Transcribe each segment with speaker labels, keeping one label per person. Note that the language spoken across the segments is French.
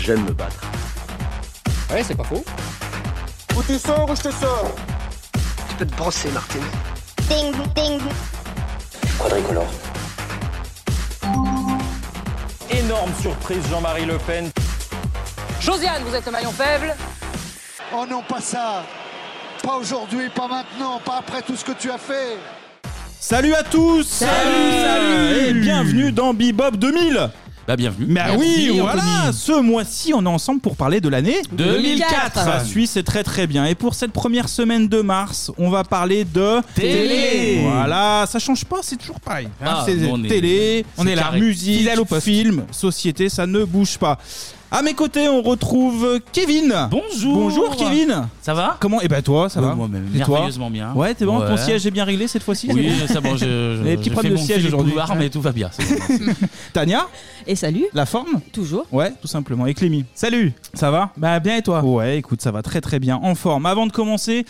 Speaker 1: j'aime me battre.
Speaker 2: Ouais, c'est pas faux.
Speaker 3: Ou tu sors ou je te sors
Speaker 4: Tu peux te brosser, Martin.
Speaker 5: Ding, ding.
Speaker 6: Quadricolore.
Speaker 7: Énorme surprise, Jean-Marie Le Pen.
Speaker 8: Josiane, vous êtes le maillon faible.
Speaker 9: Oh non, pas ça. Pas aujourd'hui, pas maintenant, pas après tout ce que tu as fait.
Speaker 10: Salut à tous
Speaker 11: Salut, salut
Speaker 10: Et bienvenue dans Bebop 2000
Speaker 11: Bah bienvenue.
Speaker 10: Bah
Speaker 11: Merci,
Speaker 10: oui,
Speaker 11: Anthony.
Speaker 10: voilà Ce mois-ci, on est ensemble pour parler de l'année
Speaker 11: 2004.
Speaker 10: Ça suit, c'est très très bien. Et pour cette première semaine de mars, on va parler de...
Speaker 11: Télé.
Speaker 10: Voilà, ça change pas, c'est toujours pareil. hein.
Speaker 11: Ah,
Speaker 10: c'est
Speaker 11: bon, on est-
Speaker 10: télé,
Speaker 11: c'est
Speaker 10: on est là,
Speaker 11: carré.
Speaker 10: musique,
Speaker 11: Fidèle au poste.
Speaker 10: film, société, ça ne bouge pas. À mes côtés, on retrouve Kevin
Speaker 11: Bonjour.
Speaker 10: Bonjour Kevin
Speaker 11: Ça va
Speaker 10: Comment Eh ben toi, ça
Speaker 11: Ouais,
Speaker 10: va
Speaker 11: moi-même,
Speaker 10: Et toi
Speaker 11: merveilleusement bien.
Speaker 10: Ouais, t'es bon, ton
Speaker 11: Ouais.
Speaker 10: siège est bien réglé cette fois-ci c'est
Speaker 11: Oui,
Speaker 10: bon
Speaker 11: ça bon, je, je,
Speaker 10: Les petits
Speaker 11: j'ai
Speaker 10: problèmes
Speaker 11: fait
Speaker 10: de
Speaker 11: mon
Speaker 10: siège
Speaker 11: fil de
Speaker 10: aujourd'hui.
Speaker 11: boulevard, mais tout va bien. c'est bon.
Speaker 10: Tania,
Speaker 12: Et salut,
Speaker 10: la forme
Speaker 12: toujours.
Speaker 10: Ouais, tout simplement. Et Clémy, salut Ça va Bah bien et toi Ouais, écoute, ça va très très bien, en forme. Avant de commencer,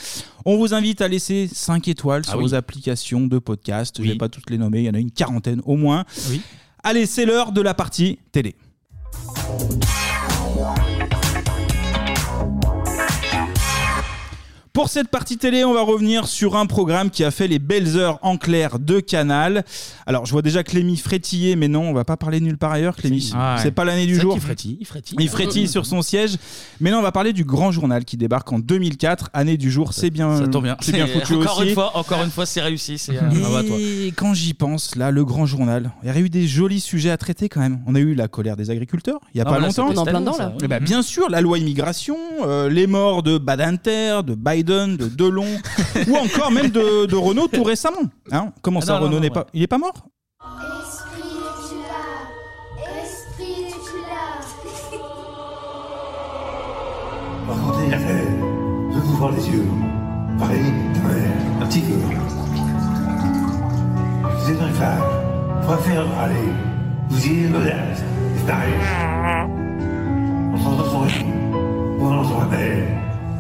Speaker 10: on vous invite à laisser 5 étoiles sur
Speaker 11: Ah oui.
Speaker 10: vos applications de podcast. Je
Speaker 11: Oui.
Speaker 10: vais pas toutes les nommer, il y en a une quarantaine au moins.
Speaker 11: Oui.
Speaker 10: Allez, c'est l'heure de la partie télé. Pour cette partie télé, on va revenir sur un programme qui a fait les belles heures en clair de Canal. Alors, je vois déjà Clémy frétiller, mais non, on va pas parler nulle part ailleurs, Clémy.
Speaker 11: Ah ouais.
Speaker 10: C'est pas l'année du
Speaker 11: C'est vrai
Speaker 10: jour.
Speaker 11: qu'il frétille, il frétille.
Speaker 10: Il frétille sur son siège. Mais non, on va parler du grand journal qui débarque en 2004, année du jour. C'est bien,
Speaker 11: Ça tombe bien.
Speaker 10: c'est bien foutu
Speaker 11: encore
Speaker 10: aussi.
Speaker 11: une fois, encore une fois, c'est réussi. C'est. euh,
Speaker 10: Et
Speaker 11: bravo à toi.
Speaker 10: quand j'y pense, là, le grand journal, il y aurait eu des jolis sujets à traiter quand même. On a eu la colère des agriculteurs il y a
Speaker 11: Non,
Speaker 10: pas
Speaker 11: là,
Speaker 10: longtemps.
Speaker 11: Ah, c'était
Speaker 12: On est en plein
Speaker 11: Staline,
Speaker 12: dedans,
Speaker 11: ça,
Speaker 12: là.
Speaker 11: ouais. Mhm.
Speaker 10: Eh ben, bien sûr, la loi immigration, euh, les morts de Badinter, de Biden, de Delon, ou encore même de, de Renault tout récemment. Hein Comment
Speaker 11: Ah
Speaker 10: ça,
Speaker 11: non, non,
Speaker 10: Renault
Speaker 11: non,
Speaker 10: n'est
Speaker 11: ouais.
Speaker 10: pas, il est pas mort
Speaker 5: Esprit, tu l'as. Esprit, tu l'as.
Speaker 6: Entendez, la fleur. Je vous vois les yeux. Pareil, ouais, un petit peu. Vous êtes une femme. Préfère aller. Vous y êtes l'audace. C'est pareil. On s'entend son rythme. On en son appel.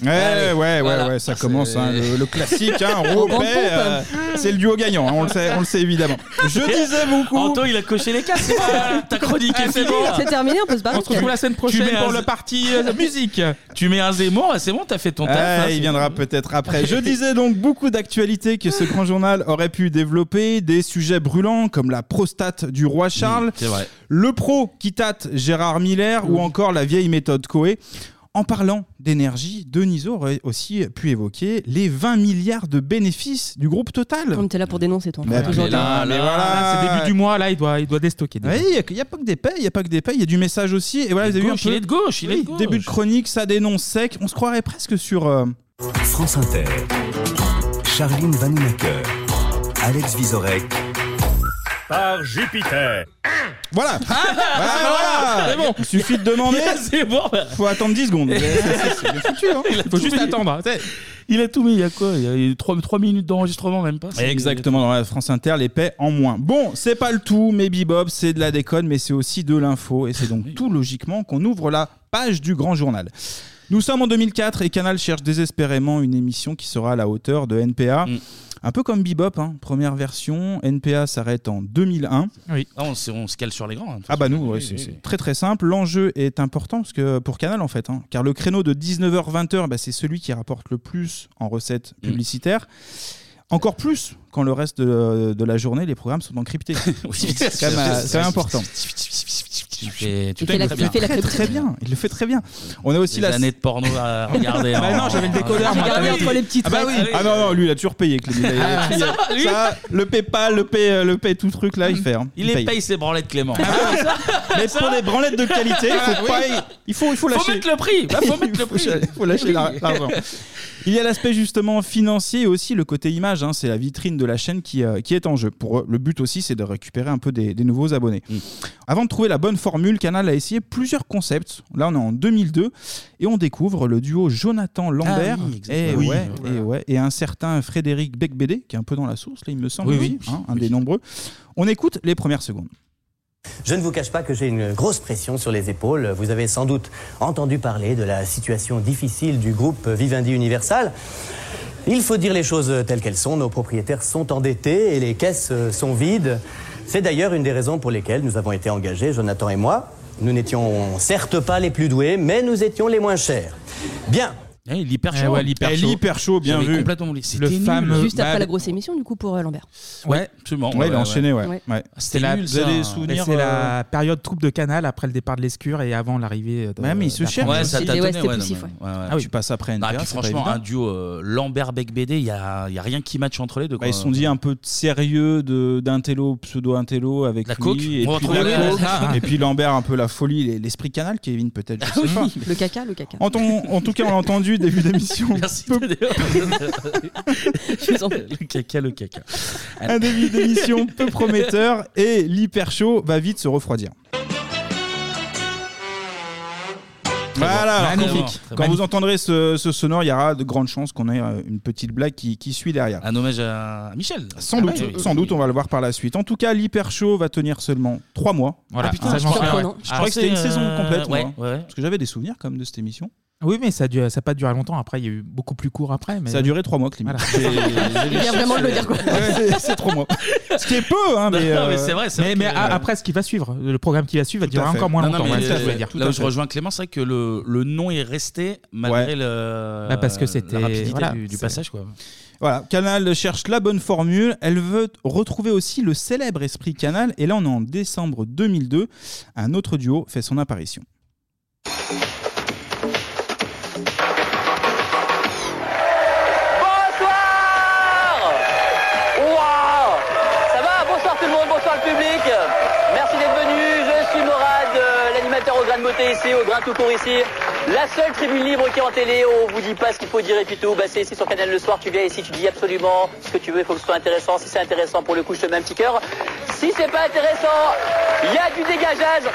Speaker 10: Ouais,
Speaker 11: Allez,
Speaker 10: Eh, ouais, ouais,
Speaker 11: Ah, voilà.
Speaker 10: ouais, ça
Speaker 11: Ah,
Speaker 10: commence,
Speaker 11: c'est-
Speaker 10: hein, le, le classique, hein, Ropet,
Speaker 12: pompe.
Speaker 10: euh, c'est le duo gagnant, hein, on le sait, on le sait évidemment. Je disais beaucoup. Ah,
Speaker 11: Anto, il a coché les cases. c'est pas- Ta chronique est finie. là.
Speaker 12: Ah, C'est terminé, on peut se barrer.
Speaker 11: la semaine
Speaker 10: prochaine pour le
Speaker 11: parti musique. Tu mets un Zemmour, c'est bon, t'as fait ton taf.
Speaker 10: Ah,
Speaker 11: hein,
Speaker 10: il
Speaker 11: c'est-
Speaker 10: viendra peut-être après. Je disais donc beaucoup d'actualités que ce grand journal aurait pu développer, des sujets brûlants comme la prostate du roi Charles,
Speaker 11: C'est vrai.
Speaker 10: le pro qui tâte Gérard Miller ou encore la vieille méthode Coé. En parlant d'énergie, Denisot aurait aussi pu évoquer les 20 milliards de bénéfices du groupe Total.
Speaker 12: On était là pour dénoncer, toi.
Speaker 10: Mais
Speaker 12: Toujours
Speaker 11: mais là,
Speaker 10: mais
Speaker 11: là,
Speaker 10: voilà.
Speaker 11: c'est début du
Speaker 10: mois, là, il doit, il doit déstocker. Il n'y a, pas que des paies, il n'y a pas que des paies, il y a du message aussi. Et voilà, vous avez vu un
Speaker 11: Gauche, il
Speaker 10: peu.
Speaker 11: est de gauche, il est
Speaker 10: Oui,
Speaker 11: de gauche.
Speaker 10: début de chronique, ça dénonce sec. On se croirait presque sur. euh,
Speaker 6: France Inter. Charline Vaninacker. Alex Vizorek.
Speaker 7: Par Jupiter.
Speaker 10: Voilà
Speaker 11: Ah, voilà, c'est bon.
Speaker 10: Il suffit de demander,
Speaker 11: C'est bon.
Speaker 10: faut attendre 10 secondes. C'est bien foutu, hein.
Speaker 11: Il faut juste attendre. Il a tout mis, il y a quoi Il y a eu 3, minutes d'enregistrement, même pas. c'est-
Speaker 10: Exactement, dans la France Inter, les paix en moins. Bon, c'est pas le tout, mais Bebop, c'est de la déconne, mais c'est aussi de l'info. Et c'est donc tout logiquement qu'on ouvre la page du grand journal. Nous sommes en 2004 et Canal cherche désespérément une émission qui sera à la hauteur de NPA.
Speaker 11: Mm.
Speaker 10: Un peu comme Bebop, hein, première version. NPA s'arrête en 2001.
Speaker 11: Ah, on, se- on se cale sur les grands. hein.
Speaker 10: Ah bah nous, ouais,
Speaker 11: Oui,
Speaker 10: c'est
Speaker 11: oui,
Speaker 10: c'est
Speaker 11: oui.
Speaker 10: très très simple. L'enjeu est important parce que pour Canal en fait, hein, car le créneau de 19h-20h, bah, c'est celui qui rapporte le plus en recettes
Speaker 11: Mm.
Speaker 10: publicitaires. Encore plus quand le reste de, de la journée, les programmes sont encryptés. c'est quand même, euh, c'est quand même important.
Speaker 11: Tu fais, tu
Speaker 12: Il fait la-
Speaker 11: fais très bien.
Speaker 12: il fait la
Speaker 10: Très
Speaker 12: cryptique.
Speaker 10: très bien, il le fait très bien. On a aussi
Speaker 11: Des
Speaker 10: la...
Speaker 11: années de porno à regarder. hein.
Speaker 10: Bah non, j'avais le décodeur, moi,
Speaker 12: Regardez
Speaker 10: Ah oui.
Speaker 12: entre les petites
Speaker 10: Ah bah oui.
Speaker 12: lettres.
Speaker 10: Ah non non, lui il a toujours payé. Clémy. Il a- il a- il a- ça, le PayPal, le pay, euh, le pay tout truc là, il fait. hein.
Speaker 11: Il les paye ses branlettes, Clément.
Speaker 10: Mais pour les branlettes de qualité, faut pas- il faut il faut
Speaker 11: Ah, Faut
Speaker 10: lâcher.
Speaker 11: mettre le prix. bah, Faut mettre le prix.
Speaker 10: Il faut lâcher l'ar- l'argent. Il y a l'aspect justement financier et aussi le côté image. hein. c'est la vitrine de la chaîne qui, euh, qui est en jeu. Pour eux, le but aussi, c'est de récupérer un peu des, des nouveaux abonnés.
Speaker 11: Mm.
Speaker 10: Avant de trouver la bonne formule, Canal a essayé plusieurs concepts. Là, on est en 2002 et on découvre le duo Jonathan Lambert
Speaker 11: Ah oui, exactement.
Speaker 10: et,
Speaker 11: Oui,
Speaker 10: ouais,
Speaker 11: voilà.
Speaker 10: et, ouais, et un certain Frédéric Becbédé qui est un peu dans la source, là, il me semble.
Speaker 11: Oui,
Speaker 10: aussi,
Speaker 11: oui.
Speaker 10: hein, un des nombreux. On écoute les premières secondes.
Speaker 6: Je ne vous cache pas que j'ai une grosse pression sur les épaules. Vous avez sans doute entendu parler de la situation difficile du groupe Vivendi Universal. Il faut dire les choses telles qu'elles sont. Nos propriétaires sont endettés et les caisses euh, sont vides.
Speaker 1: C'est d'ailleurs une des raisons pour lesquelles nous avons été engagés, Jonathan et moi. Nous n'étions certes pas les plus doués, mais nous étions les moins chers. Bien.
Speaker 11: il est hyper
Speaker 10: Eh ouais, l'hyper chaud.
Speaker 1: bien
Speaker 10: J'avais
Speaker 1: vu.
Speaker 10: complètement
Speaker 11: laissé.
Speaker 10: Le fameux.
Speaker 12: Juste après
Speaker 10: Bah,
Speaker 12: la grosse émission, du coup, pour euh, Lambert.
Speaker 10: Ouais, absolument. Ouais, il a enchaîné, ouais.
Speaker 12: Ouais.
Speaker 10: Ouais.
Speaker 13: C'était
Speaker 10: C'est
Speaker 13: la,
Speaker 10: nul, ça.
Speaker 13: vous avez des
Speaker 10: Mais
Speaker 13: souvenirs,
Speaker 10: c'est la
Speaker 13: euh, période troupe de Canal après le départ de l'escure et avant l'arrivée de.
Speaker 10: Même il se
Speaker 13: la
Speaker 10: cherche.
Speaker 13: France.
Speaker 10: Ah oui. Tu passes après
Speaker 11: Non, et
Speaker 10: NBA,
Speaker 11: puis
Speaker 10: c'est pas
Speaker 11: franchement,
Speaker 10: évident.
Speaker 11: un duo euh, Lambert Beck BD, il y a, il y a rien qui match entre les deux.
Speaker 10: Bah,
Speaker 11: quoi.
Speaker 10: ils se sont dit un peu de sérieux de d'intello pseudo intello avec
Speaker 11: La
Speaker 10: lui,
Speaker 11: coke
Speaker 10: et,
Speaker 11: On
Speaker 10: puis
Speaker 11: retrouve
Speaker 10: la
Speaker 11: la
Speaker 10: coke.
Speaker 11: coke.
Speaker 10: et puis Lambert un peu la folie les- l'esprit canal Kevin peut-être je sais pas.
Speaker 12: Le caca, le caca.
Speaker 10: En, ton- en tout cas on l'a entendu début d'émission
Speaker 11: le caca, le caca.
Speaker 10: un début d'émission peu prometteur et l'hyper chaud va vite se refroidir Voilà, alors,
Speaker 11: Magnifique.
Speaker 10: quand-
Speaker 11: Très
Speaker 10: Quand,
Speaker 11: magnifique.
Speaker 10: vous entendrez ce, ce sonore, il y aura de grandes chances qu'on ait euh, une petite blague qui, qui suit derrière.
Speaker 11: Un hommage à Michel.
Speaker 10: Sans
Speaker 11: Ah
Speaker 10: doute,
Speaker 11: oui, oui,
Speaker 10: sans
Speaker 11: oui.
Speaker 10: doute, on va le voir par la suite. En tout cas, l'hyper chaud va tenir seulement 3 mois.
Speaker 13: Voilà. Ah, putain,
Speaker 10: ça,
Speaker 13: je m'en souviens, ouais.
Speaker 10: Je croyais que c'était une
Speaker 13: Ah,
Speaker 10: saison
Speaker 13: c'est,
Speaker 10: complète.
Speaker 13: euh, ouais,
Speaker 10: moi. hein. Parce que j'avais des souvenirs quand même de cette émission.
Speaker 13: Oui, mais ça a, dû- ça a pas duré longtemps. Après, il y a eu beaucoup plus court après. Mais...
Speaker 10: Ça a duré 3 mois, Clément.
Speaker 13: Il vient vraiment de
Speaker 11: euh,
Speaker 13: le dire, quoi.
Speaker 10: C'est 3 mois. Ce qui est peu, hein, mais.
Speaker 13: Non,
Speaker 10: euh,
Speaker 13: mais c'est vrai, c'est vrai
Speaker 10: mais-
Speaker 13: que-
Speaker 10: mais a-
Speaker 13: après, ce qui va suivre, le programme qui va suivre va
Speaker 10: Tout à
Speaker 13: durer
Speaker 10: fait.
Speaker 13: encore moins
Speaker 10: Non, non,
Speaker 13: longtemps.
Speaker 10: mais,
Speaker 13: ouais, c'est ça que
Speaker 10: euh,
Speaker 13: je voulais dire.
Speaker 10: tout
Speaker 11: Là
Speaker 10: à
Speaker 11: où je
Speaker 10: fait.
Speaker 11: rejoins Clément, c'est vrai que le, le nom est resté malgré le,
Speaker 13: Bah, parce que
Speaker 11: Euh, la
Speaker 13: c'était-
Speaker 11: rapidité
Speaker 13: voilà,
Speaker 11: du, du
Speaker 13: c'est-
Speaker 11: passage. Quoi.
Speaker 10: Voilà, Canal cherche la bonne formule. Elle veut retrouver aussi le célèbre esprit Canal. Et là, on est en décembre 2002. Un autre duo fait son apparition.
Speaker 14: Ouah Ça va Bonsoir tout le monde, bonsoir le public. Merci d'être venu. Je suis Morad, euh, l'animateur au grain de beauté ici, au grain tout court ici. La seule tribune libre qui est en télé, on vous dit pas ce qu'il faut dire et puis tout. Bah, c'est ici sur Canal le soir, tu viens ici, tu dis absolument ce que tu veux, il faut que ce soit intéressant. Si c'est intéressant, pour le coup, je te mets un petit cœur. Si c'est pas intéressant, il y a du dégageage.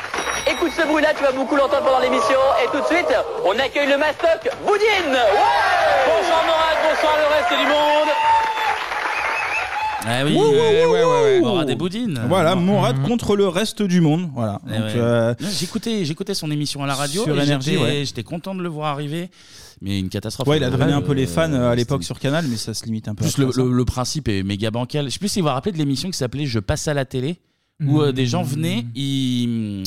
Speaker 14: Écoute ce bruit-là, tu vas beaucoup l'entendre pendant l'émission. Et tout de suite, on accueille le mastoc Boudine Ouais Bonsoir Morad, bonsoir le reste du monde.
Speaker 11: Ah oui,
Speaker 10: Wouh, wouh,
Speaker 11: ouais,
Speaker 10: wouh,
Speaker 11: ouais,
Speaker 10: wouh.
Speaker 11: ouais, Morad et Boudine.
Speaker 10: Voilà, Morad contre le reste du monde. Voilà.
Speaker 11: Eh
Speaker 10: Donc,
Speaker 11: ouais.
Speaker 10: euh,
Speaker 11: Non, J'écoutais, j'écoutais son émission à la radio.
Speaker 10: Sur
Speaker 11: et
Speaker 10: NRJ,
Speaker 11: j'étais-
Speaker 10: ouais.
Speaker 11: J'étais content de le voir arriver, mais une catastrophe.
Speaker 10: Ouais, il a drainé un peu les
Speaker 11: Euh,
Speaker 10: fans euh, à l'époque sur Canal, mais ça se limite un peu.
Speaker 11: Plus
Speaker 10: à
Speaker 11: le,
Speaker 10: ça.
Speaker 11: le- le principe est méga bancal. Je sais plus si vous vous rappelez de l'émission qui s'appelait Je passe à la télé, où euh, des gens venaient, ils,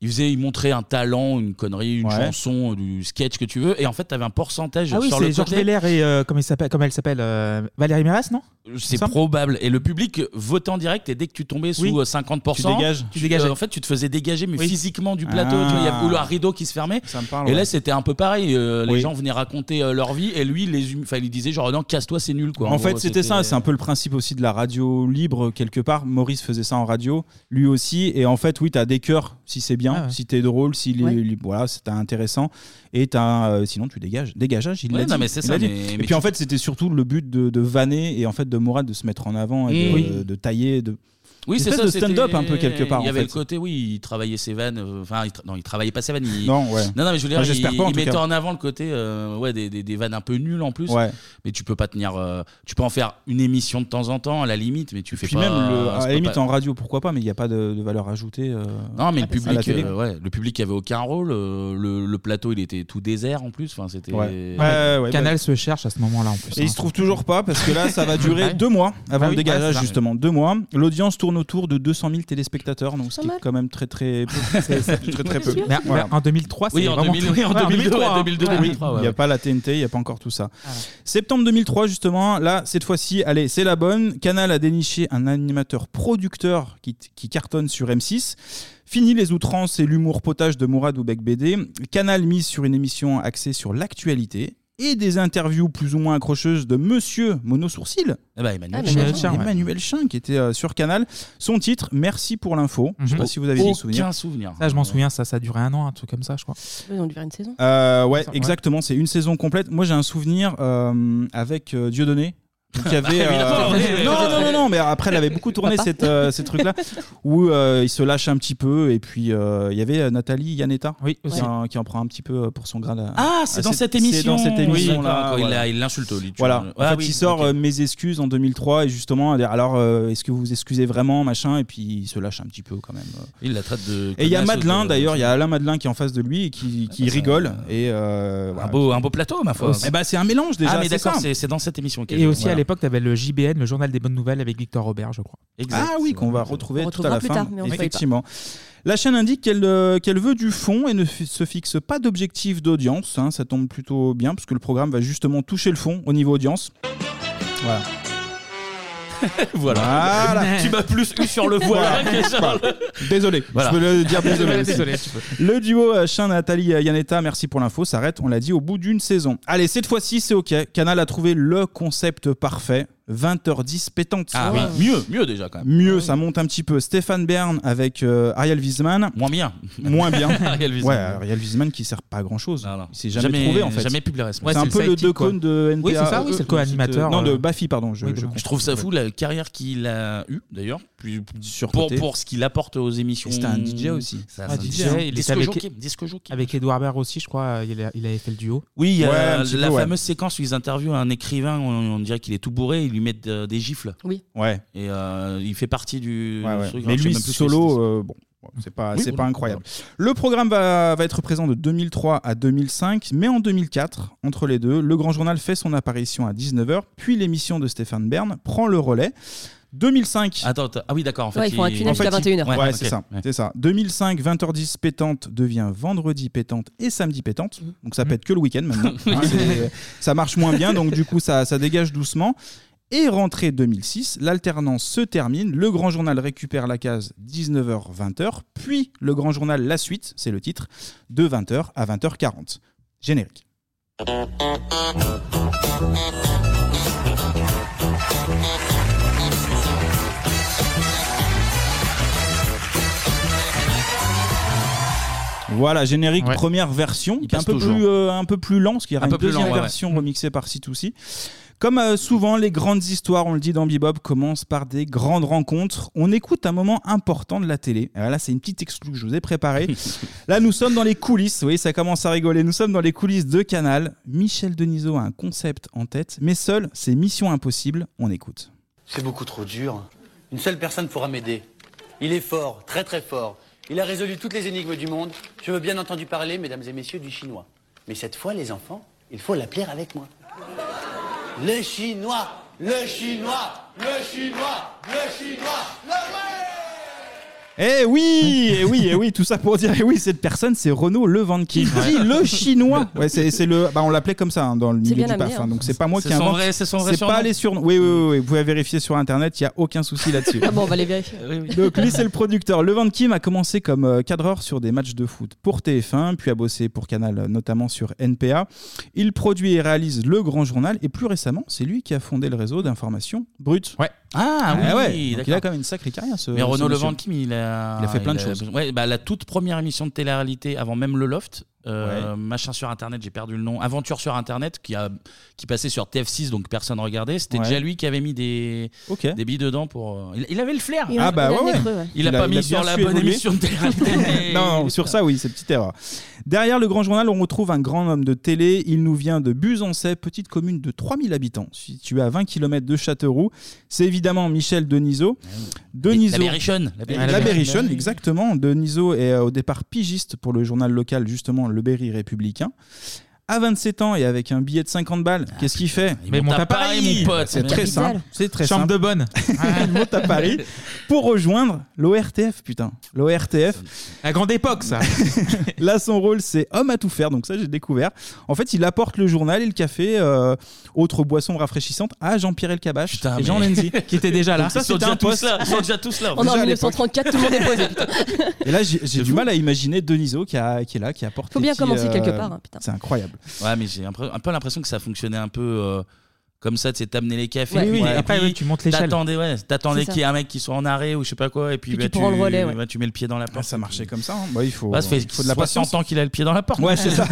Speaker 11: ils faisaient, ils montraient un talent, une connerie, une
Speaker 13: Ouais.
Speaker 11: chanson, du sketch que tu veux, et en fait, t'avais un pourcentage
Speaker 13: Ah oui,
Speaker 11: sur le
Speaker 13: c'est
Speaker 11: côté.
Speaker 13: Georges Belair et euh, comment, il s'appelle, comment elle s'appelle euh, Valérie Mérès, non
Speaker 11: C'est
Speaker 13: Ça me-
Speaker 11: probable. Et le public vote en direct, et dès que tu tombais sous
Speaker 13: Oui.
Speaker 11: euh, 50%,
Speaker 13: Tu dégages. Tu dégages.
Speaker 11: euh, en fait, tu te faisais dégager, mais
Speaker 13: Oui.
Speaker 11: physiquement du plateau. tu vois, il y avait- ou le rideau qui se fermait.
Speaker 10: Ça me parle.
Speaker 11: Et
Speaker 10: Ah. ouais.
Speaker 11: là, c'était un peu pareil. euh, les
Speaker 10: Oui.
Speaker 11: gens venaient raconter euh, leur vie et lui, les hum- enfin, il disait genre non, casse-toi, c'est nul quoi.
Speaker 10: En fait,
Speaker 11: gros, euh,
Speaker 10: c'était ça. C'est un peu le principe aussi de la radio libre, quelque part. Maurice faisait ça en radio, lui aussi. Et en fait, oui, t'as des cœurs si c'est bien, si t'es drôle, si les-
Speaker 11: Ouais.
Speaker 10: les- voilà, c'était intéressant. Et t'as, euh, sinon, tu dégages. Dégageage, il
Speaker 11: Ouais,
Speaker 10: l'a
Speaker 11: non,
Speaker 10: dit.
Speaker 11: mais c'est
Speaker 10: Il
Speaker 11: ça,
Speaker 10: l'a dit.
Speaker 11: mais- mais
Speaker 10: et puis,
Speaker 11: tu-
Speaker 10: en fait, c'était surtout le but de, de vanner et en fait de Mourad de se mettre en avant et de,
Speaker 11: Mm. Oui.
Speaker 10: de tailler. De...
Speaker 11: Oui,
Speaker 10: Une
Speaker 11: c'est
Speaker 10: espèce
Speaker 11: ça.
Speaker 10: de stand-up
Speaker 11: c'était-
Speaker 10: un peu quelque part.
Speaker 11: Il y
Speaker 10: en
Speaker 11: avait
Speaker 10: fait.
Speaker 11: le côté, oui, il travaillait ses vannes. euh, Enfin, il tra- non, il travaillait pas ses vannes. il-
Speaker 10: Non, ouais.
Speaker 11: non, mais je veux dire,
Speaker 10: Enfin, j'espère
Speaker 11: il,
Speaker 10: pas, en
Speaker 11: il
Speaker 10: tout
Speaker 11: mettait
Speaker 10: cas.
Speaker 11: en avant le côté, euh, ouais, des, des, des vannes un peu nulles en plus.
Speaker 10: Ouais.
Speaker 11: Mais tu peux pas tenir. euh, tu peux en faire une émission de temps en temps, à la limite, mais tu fais
Speaker 10: Puis
Speaker 11: pas.
Speaker 10: même, le-
Speaker 11: ça
Speaker 10: à
Speaker 11: peut
Speaker 10: la limite,
Speaker 11: pas-
Speaker 10: en radio, pourquoi pas, mais il n'y a pas de, de valeur ajoutée. euh,
Speaker 11: Non, mais
Speaker 10: à la
Speaker 11: le public,
Speaker 10: télé.
Speaker 11: euh, ouais, le public avait aucun rôle. euh, le, le plateau, il était tout désert en plus. Enfin, c'était.
Speaker 10: Ouais.
Speaker 13: Ouais,
Speaker 10: ouais,
Speaker 13: Canal
Speaker 10: bah-
Speaker 13: se cherche à ce moment-là en plus. hein.
Speaker 10: Et il se trouve toujours pas parce que là, ça va durer
Speaker 13: Ouais.
Speaker 10: deux mois
Speaker 13: Ah
Speaker 10: avant le
Speaker 13: oui, ouais,
Speaker 10: dégageage
Speaker 13: c'est ça.
Speaker 10: justement. Deux mois. L'audience tourne autour de 200 000 téléspectateurs, donc ce
Speaker 13: Pas
Speaker 10: qui est
Speaker 13: mal.
Speaker 10: quand même très très peu. très, très peu.
Speaker 13: Mais- mais en 2003, c'est
Speaker 11: Oui, en
Speaker 13: vraiment
Speaker 11: 2000,
Speaker 13: très-
Speaker 11: oui, en
Speaker 13: ouais,
Speaker 11: 2002,
Speaker 13: hein.
Speaker 11: ouais, 2002,
Speaker 13: Ouais.
Speaker 11: 2003,
Speaker 10: Il
Speaker 11: ouais.
Speaker 10: n'y a pas la TNT, il n'y a pas encore tout ça.
Speaker 13: Ah
Speaker 10: Septembre 2003, justement, là, cette fois-ci, allez, c'est la bonne. Canal a déniché un animateur producteur qui, qui cartonne sur M6. Fini les outrances et l'humour potage de Mourad ou Beck BD. Canal mise sur une émission axée sur l'actualité et des interviews plus ou moins accrocheuses de Monsieur Monosourcil.
Speaker 11: Eh ben, Emmanuel
Speaker 10: Ah,
Speaker 11: Chin.
Speaker 10: Emmanuel Chin,
Speaker 11: Ouais.
Speaker 10: Emmanuel Chin, qui était euh, sur Canal. Son titre, Merci pour l'info. Je ne
Speaker 11: Mhm.
Speaker 10: sais pas si vous avez des souvenirs.
Speaker 13: Ça, je m'en souviens, ça, ça a duré un an, un truc comme ça, je crois.
Speaker 12: Ils ont dû faire une saison.
Speaker 10: Euh, ouais,
Speaker 12: Ouais.
Speaker 10: exactement. C'est une saison complète. Moi, j'ai un souvenir euh, avec euh, Dieudonné. Donc, il y avait, euh,
Speaker 11: Évidemment, Ah
Speaker 10: non,
Speaker 11: oui, oui,
Speaker 10: non,
Speaker 11: oui.
Speaker 10: non, non, mais après, elle avait beaucoup tourné
Speaker 11: Papa.
Speaker 10: cette, euh, ces trucs-là, où euh, il se lâche un petit peu, et puis euh, il y avait euh, Nathalie Yaneta qui, en, qui en prend un petit peu euh, pour son grade. à-
Speaker 11: Ah, c'est
Speaker 10: à
Speaker 11: dans cette émission.
Speaker 10: C'est dans cette
Speaker 11: Oui,
Speaker 10: émission-là.
Speaker 11: d'accord, il
Speaker 10: voilà.
Speaker 11: l'a- il l'insulte, lui, tu
Speaker 10: Voilà.
Speaker 11: vois.
Speaker 10: En
Speaker 11: Ah
Speaker 10: fait,
Speaker 11: oui,
Speaker 10: il sort euh, mes excuses en 2003, et justement, elle dit, alors, euh, est-ce que vous vous excusez vraiment, machin, et puis il se lâche un petit peu quand même. euh.
Speaker 11: Il la traite de.
Speaker 10: Et il y a
Speaker 11: connasse ou
Speaker 10: Madelin
Speaker 11: de-
Speaker 10: d'ailleurs, il y a Alain Madelin qui est en face de lui et qui,
Speaker 11: Ah,
Speaker 10: qui rigole. Et euh, voilà.
Speaker 11: beau- Ah, un beau plateau, ma foi.
Speaker 10: Eh ben, c'est un mélange déjà.
Speaker 11: Ah, mais
Speaker 10: c'est
Speaker 11: d'accord,
Speaker 10: ça.
Speaker 11: c'est c'est dans cette émission. ok,
Speaker 13: Et
Speaker 11: je-
Speaker 13: aussi,
Speaker 11: voilà.
Speaker 13: elle l'époque, tu avais le JBN, le Journal des Bonnes Nouvelles, avec Victor Robert, je crois.
Speaker 10: Ah oui, qu'on va retrouver
Speaker 13: On
Speaker 10: tout à
Speaker 13: retrouvera
Speaker 10: la
Speaker 13: plus
Speaker 10: fin.
Speaker 13: tard, mais on feuille pas.
Speaker 10: effectivement. La chaîne indique qu'elle euh, qu'elle veut du fond et ne fi- se fixe pas d'objectif d'audience. hein. ça tombe plutôt bien parce que le programme va justement toucher le fond au niveau audience. Voilà.
Speaker 11: Voilà.
Speaker 10: Voilà.
Speaker 11: Tu m'as plus eu sur le voile
Speaker 10: Voilà.
Speaker 11: que sur le-
Speaker 10: Désolé,
Speaker 11: Voilà.
Speaker 10: je peux le dire désolé.
Speaker 11: Désolé,
Speaker 10: aussi.
Speaker 11: tu
Speaker 10: Le duo euh, Chin, Nathalie, euh, Yaneta, merci pour l'info, s'arrête, on l'a dit, au bout d'une saison. Allez, cette fois-ci, c'est OK. Canal a trouvé le concept parfait. 20h10 pétante.
Speaker 11: Ah oui, mieux, mieux Ah déjà quand même.
Speaker 10: Mieux, ça monte un petit peu. Stéphane Bern avec euh, Ariel Wiesman.
Speaker 11: Moins bien.
Speaker 10: Moins bien.
Speaker 11: Ariel Wiesman.
Speaker 10: Ouais, Ariel Wiesman qui sert pas à grand chose. Il s'est jamais,
Speaker 11: Jamais-
Speaker 10: trouvé en fait.
Speaker 11: jamais plus de la responsable.
Speaker 10: C'est un
Speaker 11: Ouais, c'est
Speaker 10: peu
Speaker 11: le
Speaker 10: le
Speaker 11: sidekick,
Speaker 10: deux
Speaker 11: quoi.
Speaker 10: cônes de NPA.
Speaker 11: Oui, c'est ça, oui, c'est le
Speaker 10: Euh,
Speaker 11: co-animateur,
Speaker 10: Non, de
Speaker 11: euh,
Speaker 10: Baffy, pardon. Je, je-
Speaker 11: Je trouve ça fou la carrière qu'il a eue d'ailleurs, plus- pour,
Speaker 10: Surcoté.
Speaker 11: pour ce qu'il apporte aux émissions.
Speaker 10: Et c'était un DJ aussi.
Speaker 11: Ça,
Speaker 10: Un
Speaker 11: c'est un
Speaker 10: DJ,
Speaker 11: DJ,
Speaker 10: hein.
Speaker 11: il
Speaker 10: Disque
Speaker 11: était avec-
Speaker 10: jockey,
Speaker 13: Avec Edouard Baird aussi, je crois, euh, il, a- il avait fait le duo.
Speaker 11: Oui, il y a la
Speaker 13: fameuse
Speaker 11: fameuse séquence où ils interviewent un écrivain, on, on dirait qu'il est tout bourré, ils lui mettent euh, des gifles.
Speaker 12: Oui.
Speaker 10: Ouais.
Speaker 11: Et euh, il fait partie du.
Speaker 10: Ouais, ouais.
Speaker 11: truc, hein,
Speaker 10: Mais
Speaker 11: je sais
Speaker 10: lui
Speaker 11: même plus ce que
Speaker 10: solo, euh, bon, c'est pas,
Speaker 11: Oui,
Speaker 10: c'est
Speaker 11: oui.
Speaker 10: pas incroyable. Le programme va, va être présent de 2003 à 2005, mais en 2004, entre les deux, le Grand Journal fait son apparition à 19h, puis l'émission de Stéphane Bern prend le relais. 2005.
Speaker 11: Attends, attends. ah oui, d'accord. En fait,
Speaker 10: Ouais,
Speaker 12: ils font un tunnel
Speaker 10: euh, En fait,
Speaker 12: jusqu'à
Speaker 10: il-
Speaker 12: 21h.
Speaker 10: Ouais,
Speaker 11: Ouais,
Speaker 10: c'est
Speaker 11: ok.
Speaker 10: ça, c'est ça. 2005, 20h10 pétante devient vendredi pétante et samedi pétante.
Speaker 12: Mhm.
Speaker 10: Donc ça pète que le week-end maintenant. hein, c'est- ça marche moins bien, donc du coup ça, ça dégage doucement. Et rentrée 2006, l'alternance se termine. Le Grand Journal récupère la case 19h-20h, puis le Grand Journal la suite, c'est le titre, de 20h à 20h40. Générique. Voilà, générique,
Speaker 11: Ouais.
Speaker 10: première version, qui est un
Speaker 11: passe
Speaker 10: peu,
Speaker 11: toujours.
Speaker 10: plus, euh, un peu plus lent, parce qu'il y aura
Speaker 11: Un
Speaker 10: une
Speaker 11: peu plus
Speaker 10: deuxième
Speaker 11: lent, ouais, ouais.
Speaker 10: version remixée par C2C. Comme euh, souvent, les grandes histoires, on le dit dans Bebop, commencent par des grandes rencontres. On écoute un moment important de la télé. Alors là, c'est une petite exclue que je vous ai préparée. là, nous sommes dans les coulisses. Vous voyez, ça commence à rigoler. Nous sommes dans les coulisses de Canal. Michel Denisot a un concept en tête, mais seul, c'est Mission Impossible. On écoute.
Speaker 15: C'est beaucoup trop dur. Une seule personne pourra m'aider. Il est fort, très très fort. Il a résolu toutes les énigmes du monde. Je veux bien entendu parler, mesdames et messieurs, du chinois. Mais cette fois, les enfants, il faut l'appeler avec moi. Le chinois Le chinois Le chinois Le chinois
Speaker 10: Eh oui, eh oui, eh oui, tout ça pour dire, eh oui, cette personne, c'est Renaud Levent qui dit le chinois. Ouais, c'est c'est le, bah, on l'appelait comme ça hein, dans le
Speaker 11: C'est
Speaker 10: milieu
Speaker 11: bien
Speaker 10: du
Speaker 11: la
Speaker 10: PAF, hein,
Speaker 11: merde.
Speaker 10: donc c'est pas moi
Speaker 11: C'est
Speaker 10: qui
Speaker 11: son
Speaker 10: invente.
Speaker 11: vrai- c'est son vrai
Speaker 10: C'est
Speaker 11: surnom.
Speaker 10: pas les surnoms. Oui, oui, oui, oui, vous pouvez vérifier sur internet, il y a aucun souci là-dessus.
Speaker 12: Ah bon, on va les vérifier.
Speaker 10: Donc lui, c'est le producteur. Levent Kim a commencé comme euh, cadreur sur des matchs de foot pour TF1, puis a bossé pour Canal, euh, notamment sur NPA. Il produit et réalise Le Grand Journal, et plus récemment, c'est lui qui a fondé le réseau d'information Brut. Eh Ouais.
Speaker 11: Ah oui,
Speaker 10: Donc,
Speaker 11: d'accord.
Speaker 10: il a quand même une sacrée carrière. Ce,
Speaker 11: Mais
Speaker 10: ce
Speaker 11: Renaud
Speaker 10: monsieur.
Speaker 11: Levent Kim, il a,
Speaker 10: Il a fait plein de choses.
Speaker 11: Ouais, bah, la toute première émission de télé-réalité avant même le Loft, euh, machin sur Internet, j'ai perdu le nom, Aventure sur Internet, qui a qui passait sur TF6, donc personne regardait. C'était
Speaker 10: Ouais.
Speaker 11: déjà lui qui avait mis des des billes dedans pour. euh, Il, il avait le flair.
Speaker 10: Ah bah ouais, ouais.
Speaker 11: Il a pas mis sur
Speaker 10: bien
Speaker 11: la
Speaker 10: su
Speaker 11: bonne
Speaker 10: évoluer.
Speaker 11: émission de télé-réalité. mais-
Speaker 10: non, sur ça, oui, c'est une petite erreur. Derrière le Grand Journal, on retrouve un grand homme de télé. Il nous vient de Buzancais, petite commune de 3000 habitants, située à 20 km de Châteauroux. C'est évidemment Michel Denisot. Denisot.
Speaker 11: Ah
Speaker 10: Ah,
Speaker 11: La Berrichonne. La Berrichonne. Ah
Speaker 10: La Berrichonne, exactement. Denisot est euh, au départ pigiste pour le journal local, justement, Le Berry Républicain. À 27 ans et avec un billet de 50 balles, qu'est-ce qu'il fait
Speaker 11: Ah, il Mais monte monte à à Paris, Paris, mon pote.
Speaker 10: C'est
Speaker 11: Mais
Speaker 10: très
Speaker 11: capital.
Speaker 10: simple. C'est très
Speaker 11: Chambre
Speaker 10: simple.
Speaker 11: de bonne.
Speaker 10: Il monte à Paris pour rejoindre l'ORTF, putain. L'ORTF.
Speaker 13: La grande époque, ça.
Speaker 10: Là, son rôle, c'est homme à tout faire. Donc ça, j'ai découvert. En fait, il apporte le journal et le café, euh, autre boisson rafraîchissante, à Jean-Pierre Elkabbach et
Speaker 11: mais-
Speaker 10: Jean Lenzi,
Speaker 11: qui était déjà là. Ils sont
Speaker 10: c'était
Speaker 11: déjà
Speaker 10: un
Speaker 11: tous
Speaker 10: poste.
Speaker 11: là, ils sont déjà tous là.
Speaker 12: On est
Speaker 10: Déjà
Speaker 12: en
Speaker 10: à l'époque.
Speaker 12: 1934, tout le monde est posé.
Speaker 10: Et là, j'ai j'ai du mal à imaginer Deniso qui, a- qui est là, qui apporte.
Speaker 12: Faut
Speaker 10: les
Speaker 12: bien
Speaker 10: petits,
Speaker 12: commencer quelque
Speaker 10: euh,
Speaker 12: part, hein, putain.
Speaker 10: C'est incroyable.
Speaker 11: Ouais, mais j'ai un peu, un peu l'impression que ça fonctionnait un peu euh, comme ça, tu sais, t'amener les cafés.
Speaker 10: Ouais.
Speaker 11: puis
Speaker 10: Oui, oui,
Speaker 11: les-
Speaker 10: après,
Speaker 11: puis
Speaker 10: oui, tu montes l'échelle.
Speaker 11: T'attendais, ouais, t'attendais
Speaker 10: C'est ça.
Speaker 11: qu'il y ait un mec qui soit en arrêt ou je sais pas quoi, et puis,
Speaker 10: Puis
Speaker 11: bah,
Speaker 10: tu
Speaker 11: tu,
Speaker 10: prends le relais, ouais.
Speaker 11: bah, tu mets le pied dans la porte.
Speaker 10: Ah, ça marchait comme ça. Bah, il faut,
Speaker 11: Ouais, ça fait
Speaker 10: il faut de la
Speaker 11: 60
Speaker 10: patience.
Speaker 11: ans qu'il a le pied dans la porte.
Speaker 10: Ouais, c'est ça.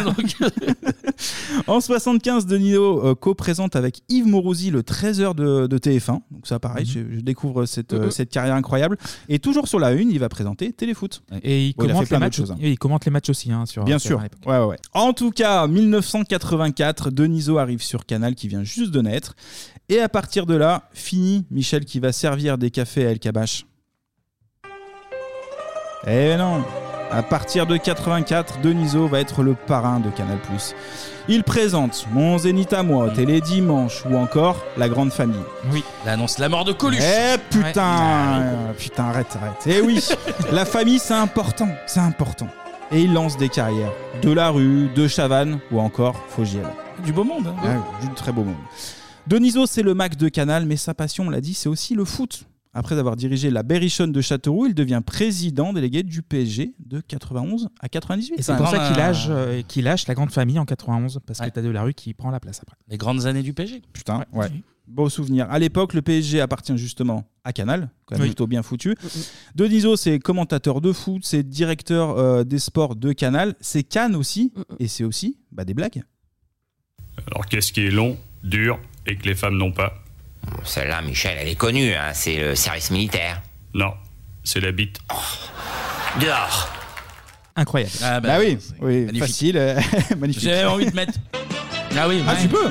Speaker 10: En 75, Denisot euh, co-présente avec Yves Morosi le 13h de, de TF1. Donc ça, pareil, je, je découvre cette, euh,
Speaker 13: Mhm.
Speaker 10: cette carrière incroyable. Et toujours sur la une, il va présenter Téléfoot.
Speaker 13: Et il,
Speaker 10: Bon, a
Speaker 13: commente
Speaker 10: fait plein
Speaker 13: les
Speaker 10: d'autres
Speaker 13: matchs,
Speaker 10: choses. hein.
Speaker 13: et il commente les matchs aussi. hein, sur,
Speaker 10: Bien
Speaker 13: sur
Speaker 10: sûr.
Speaker 13: à l'époque.
Speaker 10: Ouais, ouais, ouais. En tout cas, 1984, Denisot arrive sur Canal qui vient juste de naître. Et à partir de là, fini Michel qui va servir des cafés à El Kabash. Eh non À partir de 84, Denisot va être le parrain de Canal+. Il présente Mon Zénith à moi, Télé Dimanche ou encore La Grande Famille.
Speaker 11: Oui. L'annonce la mort de Coluche.
Speaker 10: Eh putain euh, Putain, arrête, arrête. Eh oui, la famille c'est important, c'est important. Et il lance des carrières. De la rue, de Chavannes ou encore Fogiel.
Speaker 13: Du beau monde. hein.
Speaker 10: Ouais, du très beau monde. Deniso, c'est le Mac de Canal, mais sa passion, on l'a dit, c'est aussi le foot. Après avoir dirigé la Berrichonne de Châteauroux, il devient président délégué du PSG de 91 à 98.
Speaker 13: Et c'est pour ça qu'il lâche, euh, qu'il lâche la grande famille en 91, parce que t'as Delarue qui prend la place après.
Speaker 11: Les grandes années du PSG.
Speaker 10: Putain, ouais. Beau souvenir. À l'époque, le PSG appartient justement à Canal, quand même
Speaker 11: Oui.
Speaker 10: plutôt bien foutu. Deniso, c'est commentateur de foot, c'est directeur euh, des sports de Canal, c'est Cannes aussi, et c'est aussi bah, des blagues.
Speaker 16: Alors qu'est-ce qui est long, dur et que les femmes n'ont pas Celle-là, Michel, elle est connue, hein, c'est le service militaire. Non, c'est la bite. Dehors
Speaker 10: Incroyable.
Speaker 11: Ah
Speaker 10: bah,
Speaker 11: bah,
Speaker 10: oui,
Speaker 11: c'est
Speaker 10: oui
Speaker 11: magnifique.
Speaker 10: facile, euh, magnifique.
Speaker 11: J'avais envie de mettre. Ah oui.
Speaker 10: Ah,
Speaker 11: ouais.
Speaker 10: tu peux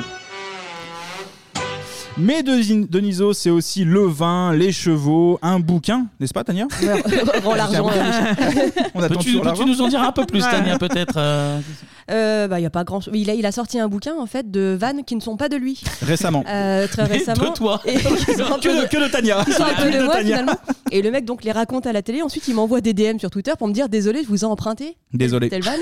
Speaker 10: Mais Desi- Deniso, c'est aussi le vin, les chevaux, un bouquin, n'est-ce pas, Tania
Speaker 12: Rends l'argent.
Speaker 10: C'est un bouquin. On attend
Speaker 11: Peux-tu
Speaker 10: toujours
Speaker 11: peux-tu
Speaker 10: l'argent.
Speaker 11: nous en dire un peu plus,
Speaker 12: Ouais.
Speaker 11: Tania, peut-être euh,
Speaker 12: Euh, bah, il y a pas grand. chose. Il a, il a sorti un bouquin en fait de vannes qui ne sont pas de lui.
Speaker 10: Récemment.
Speaker 12: Euh, très
Speaker 11: Mais
Speaker 12: récemment.
Speaker 11: de toi.
Speaker 12: Et qui sont un
Speaker 11: Que
Speaker 12: peu
Speaker 11: de- que de Tania.
Speaker 12: Qui sont un
Speaker 11: Ah,
Speaker 12: peu
Speaker 11: que
Speaker 12: de
Speaker 11: de
Speaker 12: moi
Speaker 11: Tania.
Speaker 12: finalement. Et le mec donc les raconte à la télé. Ensuite, il m'envoie des DM sur Twitter pour me dire désolé, je vous ai emprunté.
Speaker 10: Désolé.
Speaker 12: Telle vanne.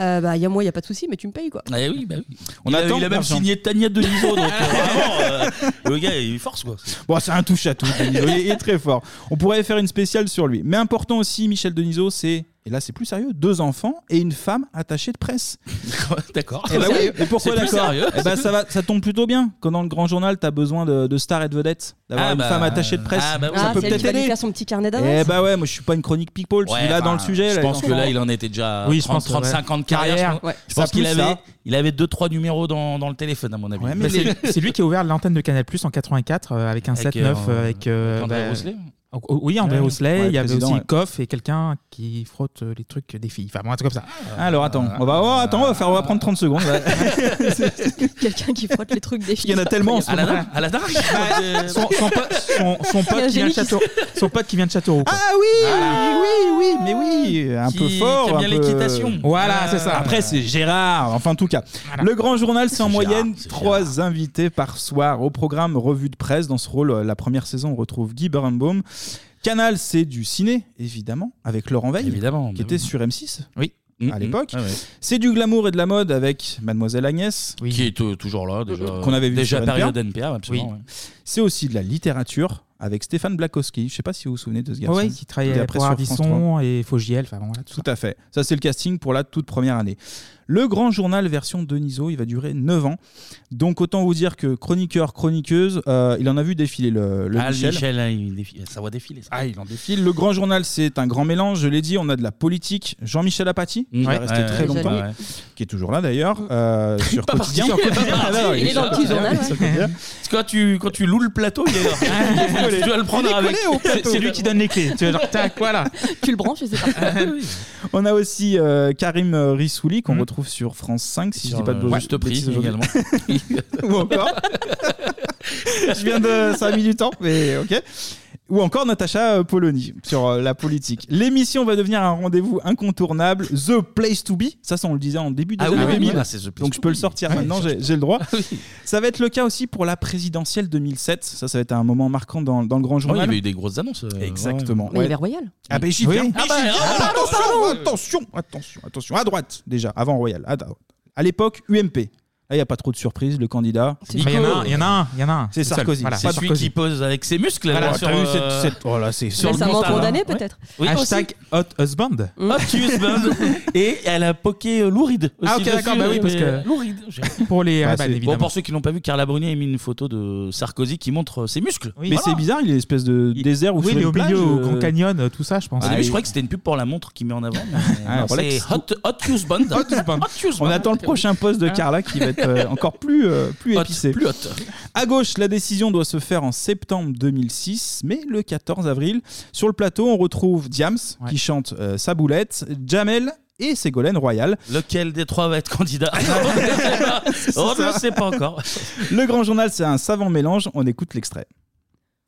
Speaker 12: Euh, bah, il y a moi, il y a pas de souci, mais tu me payes quoi.
Speaker 11: Ah oui, bah oui.
Speaker 10: On
Speaker 11: il, a-
Speaker 10: attend
Speaker 11: il a même
Speaker 10: l'argent.
Speaker 11: signé Tania Deniso, donc euh, vraiment, euh, le gars, il force quoi.
Speaker 10: Bon, c'est un touche à tout. Deniso. Il est- il est très fort. On pourrait faire une spéciale sur lui. Mais important aussi, Michel Deniso, c'est et là c'est plus sérieux, deux enfants et une femme attachée de presse.
Speaker 11: D'accord.
Speaker 10: Et bah oui,
Speaker 11: Sérieux
Speaker 10: et pourquoi
Speaker 11: C'est plus
Speaker 10: d'accord
Speaker 11: sérieux.
Speaker 10: Eh ben, ça, va, ça tombe plutôt bien. Quand dans le grand journal, t'as besoin de, de stars et de vedettes, d'avoir
Speaker 11: Ah
Speaker 10: une
Speaker 11: bah,
Speaker 10: femme attachée de presse,
Speaker 11: ah bah oui.
Speaker 10: ça
Speaker 12: Ah,
Speaker 10: peut
Speaker 12: c'est lui
Speaker 10: peut-être
Speaker 12: qui va lui
Speaker 10: aider.
Speaker 12: faire son petit carnet d'avance.
Speaker 10: Eh bah ouais, moi je suis pas une chronique people, je
Speaker 11: Ouais,
Speaker 10: suis là dans le
Speaker 11: enfin,
Speaker 10: sujet.
Speaker 11: Je
Speaker 10: là,
Speaker 11: pense
Speaker 10: les
Speaker 11: que
Speaker 10: enfants.
Speaker 11: là, il en était déjà à
Speaker 10: Oui, je
Speaker 11: 30,
Speaker 10: pense,
Speaker 11: 35
Speaker 10: ouais.
Speaker 11: ans de carrière.
Speaker 10: Carrière,
Speaker 11: je pense,
Speaker 10: ouais.
Speaker 11: je pense
Speaker 10: Ça
Speaker 11: qu'il
Speaker 10: pousse,
Speaker 11: avait,
Speaker 10: ça.
Speaker 11: il avait deux trois numéros dans, dans le téléphone à mon avis.
Speaker 10: Ouais,
Speaker 13: Mais
Speaker 11: Bah,
Speaker 13: c'est c'est lui qui a ouvert l'antenne de Canal en 84 euh, avec un
Speaker 11: Avec,
Speaker 13: 7-9
Speaker 11: euh,
Speaker 13: avec. euh,
Speaker 11: avec André
Speaker 13: bah,
Speaker 11: Rousselet
Speaker 13: oh, oh, Oui, André
Speaker 10: Ouais.
Speaker 13: Rousselet.
Speaker 10: Ouais,
Speaker 13: il y avait
Speaker 10: président,
Speaker 13: aussi
Speaker 10: ouais.
Speaker 13: Koff et quelqu'un qui frotte euh, les trucs des filles. Enfin, bon, un truc comme ça.
Speaker 10: Ah, Alors attends, on va, oh, attends, on va faire, on va prendre 30 secondes. là.
Speaker 12: Quelqu'un qui frotte les trucs des filles.
Speaker 10: Il y en a tellement en ce moment.
Speaker 11: À la dark.
Speaker 13: son, son pote- son-
Speaker 12: Il
Speaker 13: son
Speaker 12: y a un
Speaker 13: pote qui vient de
Speaker 12: génie qui
Speaker 13: Château- son pote qui vient de Châteauroux. quoi.
Speaker 10: Ah oui, oui, oui, mais oui, un
Speaker 13: Qui-
Speaker 10: peu fort.
Speaker 13: qui aime
Speaker 10: un
Speaker 13: bien
Speaker 10: peu-
Speaker 13: l'équitation.
Speaker 10: Voilà,
Speaker 13: Ah.
Speaker 10: c'est ça. Après, c'est Gérard. Enfin, en tout cas, le Grand Journal, c'est en moyenne trois invités par soir. Au programme Revue de presse, dans ce rôle, euh, la première saison, on retrouve Guy Birnbaum. Canal, c'est du ciné, évidemment, avec Laurent Veil, qui était sur M6.
Speaker 13: bah Oui. Mm, Ah
Speaker 10: À l'époque. C'est du glamour et de la mode avec Mademoiselle Agnès.
Speaker 11: Qui est euh, toujours là déjà.
Speaker 10: Qu'on avait vu
Speaker 11: déjà
Speaker 10: sur
Speaker 11: période
Speaker 10: NPR.
Speaker 11: NPR, absolument.
Speaker 10: Oui.
Speaker 11: ouais.
Speaker 10: C'est aussi de la littérature avec Stéphane Blakowski. Je sais pas si vous vous souvenez de ce garçon.
Speaker 13: Oui, qui
Speaker 10: Tout est
Speaker 13: travaillait
Speaker 10: après
Speaker 13: pour
Speaker 10: sur France 3.
Speaker 13: Ardisson et Fogiel. Enfin, bon, voilà, tout
Speaker 10: Tout à fait. Ça, c'est le casting pour la toute première année. Le grand journal version Deniso, il va durer 9 ans. Donc, autant vous dire que chroniqueur, chroniqueuse, euh, il en a vu défiler le, le
Speaker 11: ah, Michel,
Speaker 10: Michel.
Speaker 11: hein, il défile- ça va défiler. Ça.
Speaker 10: Ah, il en défile. Le grand journal, c'est un grand mélange. Je l'ai dit, on a de la politique. Jean-Michel Apathy, qui
Speaker 11: Ouais.
Speaker 10: va rester
Speaker 11: Ouais,
Speaker 10: très
Speaker 11: ouais,
Speaker 10: longtemps,
Speaker 11: ouais.
Speaker 10: qui est toujours là d'ailleurs, euh, sur
Speaker 11: Pas
Speaker 10: quotidien.
Speaker 11: parti,
Speaker 10: Sur Quotidien.
Speaker 11: pas parti.
Speaker 10: Ah, non,
Speaker 11: Il est dans le petit journal, ouais. Parce que quand tu, quand tu loues le plateau, il est là. tu dois le prendre
Speaker 10: Ah, Il est
Speaker 11: avec.
Speaker 10: collé au plateau.
Speaker 11: C'est lui qui donne les clés. Tu vois, genre, tac, voilà.
Speaker 12: Tu le branches, je sais pas.
Speaker 10: On a aussi euh, Karim euh, Rissouli qu'on retrouve sur France 5 si
Speaker 11: Mhm. Sur
Speaker 10: je dis pas de
Speaker 11: le
Speaker 10: bêtises
Speaker 11: Juste Prix
Speaker 10: aujourd'hui.
Speaker 11: également.
Speaker 10: Ou encore. je viens de ça a mis du temps mais OK. Ou encore Natacha euh, Polony sur euh, la politique. L'émission va devenir un rendez-vous incontournable, The Place to Be. Ça, ça on le disait en début des
Speaker 11: Ah oui,
Speaker 10: années
Speaker 11: oui,
Speaker 10: 2000.
Speaker 11: voilà, c'est The Place
Speaker 10: Donc je peux le sortir
Speaker 11: Ouais, Ah
Speaker 10: maintenant, j'ai j'ai le droit. Ça va être le cas aussi pour la présidentielle 2007. Ça, ça va être un moment marquant dans, dans le grand
Speaker 11: Oh, il y
Speaker 10: journal.
Speaker 11: avait eu des grosses annonces. euh,
Speaker 10: Exactement.
Speaker 12: Mais il y
Speaker 10: Ouais.
Speaker 12: avait Royal.
Speaker 10: Ah ben j'y
Speaker 11: Oui.
Speaker 10: viens.
Speaker 11: Ah
Speaker 10: Mais
Speaker 11: bah,
Speaker 10: j'y viens.
Speaker 11: ah bah,
Speaker 10: attention, attention, attention, attention. À droite déjà, avant Royal. À, droite. À l'époque, UMP. Là, il n'y a pas trop de surprises. Le candidat.
Speaker 13: Il y en a un, il y en a un, il y en a un.
Speaker 10: C'est
Speaker 13: Tout seul,
Speaker 10: Sarkozy.
Speaker 13: voilà.
Speaker 10: Pas
Speaker 11: C'est celui
Speaker 10: Sarkozy.
Speaker 11: qui pose avec ses muscles.
Speaker 10: Voilà,
Speaker 11: là,
Speaker 10: t'as
Speaker 11: sur,
Speaker 10: vu
Speaker 11: euh,
Speaker 10: cette- cette- oh là, c'est-
Speaker 11: sur le
Speaker 12: Récemment
Speaker 11: Montana.
Speaker 12: Bah, condamné,
Speaker 11: Ouais.
Speaker 12: peut-être. Hum.
Speaker 11: Oui,
Speaker 13: hein. Hashtag
Speaker 11: aussi.
Speaker 13: hot husband.
Speaker 11: Hot husband. Et elle a poqué euh, Louride.
Speaker 13: Ah,
Speaker 11: aussi
Speaker 13: ok, d'accord,
Speaker 11: dessus,
Speaker 13: bah oui, parce
Speaker 11: mais-
Speaker 13: que-
Speaker 11: Louride. j'ai-
Speaker 13: Pour les
Speaker 11: Bah,
Speaker 13: Ray-Ban,
Speaker 11: c'est-
Speaker 13: évidemment.
Speaker 11: Bon, pour ceux qui n'ont pas vu, Carla Bruni a mis une photo de Sarkozy qui montre euh, ses muscles.
Speaker 10: Mais
Speaker 11: Voilà.
Speaker 10: c'est bizarre, il est espèce de désert ou
Speaker 13: Oui,
Speaker 10: sur
Speaker 13: il est
Speaker 10: une
Speaker 13: au
Speaker 10: plage,
Speaker 13: milieu, au
Speaker 10: euh,
Speaker 13: Grand Canyon, euh, tout ça, je pense.
Speaker 11: Au début, je croyais que c'était une pub pour la montre qu'il met en avant. mais
Speaker 10: Ah,
Speaker 11: non,
Speaker 10: Rolex.
Speaker 11: c'est Hot, Hot Use Band. Hot
Speaker 10: On attend le prochain poste de Carla qui va être euh, encore plus, euh, plus épicé.
Speaker 11: plus haute.
Speaker 10: À gauche, la décision doit se faire en septembre 2006, mais le 14 avril. Sur le plateau, on retrouve Diams qui chante euh, sa boulette, Jamel et Ségolène Royal.
Speaker 11: Lequel des trois va être candidat
Speaker 13: Ah,
Speaker 11: On ne le sait pas encore.
Speaker 10: Le grand journal, c'est un savant mélange. On écoute l'extrait.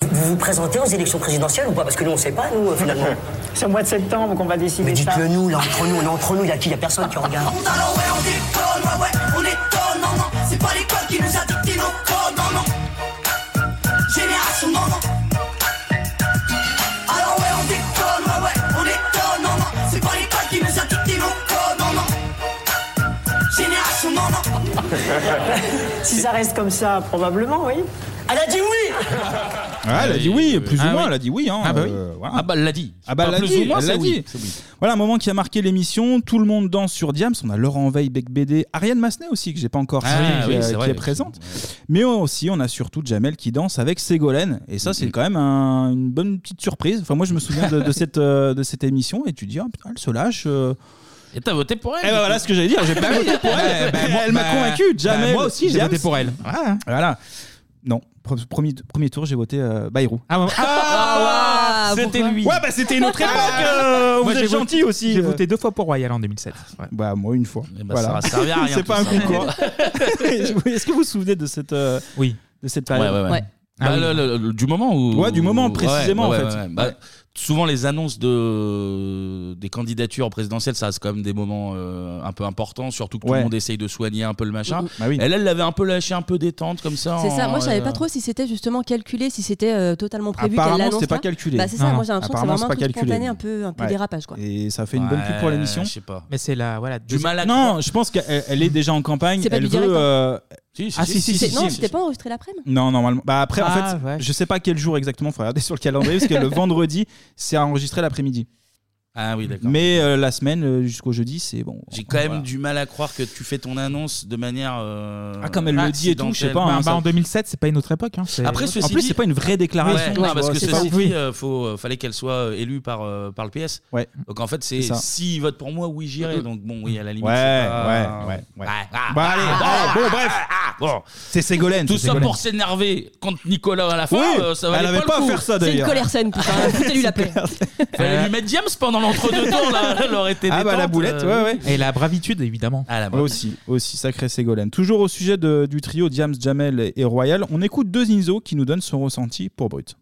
Speaker 17: Vous vous présentez aux élections présidentielles ou pas Parce que nous, on ne sait pas, nous, euh, finalement.
Speaker 18: C'est au mois de septembre qu'on va décider
Speaker 17: Mais
Speaker 18: ça.
Speaker 17: dites-le nous, là, entre nous, on est entre nous, il n'y a qui Il n'y a personne qui regarde.
Speaker 19: on déconne, ouais, ouais, on étonne, non, non. C'est pas l'école qui nous a dicté nos codes, non, non. Génération, non, non. Alors, ouais, on déconne, ouais, ouais, on étonne, non, non. C'est pas l'école qui nous a dicté nos codes, non, non. Génération, non, non.
Speaker 18: si ça reste comme ça, probablement, oui.
Speaker 19: Elle a dit oui
Speaker 10: Ah, elle a
Speaker 13: Euh,
Speaker 10: dit oui, plus
Speaker 11: Ah
Speaker 10: ou moins,
Speaker 11: oui.
Speaker 10: elle a dit oui. Hein,
Speaker 11: Ah bah oui.
Speaker 10: Ah bah elle l'a dit. Ah bah elle l'a dit. elle l'a dit. Voilà, un moment qui a marqué l'émission. Tout le monde danse sur Diams. On a Laurent Veil, Bec BD, Ariane Massenet aussi, que j'ai pas encore
Speaker 11: Ah
Speaker 10: cité,
Speaker 11: oui,
Speaker 10: qui, euh,
Speaker 11: c'est
Speaker 10: qui
Speaker 11: vrai.
Speaker 10: est présente. Mais aussi, on a surtout Jamel qui danse avec Ségolène. Et ça,
Speaker 11: Mm-hmm.
Speaker 10: c'est quand même un- une bonne petite surprise. Enfin, moi, je me souviens de, de cette, euh, de cette émission et tu te dis, ah putain, elle se lâche. euh.
Speaker 11: Et t'as voté pour elle
Speaker 10: Eh ben voilà ce que j'allais dire, j'ai pas voté pour elle. Bah, Eh ben, elle m'a convaincu, Bah, Jamel.
Speaker 13: moi aussi, j'ai
Speaker 10: Diams.
Speaker 13: voté pour elle.
Speaker 10: Voilà. Non, pre- premier, premier tour, j'ai voté euh, Bayrou.
Speaker 13: Ah,
Speaker 10: ouais,
Speaker 13: C'était lui. Ah,
Speaker 10: Ouais, bah c'était une autre époque. euh, vous
Speaker 13: Moi, j'ai
Speaker 10: êtes
Speaker 13: voté-
Speaker 10: gentil aussi.
Speaker 13: J'ai
Speaker 10: euh.
Speaker 13: voté deux fois pour Royal en 2007.
Speaker 10: Bah, moi, une fois.
Speaker 11: Eh ben,
Speaker 13: ça va servir à rien,
Speaker 10: C'est
Speaker 13: tout
Speaker 10: pas un
Speaker 13: ça.
Speaker 10: concours. Est-ce que vous vous souvenez de cette, euh, de cette
Speaker 11: Ouais,
Speaker 10: période Ah
Speaker 11: ouais, ouais. Bah, le- le- le- du moment où.
Speaker 10: Ouais, du moment,
Speaker 11: Ouais,
Speaker 10: précisément,
Speaker 11: ouais,
Speaker 10: en
Speaker 11: ouais,
Speaker 10: fait.
Speaker 11: ouais. Bah, Souvent, les annonces de... des candidatures présidentielles, ça reste quand même des moments euh, un peu importants, surtout que tout
Speaker 10: Ouais.
Speaker 11: le monde essaye de soigner un peu le machin.
Speaker 10: Mhm. Bah oui.
Speaker 11: Elle, elle l'avait un peu lâché, un peu détente, comme ça.
Speaker 12: C'est
Speaker 11: en-
Speaker 12: ça, moi je savais pas
Speaker 11: euh,
Speaker 12: trop si c'était justement calculé, si c'était euh, totalement prévu qu'elle
Speaker 10: Apparemment,
Speaker 12: l'annonce.
Speaker 10: c'était pas
Speaker 12: là.
Speaker 10: calculé.
Speaker 12: Bah, c'est
Speaker 10: Non,
Speaker 12: ça, moi j'ai l'impression
Speaker 10: non.
Speaker 12: que c'est vraiment
Speaker 10: Apparemment,
Speaker 12: un
Speaker 10: c'est pas
Speaker 12: truc
Speaker 10: calculé.
Speaker 12: spontané, un peu, un peu
Speaker 10: Ouais.
Speaker 12: dérapage quoi.
Speaker 10: Et ça fait une bonne pub pour l'émission.
Speaker 11: je sais pas.
Speaker 13: Mais c'est la voilà
Speaker 10: Du mal à Non, je pense qu'elle elle est déjà en campagne.
Speaker 12: C'est pas
Speaker 10: elle
Speaker 12: du
Speaker 10: veut.
Speaker 12: direct, hein.
Speaker 10: euh, ah si, si, si,
Speaker 12: C'est-
Speaker 10: si,
Speaker 12: Non,
Speaker 10: si,
Speaker 12: c'était
Speaker 10: si.
Speaker 12: pas enregistré l'après-midi.
Speaker 10: Non, normalement. Bah après,
Speaker 12: Ah,
Speaker 10: en fait,
Speaker 12: ouais.
Speaker 10: je sais pas quel jour exactement. Faut regarder sur le calendrier parce que le vendredi, c'est enregistré l'après-midi.
Speaker 11: Ah oui, d'accord.
Speaker 10: Mais euh, la semaine euh, jusqu'au jeudi, c'est bon.
Speaker 11: J'ai quand même
Speaker 10: Voilà.
Speaker 11: du mal à croire que tu fais ton annonce de manière. euh,
Speaker 10: Ah, comme elle le dit et tout, je sais pas, hein,
Speaker 13: Bah,
Speaker 11: accidentelle.
Speaker 13: bah, en 2007, c'est pas une autre époque. Hein, c'est-
Speaker 11: Après, ceci
Speaker 13: en plus,
Speaker 11: dit-
Speaker 13: c'est pas une vraie déclaration.
Speaker 11: Ouais,
Speaker 13: tu
Speaker 11: non,
Speaker 13: vois,
Speaker 11: parce que
Speaker 13: c'est
Speaker 11: ceci
Speaker 13: pas-
Speaker 11: dit, euh, faut, euh, fallait qu'elle soit euh, élue par, euh, par le PS. Donc en fait, c'est
Speaker 10: C'est ça.
Speaker 11: s'ils votent pour moi, oui, j'irai. Donc bon, oui, à la limite.
Speaker 10: Ouais,
Speaker 11: c'est pas-
Speaker 10: ouais, ouais, ouais.
Speaker 11: Ah, ah,
Speaker 10: Bah, allez,
Speaker 11: ah,
Speaker 10: bah,
Speaker 11: ah,
Speaker 10: bon, bref.
Speaker 11: ah, bon.
Speaker 10: C'est Ségolène.
Speaker 11: Tout
Speaker 10: c'est
Speaker 11: ça
Speaker 10: Ségolène.
Speaker 11: pour s'énerver contre Nicolas à la fin,
Speaker 10: Oui,
Speaker 11: euh, ça valait
Speaker 10: elle avait
Speaker 11: le
Speaker 10: pas à
Speaker 11: coup.
Speaker 10: faire ça, C'est une d'ailleurs. colère
Speaker 12: saine, putain. Foutez-lui la paix.
Speaker 11: Fallait lui mettre James pendant l'entre-deux-temps, là. Elle aurait été
Speaker 10: Ah bah la
Speaker 11: détente,
Speaker 10: boulette,
Speaker 11: euh, Ah,
Speaker 10: ouais ouais. Et la bravitude évidemment. aussi, aussi sacré Ségolène. Toujours au sujet de- du trio Diams, Jamel et Royal, on écoute deux Inzo qui nous donnent son ressenti pour Brut.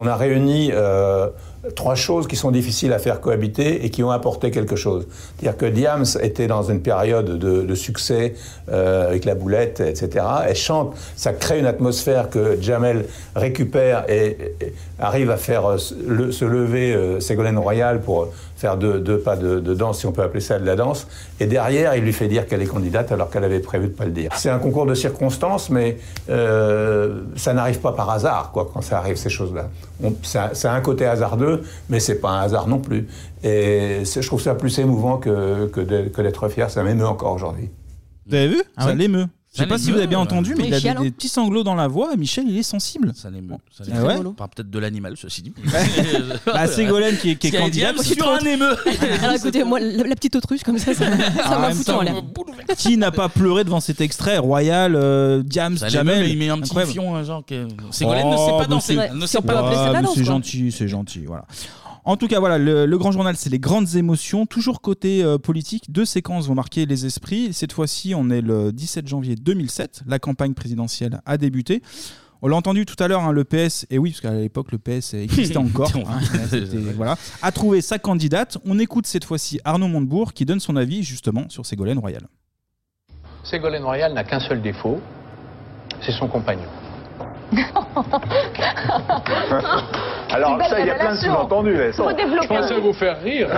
Speaker 20: On a réuni euh, trois choses qui sont difficiles à faire cohabiter et qui ont apporté quelque chose. C'est-à-dire que Diams était dans une période de, de succès euh, avec la boulette, etc. Elle chante, ça crée une atmosphère que Jamel récupère et, et arrive à faire euh, se- le- se lever euh, Ségolène Royal pour faire deux, deux pas de, de danse, si on peut appeler ça de la danse. Et derrière, il lui fait dire qu'elle est candidate alors qu'elle avait prévu de ne pas le dire. C'est un concours de circonstances, mais euh, ça n'arrive pas par hasard, quoi, quand ça arrive, ces choses-là. On- Ça, ça a un côté hasardeux, mais c'est pas un hasard non plus. Et c'est- je trouve ça plus émouvant que, que de- que d'être fier, ça m'émeut encore aujourd'hui.
Speaker 10: Vous avez vu
Speaker 20: Ah
Speaker 10: Ça
Speaker 20: ouais.
Speaker 10: l'émeut.
Speaker 20: Ça
Speaker 10: Je sais pas si
Speaker 20: l'émeut,
Speaker 10: vous avez bien
Speaker 20: ouais.
Speaker 10: entendu, mais
Speaker 20: Mais
Speaker 10: il a
Speaker 20: il
Speaker 10: des,
Speaker 20: chiale,
Speaker 10: des petits sanglots dans la voix. et Michel, il est sensible.
Speaker 11: Ça l'émeut. Ça
Speaker 10: Ah ouais
Speaker 11: l'émeut. Enfin, peut-être de l'animal, ceci dit.
Speaker 10: Bah, Ségolène qui est- qui est
Speaker 11: Parce qu'elle dit,
Speaker 10: candidate,
Speaker 11: ah,
Speaker 10: c'est
Speaker 11: sur un émeu.
Speaker 12: Alors Ah, écoutez, moi la, la petite autruche comme ça, ça ça
Speaker 10: En
Speaker 12: m'a
Speaker 10: même
Speaker 12: foutu
Speaker 10: temps,
Speaker 12: en l'air.
Speaker 10: Qui n'a pas pleuré devant cet extrait Royal, euh, Diams,
Speaker 11: Ça l'émeut,
Speaker 10: Jamel
Speaker 11: mais il met un petit
Speaker 10: Incroyable.
Speaker 11: fion, hein, genre. que- Ségolène ne
Speaker 10: Oh,
Speaker 11: sait
Speaker 10: mais
Speaker 11: pas danser.
Speaker 10: c'est-
Speaker 11: Elle ne sait pas
Speaker 10: Ouais,
Speaker 11: danser.
Speaker 10: mais C'est gentil, c'est gentil. Voilà. En tout cas, voilà, le, le grand journal, c'est les grandes émotions. Toujours côté euh, politique, deux séquences vont marquer les esprits. Cette fois-ci, on est le 17 janvier 2007. La campagne présidentielle a débuté. On l'a entendu tout à l'heure, hein, le PS, et oui, parce qu'à l'époque, le PS existait encore, hein, c'était- voilà, a trouvé sa candidate. On écoute cette fois-ci Arnaud Montebourg qui donne son avis justement sur Ségolène Royal.
Speaker 21: Ségolène Royal n'a qu'un seul défaut, c'est son compagnon.
Speaker 22: Alors
Speaker 23: Belle
Speaker 22: ça, il y a plein de
Speaker 23: révélation.
Speaker 22: sous-entendus. là, ça. Ah, bah,
Speaker 23: Faut développer. Je pensais vous
Speaker 22: faire rire.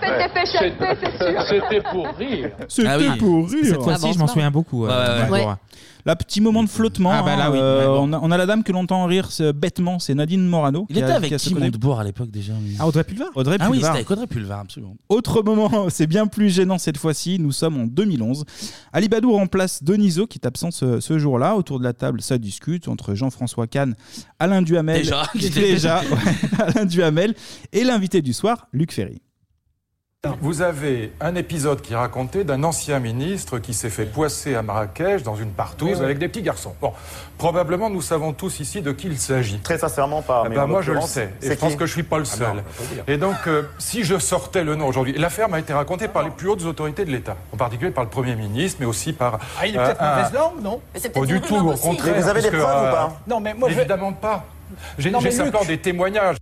Speaker 23: Faites effet chassé, c'est sûr.
Speaker 22: C'était pour rire.
Speaker 10: C'était
Speaker 13: Ah oui.
Speaker 10: pour rire.
Speaker 13: Cette fois-ci, je m'en souviens beaucoup. euh,
Speaker 10: Ouais,
Speaker 13: Barbara.
Speaker 10: ouais. Là, petit moment de flottement.
Speaker 13: Ah bah là,
Speaker 10: hein,
Speaker 13: oui.
Speaker 10: euh,
Speaker 13: Ouais, bon.
Speaker 10: on, a, on a la dame que l'on entend rire c'est- bêtement, c'est Nadine Morano.
Speaker 11: Il
Speaker 10: qui a-
Speaker 11: était avec
Speaker 10: a ce
Speaker 11: qui
Speaker 10: connect-
Speaker 11: Montebourg à l'époque déjà lui
Speaker 10: Ah, Audrey Pulvar Audrey
Speaker 11: Ah oui, c'était
Speaker 10: Pulvar.
Speaker 11: avec Audrey Pulvar, absolument.
Speaker 10: Autre moment, c'est bien plus gênant cette fois-ci, nous sommes en 2011. Ali Badou remplace Deniso qui est absent ce, ce jour-là. Autour de la table, ça discute entre Jean-François Kahn, Alain Duhamel,
Speaker 11: Déjà.
Speaker 10: déjà, ouais, Alain Duhamel et l'invité du soir, Luc Ferry.
Speaker 24: Alors,
Speaker 2: Vous avez un épisode qui est raconté d'un ancien ministre qui s'est fait poisser à Marrakech dans une partouze
Speaker 3: Oui, oui.
Speaker 2: avec des petits garçons. Bon, probablement nous savons tous ici de qui il s'agit.
Speaker 3: Très sincèrement, pas.
Speaker 2: Eh
Speaker 3: mais
Speaker 2: ben,
Speaker 3: en
Speaker 2: moi, je le
Speaker 3: l'occurrence,
Speaker 2: sais. Et
Speaker 3: c'est
Speaker 2: je pense
Speaker 3: qui
Speaker 2: que je suis pas le
Speaker 3: Ah
Speaker 2: seul.
Speaker 3: ben, on peut le dire.
Speaker 2: et donc, euh, si je sortais le nom aujourd'hui, l'affaire m'a été racontée par les plus hautes autorités de l'État, en particulier par le Premier ministre, mais aussi par.
Speaker 4: Ah, il est
Speaker 2: euh,
Speaker 4: peut-être
Speaker 2: un-
Speaker 4: mauvaise langue, non
Speaker 2: Pas du tout, au contraire. puisque, euh,
Speaker 4: Non, mais moi, je-
Speaker 2: Évidemment pas. J'ai
Speaker 4: Non, mais
Speaker 2: j'ai simplement des témoignages.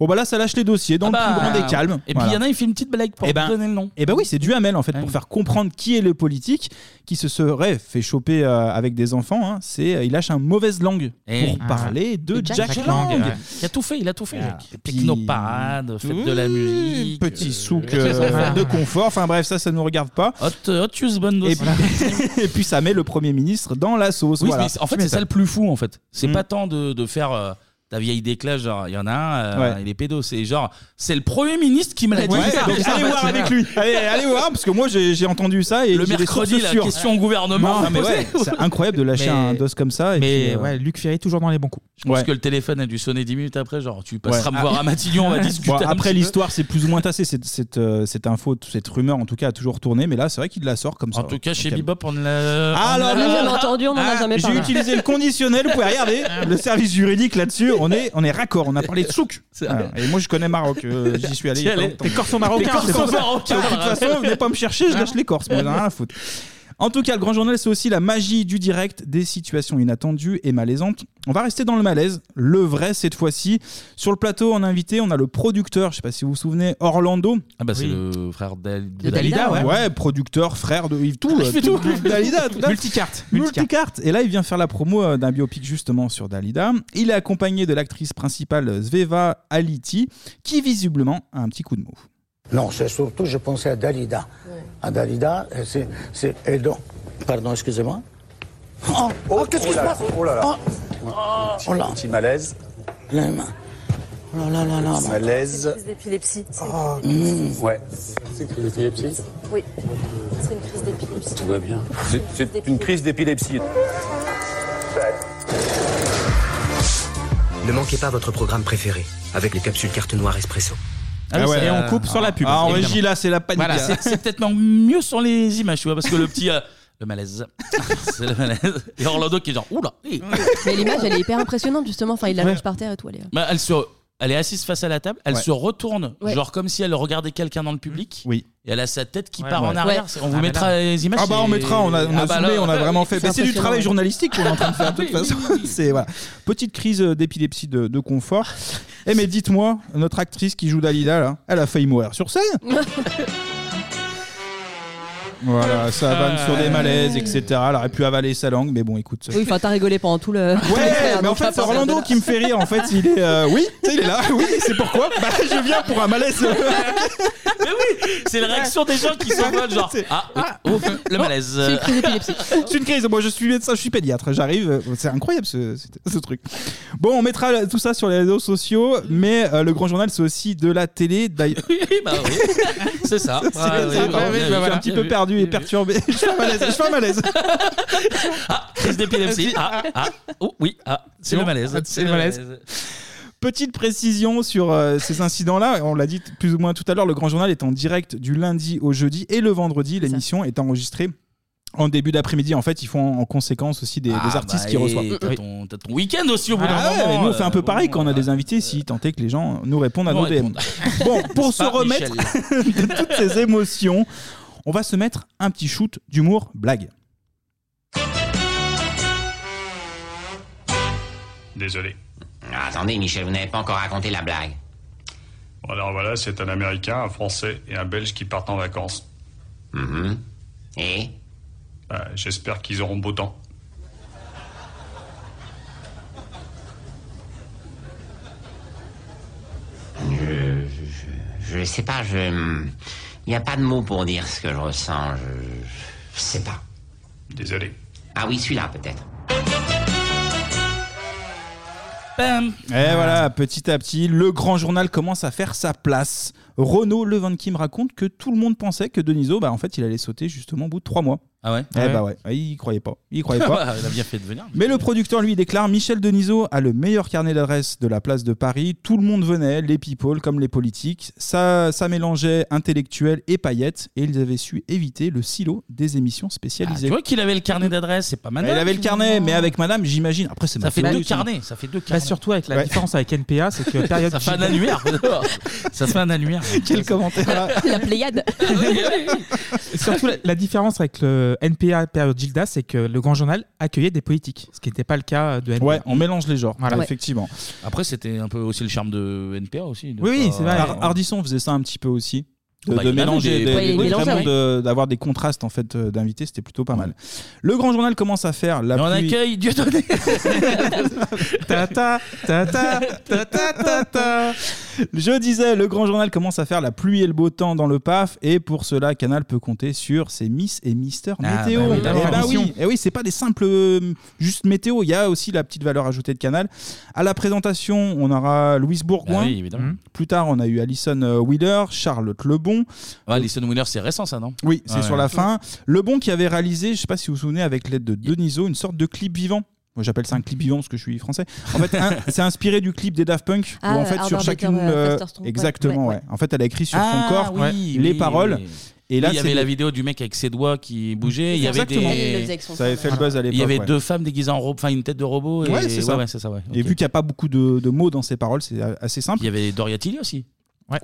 Speaker 10: Bon, bah là, ça lâche les dossiers, donc
Speaker 11: Ah bah,
Speaker 10: plus grand des calmes.
Speaker 11: Et puis il y en a, il fait une petite blague pour
Speaker 10: Eh ben,
Speaker 11: donner le nom. Ah
Speaker 10: Eh ben oui, c'est Duhamel en fait pour faire comprendre qui est le politique qui se serait fait choper euh, avec des enfants. hein. c'est euh, il lâche un mauvaise langue pour
Speaker 11: Ah.
Speaker 10: parler de
Speaker 11: Et
Speaker 10: Jack,
Speaker 11: Lang. Ah
Speaker 10: Lang. Ah.
Speaker 11: Il a tout fait, il a tout fait.
Speaker 10: Voilà.
Speaker 11: Jacques. Technoparade, fête de la musique.
Speaker 10: Petit souk
Speaker 11: qu'est-ce que ça
Speaker 10: euh,
Speaker 11: fait
Speaker 10: de confort. Enfin bref, ça, ça nous regarde pas.
Speaker 11: euh,
Speaker 10: Et puis, et puis ça met le premier ministre dans la sauce.
Speaker 11: Oui,
Speaker 10: voilà.
Speaker 11: mais en fait,
Speaker 10: Tu mets
Speaker 11: c'est ça le plus fou, en fait. C'est
Speaker 10: Mm.
Speaker 11: pas tant de, de faire euh, ta vieille déclat, genre, il y en a un, euh,
Speaker 10: Ouais.
Speaker 11: il est pédo. C'est genre, c'est le Premier ministre qui me l'a dit.
Speaker 10: Ouais,
Speaker 11: ça.
Speaker 10: donc allez voir avec lui. Allez, allez voir, parce que moi j'ai j'ai entendu ça et
Speaker 11: Le
Speaker 10: j'ai des
Speaker 11: mercredi,
Speaker 10: sources
Speaker 11: la
Speaker 10: sûres.
Speaker 11: question au gouvernement,
Speaker 10: Non, mais
Speaker 11: posée.
Speaker 10: ouais, c'est incroyable de lâcher un
Speaker 11: Mais-
Speaker 10: dos comme ça. Et
Speaker 11: mais
Speaker 10: puis, euh,
Speaker 11: ouais,
Speaker 13: Luc Ferry, toujours dans les bons coups.
Speaker 11: Je pense
Speaker 10: Ouais.
Speaker 11: que le téléphone a dû sonner 10 minutes après, genre, tu
Speaker 10: Ouais. Ah.
Speaker 11: passeras me voir à Matignon, on va discuter.
Speaker 10: Bon,
Speaker 11: un
Speaker 10: après
Speaker 11: petit peu.
Speaker 10: l'histoire, c'est plus ou moins tassé. Cette, cette, euh, cette info, cette rumeur, en tout cas, a toujours tourné. Mais là, c'est vrai qu'il la sort comme ça.
Speaker 11: En tout cas, chez Bebop, on l'a.
Speaker 10: Ah, alors,
Speaker 11: l'a-
Speaker 10: nous, on l'a
Speaker 12: entendu, on en a jamais
Speaker 10: Ah, J'ai
Speaker 12: parlé.
Speaker 10: utilisé le conditionnel. Vous pouvez regarder le service juridique là-dessus. On est, on est raccord. On a parlé de souk. Ah, et moi, je connais Maroc. euh, J'y suis allé. il y a
Speaker 13: T'y
Speaker 10: pas
Speaker 13: allais.
Speaker 10: longtemps.
Speaker 13: Tes corps sont marocains,
Speaker 10: Tes corps
Speaker 13: c'est
Speaker 10: sont
Speaker 13: pour ça.
Speaker 10: marocains. De toute façon, venez pas me chercher. Je lâche les Corses. Moi,
Speaker 11: Hein
Speaker 10: Hein, j'en ai rien à foutre. En tout cas, le grand journal, c'est aussi la magie du direct, des situations inattendues et malaisantes. On va rester dans le malaise, le vrai cette fois-ci. Sur le plateau, en invité, on a le producteur, je sais pas si vous vous souvenez, Orlando.
Speaker 11: Ah, bah, c'est le frère d'Al-
Speaker 10: De
Speaker 11: de Dalida, ouais.
Speaker 10: Ouais, producteur, frère de Yves, tout.
Speaker 11: Ah, je fais tout.
Speaker 10: Dalida, tout là.
Speaker 11: Multicarte,
Speaker 10: Multicarte. Et là, il vient faire la promo euh, d'un biopic justement sur Dalida. Il est accompagné de l'actrice principale euh, Zveva Aliti, qui visiblement a un petit coup de mou.
Speaker 24: Non, c'est surtout, je pensais à Dalida. À Dalida, euh, c'est. c'est- et donc- pardon, excusez-moi. Oh, oh, qu'est-ce qui se passe
Speaker 3: Oh là là.
Speaker 24: Oh là.
Speaker 3: Petit malaise.
Speaker 24: Oh là là là là.
Speaker 3: Malaise.
Speaker 25: crise d'épilepsie. c'est-
Speaker 5: Mmh.
Speaker 3: Ouais. C'est une crise d'épilepsie
Speaker 25: Oui, c'est une crise d'épilepsie.
Speaker 3: Tout va bien. C'est une crise d'épilepsie.
Speaker 17: Ne manquez pas votre programme préféré avec les capsules carte noire espresso.
Speaker 11: Ah oui, c'est-
Speaker 17: et
Speaker 11: euh,
Speaker 17: on coupe sur la pub.
Speaker 10: Ah, en
Speaker 11: évidemment.
Speaker 10: régie, là, c'est la panique.
Speaker 11: Voilà, c'est- c'est peut-être mieux sur les images, tu vois, parce que le petit. euh, le malaise. c'est le malaise. Et Orlando qui est genre, oula. eh.
Speaker 12: Mais l'image, elle est hyper impressionnante, justement. Enfin, il la
Speaker 11: Ouais.
Speaker 12: lâche par terre et tout. Elle est... euh.
Speaker 11: Bah, elle, se, elle est assise face à la table, elle
Speaker 12: Ouais.
Speaker 11: se retourne,
Speaker 12: Ouais.
Speaker 11: genre comme si elle regardait quelqu'un dans le public.
Speaker 10: Oui.
Speaker 11: Et elle a sa tête qui
Speaker 10: Ouais,
Speaker 11: part en
Speaker 10: ouais.
Speaker 11: arrière.
Speaker 10: Ouais.
Speaker 11: On vous
Speaker 10: Ah, mais
Speaker 11: mettra
Speaker 10: là.
Speaker 11: les images.
Speaker 10: Ah bah on
Speaker 11: c'est-
Speaker 10: mettra, on a, on a
Speaker 11: Ah bah
Speaker 10: zoomé,
Speaker 11: là,
Speaker 10: on a vraiment fait. Mais c'est du
Speaker 11: impressionnant.
Speaker 10: travail journalistique qu'on est en train de faire de toute façon. C'est voilà. Petite crise euh, d'épilepsie de, de confort. Eh mais dites-moi, notre actrice qui joue Dalida là, elle a failli mourir sur scène. Voilà, ça va sur des malaises, etc. Elle aurait pu avaler sa langue, mais bon, écoute.
Speaker 12: Oui, enfin, t'as rigolé pendant tout le.
Speaker 10: Ouais, mais en fait, c'est Orlando qui me fait rire. En fait, il est. euh, oui, tu sais, il est là. Oui, c'est pourquoi Bah, je viens pour un malaise.
Speaker 11: C'est la réaction des gens qui sont en mode genre, ah, oui, oh, le malaise.
Speaker 10: C'est une crise d'épilepsie. c'est une crise. Moi, je suis médecin, je suis pédiatre. J'arrive. euh, C'est incroyable ce, ce- ce truc. Bon, on mettra tout ça sur les réseaux sociaux, mais euh, le grand journal, c'est aussi de la télé. D'ailleurs,
Speaker 11: Oui, bah oui. C'est ça.
Speaker 10: C'est ça, ouais, ouais, ouais, je suis un petit peu perdu et perturbé. Je fais un malaise. Je fais un malaise.
Speaker 11: Crise d'épilepsie. Ah, ah, oh, oui, ah, c'est le
Speaker 10: Non,
Speaker 11: malaise.
Speaker 10: c'est le malaise. Petite précision sur euh, ces incidents-là. On l'a dit t- plus ou moins tout à l'heure, le Grand Journal est en direct du lundi au jeudi et le vendredi. L'émission est enregistrée en début d'après-midi. En fait, ils font en conséquence aussi des, des
Speaker 11: Ah,
Speaker 10: artistes
Speaker 11: bah,
Speaker 10: qui
Speaker 11: et
Speaker 10: reçoivent.
Speaker 11: T'as ton, t'as ton week-end aussi au bout d'un
Speaker 10: Ah ouais,
Speaker 11: moment.
Speaker 10: mais nous on fait
Speaker 11: euh,
Speaker 10: un peu pareil quand on a des invités, si tant est que les gens nous répondent à
Speaker 11: Nous
Speaker 10: nos DM.
Speaker 11: répondent.
Speaker 10: Bon, pour se
Speaker 11: Par
Speaker 10: remettre de toutes ces émotions, on va se mettre un petit shoot d'humour blague.
Speaker 16: Désolé.
Speaker 7: attendez, Michel, vous n'avez pas encore raconté la blague.
Speaker 16: Alors voilà, c'est un Américain, un Français et un Belge qui partent en vacances. Et J'espère qu'ils auront beau temps.
Speaker 24: Je sais pas, je. Il n'y a pas de mots pour dire ce que je ressens. Je, je sais pas.
Speaker 16: Désolé.
Speaker 24: Ah oui, celui-là peut-être.
Speaker 11: Bam.
Speaker 10: Et voilà, petit à petit, le grand journal commence à faire sa place. Renaud Levanqui me raconte que tout le monde pensait que Denisot, bah, en fait, il allait sauter justement au bout de trois mois.
Speaker 11: Ah ouais
Speaker 10: Eh bah ouais, il y croyait pas. Il y croyait pas.
Speaker 11: Elle a bien fait de venir.
Speaker 10: Mais le producteur, lui, déclare Michel Denisot a le meilleur carnet d'adresses de la place de Paris. Tout le monde venait, les people comme les politiques. Ça, ça mélangeait intellectuels et paillettes. Et ils avaient su éviter le silo des émissions
Speaker 11: Ah,
Speaker 10: spécialisées.
Speaker 11: tu vois qu'il avait le carnet d'adresse, c'est pas mal.
Speaker 10: il avait le carnet, mais avec madame, j'imagine. Après, c'est
Speaker 11: Ça
Speaker 10: ma
Speaker 11: fait
Speaker 10: faute.
Speaker 11: deux carnets, ça fait deux carnets.
Speaker 10: Bah, surtout
Speaker 13: avec la
Speaker 10: Ouais.
Speaker 13: différence avec NPA, c'est que période.
Speaker 11: Ça fait un annuaire. d'abord. ça fait un annuaire.
Speaker 10: Quel commentaire
Speaker 12: La Pléiade.
Speaker 13: Surtout la, la différence avec le NPA période Gilda, c'est que le grand journal accueillait des politiques, ce qui n'était pas le cas de NPA.
Speaker 10: Ouais, on mélange les genres,
Speaker 13: Voilà.
Speaker 10: bah, effectivement.
Speaker 11: Après, c'était un peu aussi le charme de NPA aussi. de
Speaker 10: Oui, oui,
Speaker 11: pas-
Speaker 10: c'est vrai. Har- Hardisson faisait ça un petit peu aussi. De,
Speaker 11: Bah,
Speaker 10: de
Speaker 11: il avait
Speaker 10: mélanger
Speaker 11: des-
Speaker 10: des-
Speaker 11: Ouais, il
Speaker 10: des-
Speaker 11: mélangeait,
Speaker 10: vraiment
Speaker 11: ouais.
Speaker 10: de- d'avoir des contrastes en fait euh, d'invités c'était plutôt pas mal le grand journal commence à faire la
Speaker 11: Et on
Speaker 10: pluie
Speaker 11: accueille Dieudonné.
Speaker 10: Ta ta, ta ta, ta ta ta ta. Je disais, le grand journal commence à faire la pluie et le beau temps dans le PAF, et pour cela, Canal peut compter sur ses Miss et Mister
Speaker 13: Ah,
Speaker 10: Météo.
Speaker 13: bah oui, la
Speaker 10: et
Speaker 13: tradition.
Speaker 10: oui, eh oui c'est pas des simples euh, juste météo, il y a aussi la petite valeur ajoutée de Canal. À la présentation, on aura Louise Bourgoin.
Speaker 11: Bah oui, évidemment.
Speaker 10: Mhm. Plus tard, on a eu Alison euh, Wheeler, Charlotte Lebon.
Speaker 11: Ouais, Alison Wheeler, c'est récent ça, non
Speaker 10: Oui, c'est
Speaker 11: Ouais.
Speaker 10: sur la fin. Lebon qui avait réalisé, je sais pas si vous vous souvenez, avec l'aide de Deniso, une sorte de clip vivant. Moi, j'appelle ça un clip vivant parce que je suis français. En fait, un- c'est inspiré du clip des Daft Punk
Speaker 1: Ah,
Speaker 10: où en fait
Speaker 1: Hard
Speaker 10: sur
Speaker 1: Better,
Speaker 10: chacune,
Speaker 1: euh,
Speaker 10: euh,
Speaker 1: Faster Strong, ouais.
Speaker 10: exactement,
Speaker 1: Ouais,
Speaker 10: ouais. En fait, elle a écrit sur
Speaker 11: Ah,
Speaker 10: son corps
Speaker 11: oui,
Speaker 10: les
Speaker 11: oui.
Speaker 10: paroles. Et là,
Speaker 11: Oui, il
Speaker 10: c'est
Speaker 11: y avait
Speaker 10: des-
Speaker 11: la vidéo du mec avec ses doigts qui bougeait. Il y avait
Speaker 10: Exactement.
Speaker 11: des-
Speaker 10: Elle le faisait avec son Ça avait fait le buzz à l'époque,
Speaker 11: Il y avait
Speaker 10: ouais.
Speaker 11: deux femmes déguisées en robe, enfin une tête de robot. Et...
Speaker 10: Ouais, c'est ça.
Speaker 11: ouais, c'est ça, ouais.
Speaker 10: Et vu qu'il n'y a pas beaucoup de, de mots dans ses paroles, c'est assez simple.
Speaker 11: Il y avait Doria Tilly aussi.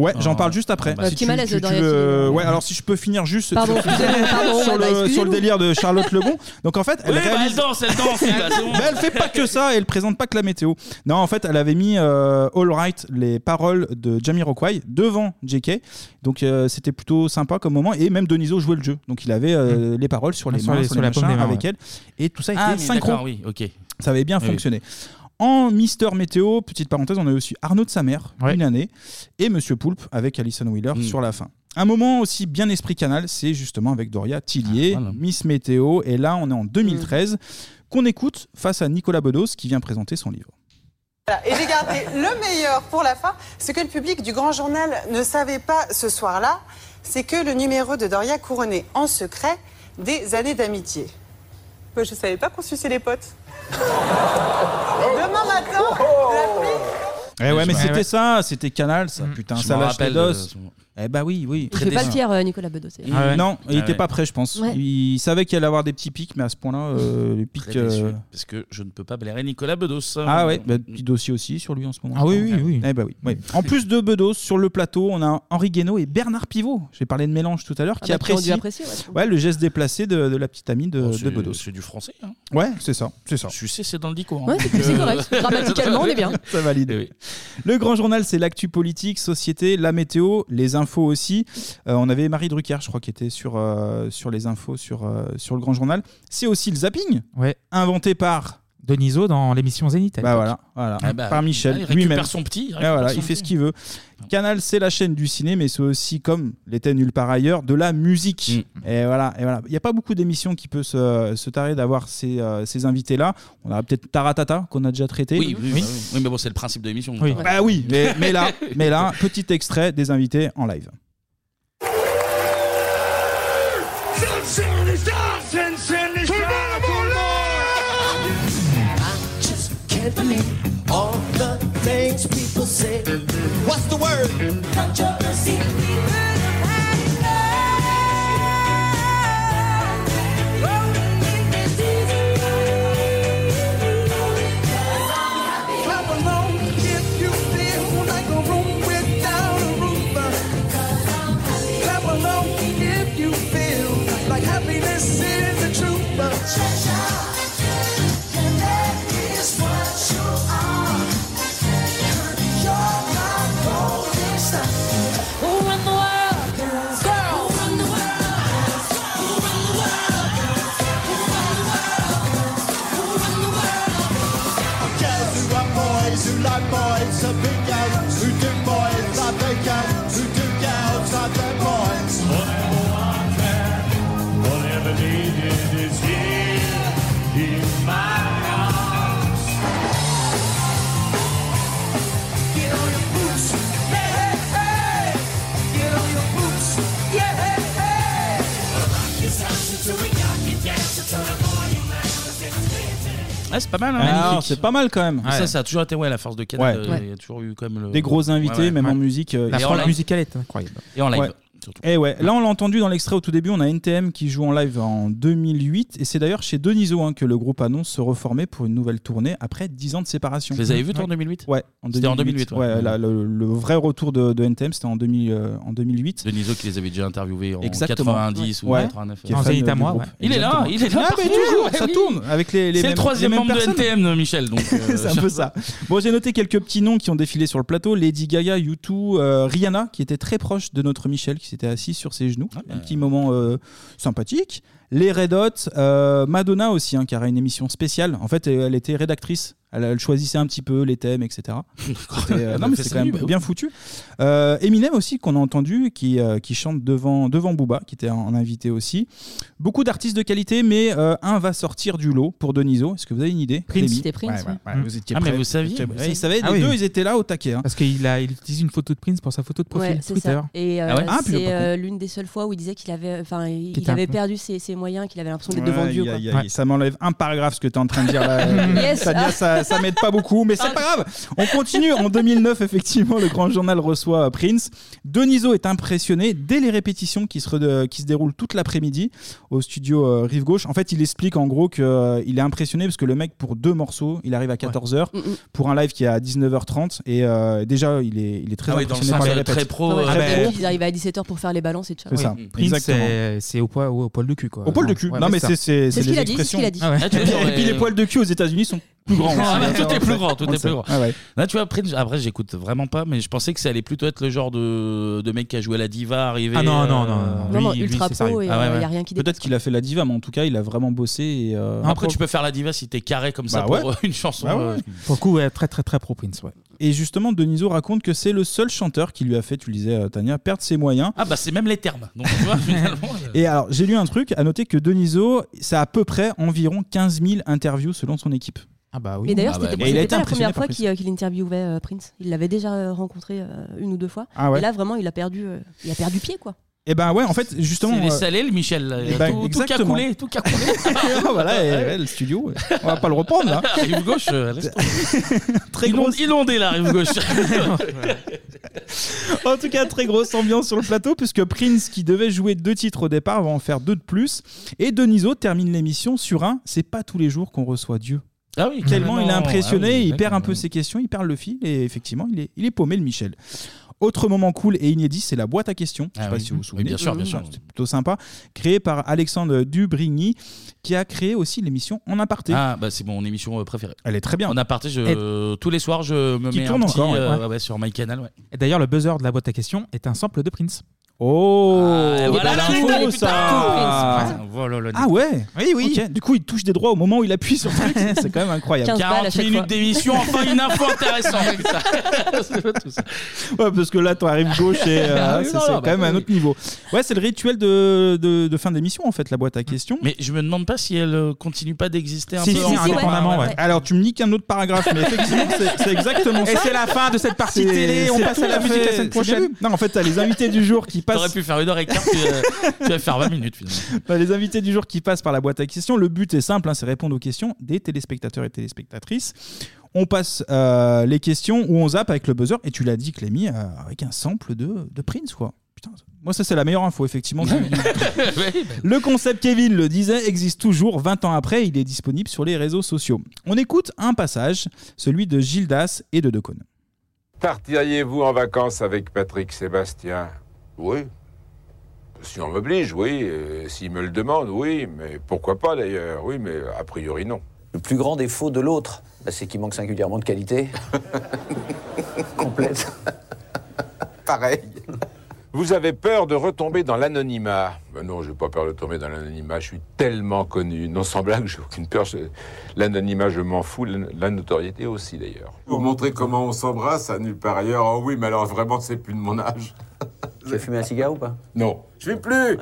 Speaker 10: Ouais, j'en parle juste après.
Speaker 11: Bah, petit
Speaker 10: tu-
Speaker 11: malaise
Speaker 10: tu-
Speaker 11: de
Speaker 10: tu
Speaker 11: Dorian
Speaker 10: veux-
Speaker 11: Tilleul.
Speaker 10: Ouais, alors si je peux finir juste
Speaker 11: Pardon,
Speaker 10: sur,
Speaker 11: pardon,
Speaker 10: sur le, sur
Speaker 11: bah,
Speaker 10: le
Speaker 11: excusez-nous.
Speaker 10: délire de Charlotte Lebon. Donc en fait, elle
Speaker 11: Oui, bah,
Speaker 10: réalise-
Speaker 11: elle danse, elle danse. là, c'est bon.
Speaker 10: Mais elle fait pas que ça, elle présente pas que la météo. Non, en fait, elle avait mis euh, All Right, les paroles de Jamiroquai devant JK. Donc euh, c'était plutôt sympa comme moment. Et même Deniso jouait le jeu. Donc il avait
Speaker 11: Mm.
Speaker 10: euh, les paroles sur les
Speaker 13: Sur
Speaker 10: mains,
Speaker 13: les-
Speaker 10: sur
Speaker 13: sur
Speaker 10: les
Speaker 13: la paume
Speaker 10: machins
Speaker 13: des mains,
Speaker 10: avec
Speaker 13: ouais.
Speaker 10: elle. Et tout ça était
Speaker 11: Ah, mais
Speaker 10: synchro.
Speaker 11: d'accord, oui, ok.
Speaker 10: Ça avait bien
Speaker 11: Oui, oui.
Speaker 10: fonctionné. En Mister Météo, petite parenthèse, on a aussi Arnaud de sa mère, une année, et Monsieur Poulpe avec Alison Wheeler
Speaker 11: Mm.
Speaker 10: sur la fin. Un moment aussi bien esprit canal, c'est justement avec Doria Tillier,
Speaker 11: Ah,
Speaker 10: Miss Météo, et là on est en 2013, qu'on écoute face à Nicolas Bedos qui vient présenter son livre.
Speaker 4: Voilà, et j'ai gardé le meilleur pour la fin. Ce que le public du Grand Journal ne savait pas ce soir-là, c'est que le numéro de Doria couronnait en secret des années d'amitié. Moi, je savais pas qu'on suçait les potes. Demain matin, la pluie
Speaker 10: Eh ouais, mais
Speaker 11: Ouais,
Speaker 10: c'était
Speaker 11: ouais.
Speaker 10: ça, c'était Canal, ça, putain,
Speaker 11: Je
Speaker 10: ça
Speaker 11: m'en
Speaker 10: lâche les
Speaker 11: rappelle,
Speaker 10: dos.
Speaker 11: euh, ce moment.
Speaker 10: Eh bah oui, oui.
Speaker 12: Il fait pas le fier, euh, Nicolas Bedos. c'est-
Speaker 10: Ah ouais. Non, il
Speaker 11: Ah
Speaker 10: était
Speaker 11: ouais.
Speaker 10: pas prêt, je pense.
Speaker 12: Ouais.
Speaker 10: Il savait qu'il allait avoir des petits pics, mais à ce point-là, euh, les pics.
Speaker 11: Très déçu,
Speaker 10: euh,
Speaker 11: Parce que je ne peux pas blairer Nicolas Bedos.
Speaker 10: Ah ouais, bah, petit dossier aussi sur lui en ce moment.
Speaker 11: Ah
Speaker 10: je
Speaker 11: oui,
Speaker 10: crois.
Speaker 11: oui, Euh, oui.
Speaker 10: Eh bah oui, oui. En plus de Bedos, sur le plateau, on a Henri Guénaud et Bernard Pivot. J'ai parlé de mélange tout à l'heure,
Speaker 11: Ah
Speaker 10: qui
Speaker 11: bah, qui ont dû
Speaker 10: apprécie
Speaker 11: apprécier, ouais.
Speaker 10: le geste déplacé de, de la petite amie de, de
Speaker 11: Oh, c'est-
Speaker 10: Bedos.
Speaker 11: C'est du français. Hein.
Speaker 10: Ouais, c'est ça, c'est ça.
Speaker 11: Tu sais, c'est dans le discours. hein.
Speaker 10: Ouais,
Speaker 11: Donc,
Speaker 10: c'est
Speaker 11: euh,
Speaker 10: correct. Grammaticalement, on est bien. Ça valide.
Speaker 13: Eh
Speaker 10: Le grand journal, c'est l'actu politique, société, la météo, les infos aussi. Euh, on avait Marie Drucker, je crois, qui était sur, euh, sur les infos, sur, euh, sur le grand journal. C'est aussi le zapping, inventé par.
Speaker 13: Deniso dans l'émission Zénith. à
Speaker 10: Bah
Speaker 13: l'époque.
Speaker 10: voilà, voilà.
Speaker 13: Ah bah,
Speaker 10: par Michel
Speaker 13: allez, récupère
Speaker 10: lui-même.
Speaker 13: son petit,
Speaker 10: Et
Speaker 13: récupère
Speaker 10: voilà,
Speaker 13: son
Speaker 10: il fait
Speaker 13: petit.
Speaker 10: ce qu'il veut. Canal, c'est la chaîne du ciné, mais c'est aussi, comme l'était nulle part ailleurs, de la musique.
Speaker 11: Mm.
Speaker 10: Et voilà, et voilà. Il n'y a pas beaucoup d'émissions qui peuvent se, se tarer d'avoir ces, euh, ces invités-là. On aura peut-être Taratata qu'on a déjà traité.
Speaker 11: Oui, oui, bah oui. Oui, mais bon, c'est le principe de l'émission. euh.
Speaker 10: Oui. Bah oui, mais, mais là, mais là, petit extrait des invités en live.
Speaker 19: I just can't believe all the things people say. What's the word? Controversy. Clap along if you feel like a room without a roof. Clap along if you feel like happiness is the truth. Is what you are. You're my golden star. Who in the world
Speaker 11: Ah, c'est pas mal, hein.
Speaker 10: Ah,
Speaker 11: Magnifique.
Speaker 10: c'est pas mal quand même.
Speaker 11: Mais Ça, ça a toujours été, ouais, la force de Cannes.
Speaker 10: Ouais.
Speaker 11: euh, Il y a toujours eu comme le...
Speaker 10: Des gros invités,
Speaker 11: Ouais, ouais.
Speaker 10: même en
Speaker 11: Ouais.
Speaker 10: musique. euh,
Speaker 11: Et en live. Et en live.
Speaker 10: Ouais. Et ouais, là on l'a entendu dans l'extrait au tout début, on a NTM qui joue en live en 2008 et c'est d'ailleurs chez Deniso hein, que le groupe annonce se reformer pour une nouvelle tournée après 10 ans de séparation.
Speaker 11: Vous les avez vus, toi, en
Speaker 10: Ouais.
Speaker 11: 2008
Speaker 10: Ouais,
Speaker 11: C'était en 2008, ouais.
Speaker 10: Ouais, là, le, le vrai retour de, de NTM c'était en, 2000, euh, en 2008.
Speaker 11: Deniso qui les avait déjà interviewés en
Speaker 10: Exactement.
Speaker 11: 90 ou
Speaker 10: Ouais.
Speaker 11: 89.
Speaker 10: Qui est fan, euh, du groupe.
Speaker 11: Il est là,
Speaker 10: Exactement.
Speaker 11: il est
Speaker 10: Ah,
Speaker 11: là.
Speaker 10: mais
Speaker 11: partout,
Speaker 10: toujours,
Speaker 11: ouais,
Speaker 10: ça
Speaker 11: oui.
Speaker 10: tourne avec les, les
Speaker 11: C'est
Speaker 10: mêmes
Speaker 11: le troisième
Speaker 10: les mêmes
Speaker 11: membre de
Speaker 10: personnes.
Speaker 11: NTM, Michel. donc, euh,
Speaker 10: c'est un peu ça. Bon, j'ai noté quelques petits noms qui ont défilé sur le plateau Lady Gaga, U2, euh, Rihanna, qui était très proche de notre Michel, qui s'était assis sur ses genoux. un petit moment euh, sympathique. Les Red Hot, euh, Madonna aussi, hein, qui aurait une émission spéciale. En fait, elle elle était rédactrice. Elle, elle choisissait un petit peu les thèmes, etc. C'était, euh,
Speaker 11: Elle
Speaker 10: non,
Speaker 11: a
Speaker 10: mais
Speaker 11: fait
Speaker 10: c'est
Speaker 11: ça,
Speaker 10: quand même
Speaker 11: lui, bah oui.
Speaker 10: bien foutu. Euh, Eminem aussi, qu'on a entendu, qui, euh, qui chante devant, devant Booba, qui était en invité aussi. Beaucoup d'artistes de qualité, mais euh, un va sortir du lot pour Deniso. Est-ce que vous avez une idée
Speaker 12: Prince.
Speaker 10: Rémi
Speaker 12: C'était Prince,
Speaker 10: Ouais, ouais,
Speaker 12: ouais.
Speaker 10: ouais, Vous étiez
Speaker 11: Ah, mais
Speaker 10: prêts,
Speaker 11: vous saviez,
Speaker 10: étiez-
Speaker 11: vous
Speaker 10: ouais,
Speaker 11: saviez.
Speaker 10: Ils savaient,
Speaker 11: Ah
Speaker 10: les
Speaker 11: oui.
Speaker 10: deux, ils étaient là au taquet. hein.
Speaker 13: Parce qu'il a, il utilise une photo de Prince pour sa photo de profil
Speaker 12: Ouais, c'est
Speaker 13: Twitter.
Speaker 12: ça. Et euh,
Speaker 13: Ah ouais Ah, puis il
Speaker 12: c'est
Speaker 13: a pas
Speaker 12: euh, l'une des seules fois où il disait qu'il avait, enfin, il il
Speaker 10: Qu'il était un
Speaker 12: avait
Speaker 10: con.
Speaker 12: perdu ses, ses moyens, qu'il avait l'impression d'être
Speaker 10: Ouais,
Speaker 12: devant Dieu.
Speaker 10: aïe,
Speaker 12: quoi.
Speaker 10: aïe, aïe, Ça m'enlève un paragraphe ce que tu es en train de dire là.
Speaker 12: Yes.
Speaker 10: Fabien, ça, ça m'aide pas beaucoup, mais c'est pas grave. On continue. En 2009, effectivement, le grand journal reçoit euh, Prince. Deniso est impressionné dès les répétitions qui se, re- euh, qui se déroulent toute l'après-midi au studio euh, Rive Gauche. En fait, il explique en gros qu'il est impressionné parce que le mec, pour deux morceaux, il arrive à Mm, 14h pour un live qui est à 19h30. Et euh, déjà, il est, il est très
Speaker 11: Ah oui, dans le
Speaker 10: impressionné par
Speaker 11: sens,
Speaker 10: les ben,
Speaker 11: euh,
Speaker 10: répètes.
Speaker 11: très pro, euh,
Speaker 10: Très
Speaker 11: Ah,
Speaker 12: Et
Speaker 10: pro.
Speaker 12: puis, Ils arrivaient à 17h pour faire les balances et tchao.
Speaker 10: C'est ça.
Speaker 13: Prince,
Speaker 10: Exactement.
Speaker 13: c'est- c'est au poil, au, au poil de cul, quoi.
Speaker 10: Au poil de cul.
Speaker 13: Ouais,
Speaker 10: non, mais
Speaker 13: ça.
Speaker 10: c'est c'est-
Speaker 12: C'est ce
Speaker 10: c'est des
Speaker 12: qu'il a dit, c'est ce
Speaker 10: expressions.
Speaker 12: qu'il a dit.
Speaker 10: Ah ouais.
Speaker 11: Ah, tu
Speaker 10: et, puis,
Speaker 11: vois,
Speaker 10: et puis
Speaker 11: ouais.
Speaker 10: les poils de cul aux États-Unis sont plus grands.
Speaker 11: Ah, bah, tout est plus grand,
Speaker 10: On
Speaker 11: tout
Speaker 10: le
Speaker 11: est
Speaker 10: sait.
Speaker 11: plus grand.
Speaker 10: Ah ouais.
Speaker 11: Là, tu vois, Prince, après, j'écoute vraiment pas, mais je pensais que ça allait plutôt être le genre de, de mec qui a joué à la diva, arrivé.
Speaker 10: Ah non, non, non,
Speaker 11: euh,
Speaker 10: non,
Speaker 12: Non, non, ultra pro et il
Speaker 11: Ah ouais, ouais.
Speaker 12: n'y a rien qui
Speaker 10: Peut-être qu'il a fait la diva, mais en tout cas, il a vraiment bossé. Et, euh,
Speaker 11: Après, tu peux faire la diva si t'es carré comme ça
Speaker 10: Bah
Speaker 11: pour
Speaker 10: ouais.
Speaker 11: euh, une chanson.
Speaker 10: Bah ouais.
Speaker 11: euh,
Speaker 13: Pour le coup, ouais, très, très, très pro Prince, ouais.
Speaker 10: Et justement, Deniso raconte que c'est le seul chanteur qui lui a fait, tu le disais, euh, Tania, perdre ses moyens.
Speaker 11: Ah, bah, c'est même les termes. Donc, tu vois, finalement. euh,
Speaker 10: Et alors, j'ai lu un truc, à noter que Deniso, c'est à peu près environ 15 000 interviews selon son équipe. Ah bah
Speaker 12: Et d'ailleurs, c'était
Speaker 10: il a
Speaker 12: c'était
Speaker 10: été
Speaker 12: pas la
Speaker 10: impressionné
Speaker 12: première
Speaker 10: par
Speaker 12: fois
Speaker 10: Prince.
Speaker 12: qu'il euh, qu'il interviewait euh, Prince. Il l'avait déjà euh, rencontré euh, une ou deux fois.
Speaker 10: Ah ouais.
Speaker 12: Et là, vraiment, il a perdu, euh, il a perdu pied, quoi.
Speaker 10: Et ben ouais, en fait, justement.
Speaker 11: C'est les
Speaker 10: euh,
Speaker 11: salés, le Michel. là.
Speaker 10: Eh ben,
Speaker 11: tout, tout qui a
Speaker 10: exactement.
Speaker 11: coulé, tout qui a coulé.
Speaker 10: voilà, et, ouais, le studio, on va pas le reprendre hein. là.
Speaker 11: La rive gauche, euh, laisse tomber.
Speaker 10: Très
Speaker 11: Inond-
Speaker 10: grosse-
Speaker 11: Inondée la rive gauche.
Speaker 10: En tout cas, très grosse ambiance sur le plateau, puisque Prince, qui devait jouer deux titres au départ, va en faire deux de plus. Et Deniso termine l'émission sur un C'est pas tous les jours qu'on reçoit Dieu.
Speaker 11: Ah oui,
Speaker 10: Tellement
Speaker 11: carrément.
Speaker 10: il est impressionné,
Speaker 11: Ah oui,
Speaker 10: il perd un
Speaker 11: d'accord.
Speaker 10: peu ses questions, il perd le fil, et effectivement, il est, il est paumé, le Michel. Autre moment cool et inédit, c'est la boîte à questions. Je sais
Speaker 11: Ah
Speaker 10: pas
Speaker 11: oui.
Speaker 10: si vous vous souvenez.
Speaker 11: Oui, bien sûr, bien sûr.
Speaker 10: C'était plutôt sympa. Créé par Alexandre Dubrigny, qui a créé aussi l'émission En aparté.
Speaker 11: Ah, bah c'est mon émission euh, préférée.
Speaker 10: Elle est très bien.
Speaker 11: En aparté, je, tous les soirs, je me
Speaker 10: Qui
Speaker 11: mets un
Speaker 10: tourne
Speaker 11: petit
Speaker 10: encore, ouais.
Speaker 11: euh,
Speaker 10: Ouais.
Speaker 11: ouais, ouais, sur my canal. Ouais.
Speaker 13: Et D'ailleurs, le buzzer de la boîte à questions est un sample de Prince.
Speaker 10: Oh
Speaker 11: Ah, voilà
Speaker 13: bah,
Speaker 11: l'info,
Speaker 13: l'info,
Speaker 11: putain.
Speaker 13: ça.
Speaker 11: Prince. Voilà, là,
Speaker 10: Ah ouais Oui, oui. Du coup, il touche des droits au moment où il appuie sur le truc. C'est quand même incroyable.
Speaker 11: 40 minutes d'émission, enfin une info intéressante. putain.
Speaker 10: Ouais, parce que là, tu arrives gauche et
Speaker 11: Ah
Speaker 10: euh,
Speaker 11: oui,
Speaker 10: c'est
Speaker 11: non,
Speaker 10: c'est
Speaker 11: non,
Speaker 10: quand
Speaker 11: bah
Speaker 10: même
Speaker 11: oui,
Speaker 10: un
Speaker 11: oui.
Speaker 10: autre niveau. Ouais, c'est le rituel de, de, de fin d'émission, en fait, la boîte à questions.
Speaker 11: Hum. Mais je me demande pas si elle euh, continue pas d'exister un peu. en-
Speaker 10: Alors, tu me niques un autre paragraphe, mais effectivement, c'est- c'est exactement ça.
Speaker 13: Et c'est la fin de cette partie
Speaker 10: C'est-
Speaker 13: télé, on
Speaker 10: c'est
Speaker 13: passe à
Speaker 10: tout
Speaker 13: la musique la
Speaker 10: fait-
Speaker 13: semaine
Speaker 10: c'est bien
Speaker 13: prochaine.
Speaker 10: vu. Non, en fait, t'as les invités du jour qui
Speaker 11: T'aurais
Speaker 10: passent
Speaker 11: pu faire une heure et quart, tu, euh, tu vas faire 20 minutes finalement.
Speaker 10: Bah, les invités du jour qui passent par la boîte à questions, le but est simple, hein, c'est répondre aux questions des téléspectateurs et téléspectatrices. On passe euh, les questions où on zappe avec le buzzer, et tu l'as dit, Clémy, euh, avec un sample de, de Prince, quoi. Putain, ça- moi, ça, c'est la meilleure info, effectivement. le concept, Kevin le disait, existe toujours 20 ans après, il est disponible sur les réseaux sociaux. On écoute un passage, celui de Gildas et de Decon.
Speaker 5: Partiriez-vous en vacances avec Patrick Sébastien Oui. Si on m'oblige, oui. Et S'il me le demande, oui. Mais pourquoi pas d'ailleurs Oui, mais a priori non.
Speaker 6: Le plus grand défaut de l'autre, bah, c'est qu'il manque singulièrement de qualité.
Speaker 5: Complète. Pareil. Vous avez peur de retomber dans l'anonymat Ben Non, je n'ai pas peur de tomber dans l'anonymat. Je suis tellement connu. Non, sans blague, j'ai aucune peur. Je- L'anonymat, je m'en fous. La la notoriété aussi, d'ailleurs.
Speaker 8: Pour montrer comment on s'embrasse à nulle part ailleurs. Oh oui, mais alors vraiment, c'est plus de mon âge.
Speaker 6: Tu veux fumer un cigare ou pas
Speaker 8: Non. Je vais plus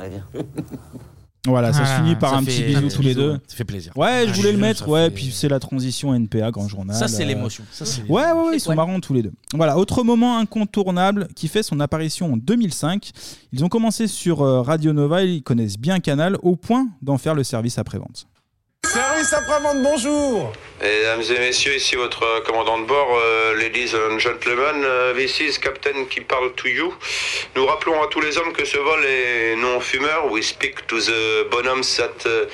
Speaker 10: Voilà, ça
Speaker 11: Voilà,
Speaker 10: se finit par
Speaker 11: ça
Speaker 10: un
Speaker 11: fait
Speaker 10: petit
Speaker 11: un
Speaker 10: bisou
Speaker 11: petit
Speaker 10: tous les
Speaker 11: bisou,
Speaker 10: deux.
Speaker 11: ça fait plaisir.
Speaker 10: Ouais,
Speaker 11: Ah,
Speaker 10: je voulais le
Speaker 11: je-
Speaker 10: mettre.
Speaker 11: ça
Speaker 10: Ouais,
Speaker 11: fait-
Speaker 10: puis c'est la transition NPA, grand journal.
Speaker 11: Ça, c'est
Speaker 10: euh,
Speaker 11: l'émotion. Ça, c'est-
Speaker 10: Ouais, ouais, ouais, ils sont marrants tous les deux. Voilà, autre moment incontournable qui fait son apparition en 2005. Ils ont commencé sur euh, Radio Nova, ils connaissent bien Canal, au point d'en faire le service après-vente.
Speaker 8: Service
Speaker 9: Fabrice Apramante, bonjour
Speaker 14: Mesdames et messieurs, ici votre commandant de bord, euh, ladies and gentlemen, euh, this is Captain qui parle to you. Nous rappelons à tous les hommes que ce vol est non fumeur. We speak to the bonhommes that euh,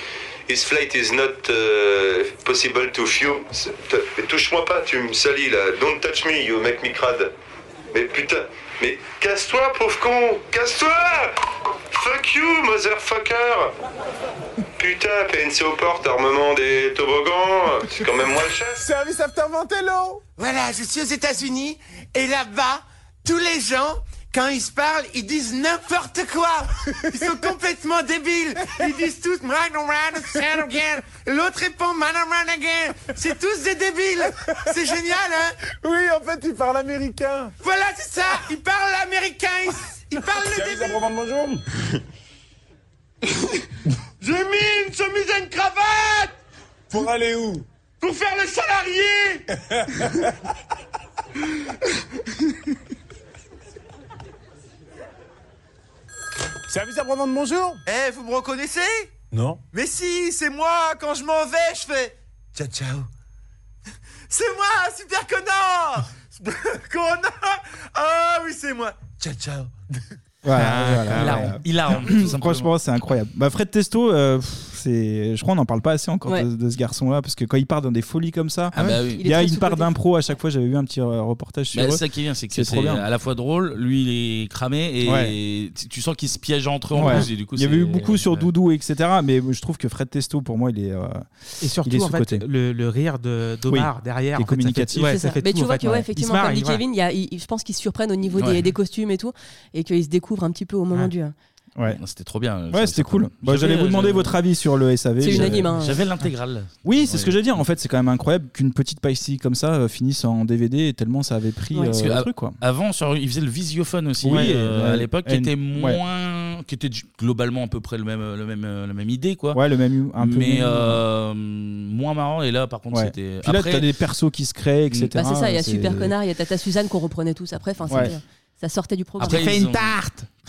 Speaker 14: his flight is not euh, possible to fume. C'est- t- Mais touche-moi pas, tu me salis là. Don't touch me, you make me crade. Mais putain, mais casse-toi, pauvre con, casse-toi Fuck you, motherfucker Putain, PNC aux portes, armement des toboggans, c'est quand même moi le chef.
Speaker 9: Service After Mantello Voilà, je suis aux États-Unis et là-bas, tous les gens, quand ils se parlent, ils disent n'importe quoi Ils sont complètement débiles Ils disent tous "Man, run, run again L'autre répond "Man, run again C'est tous des débiles C'est génial, hein Oui, en fait, ils parlent américain Voilà, c'est ça Ils parlent américain Ils, ils parlent le débile bonjour J'ai mis une chemise et une cravate Pour aller où Pour faire le salarié Service après-vente, bonjour Eh, vous me reconnaissez
Speaker 15: Non.
Speaker 9: Mais si, c'est moi, quand je m'en vais, je fais... Ciao, ciao C'est moi, super connard Connard Ah oui, c'est moi Ciao, ciao
Speaker 11: Ah,
Speaker 10: Voilà,
Speaker 11: hilarant,
Speaker 10: voilà.
Speaker 11: hilarant, tout simplement.
Speaker 10: Franchement, c'est incroyable. Bah, Fred Testo, euh, pff, c'est, je crois on n'en parle pas assez encore
Speaker 11: Ouais.
Speaker 10: de, de ce garçon-là, parce que quand il part dans des folies comme ça,
Speaker 11: Ah bah oui.
Speaker 10: il y a
Speaker 11: Il
Speaker 10: une
Speaker 11: est très
Speaker 10: part
Speaker 11: sous-coté.
Speaker 10: d'impro à chaque fois. J'avais vu un petit euh, reportage sur
Speaker 11: Mais
Speaker 10: eux.
Speaker 11: c'est ça qui vient, c'est que
Speaker 10: trop
Speaker 11: c'est
Speaker 10: bien.
Speaker 11: à la fois drôle, lui il est cramé et
Speaker 10: Ouais.
Speaker 11: tu- tu sens qu'il se piège entre eux en
Speaker 10: Ouais.
Speaker 11: plus, et du coup,
Speaker 10: il y avait
Speaker 11: c'est-
Speaker 10: eu beaucoup sur Doudou, etc. Mais je trouve que Fred Testo, pour moi, il est. euh,
Speaker 13: Et surtout,
Speaker 10: il est
Speaker 13: en fait, euh,
Speaker 10: sous-coté.
Speaker 13: le, le rire de
Speaker 10: Oui.
Speaker 13: d'Omar derrière.
Speaker 10: Qui est
Speaker 13: en fait, ça fait-
Speaker 10: communicatif.
Speaker 13: ouais,
Speaker 10: C'est
Speaker 13: ça
Speaker 10: ça.
Speaker 13: fait
Speaker 12: Mais
Speaker 13: tout,
Speaker 12: tu
Speaker 13: en
Speaker 12: vois
Speaker 13: fait,
Speaker 12: que, ouais,
Speaker 13: ouais.
Speaker 12: effectivement,
Speaker 13: Il se marre,
Speaker 12: comme dit
Speaker 13: il- voilà.
Speaker 12: Kevin, il y a- il- je pense qu'ils se surprennent au niveau
Speaker 11: Ouais.
Speaker 12: des, des costumes et tout, et qu'ils se découvrent un petit peu au moment du. hein.
Speaker 10: Ouais.
Speaker 11: C'était trop bien.
Speaker 10: Ouais, c'était cool. Bah,
Speaker 11: J'avais- euh,
Speaker 10: J'allais vous demander
Speaker 11: j'avais-
Speaker 10: votre avis sur le SAV.
Speaker 12: C'est
Speaker 10: J'avais-
Speaker 12: unanime, hein.
Speaker 11: J'avais l'intégrale.
Speaker 10: Oui, c'est ce que j'allais dire. En fait, c'est quand même incroyable qu'une petite pastille comme ça euh, finisse en DVD et tellement ça avait pris
Speaker 11: Ouais.
Speaker 10: euh,
Speaker 11: Parce que ah,
Speaker 10: le
Speaker 11: a-
Speaker 10: truc, quoi.
Speaker 11: Avant, sur, ils faisaient le visiophone aussi
Speaker 10: Oui,
Speaker 11: euh,
Speaker 10: ouais.
Speaker 11: à l'époque, qui
Speaker 10: Et-
Speaker 11: était
Speaker 10: ouais.
Speaker 11: moins, qui était globalement à peu près le même, le même, euh, la même idée, quoi.
Speaker 10: Ouais, le même- un peu
Speaker 11: mais
Speaker 10: moins-
Speaker 11: euh, moins marrant. Et là, par contre,
Speaker 10: Ouais.
Speaker 11: c'était.
Speaker 10: Puis là,
Speaker 11: Après-
Speaker 10: t'as des persos qui se créent, etc.
Speaker 12: Bah, c'est ça, il y a
Speaker 10: C'est-
Speaker 12: Super Connard, il y a Tata Suzanne qu'on reprenait tous après, enfin,
Speaker 10: Ouais.
Speaker 12: c'était- euh, ça sortait du programme.
Speaker 11: ils ont-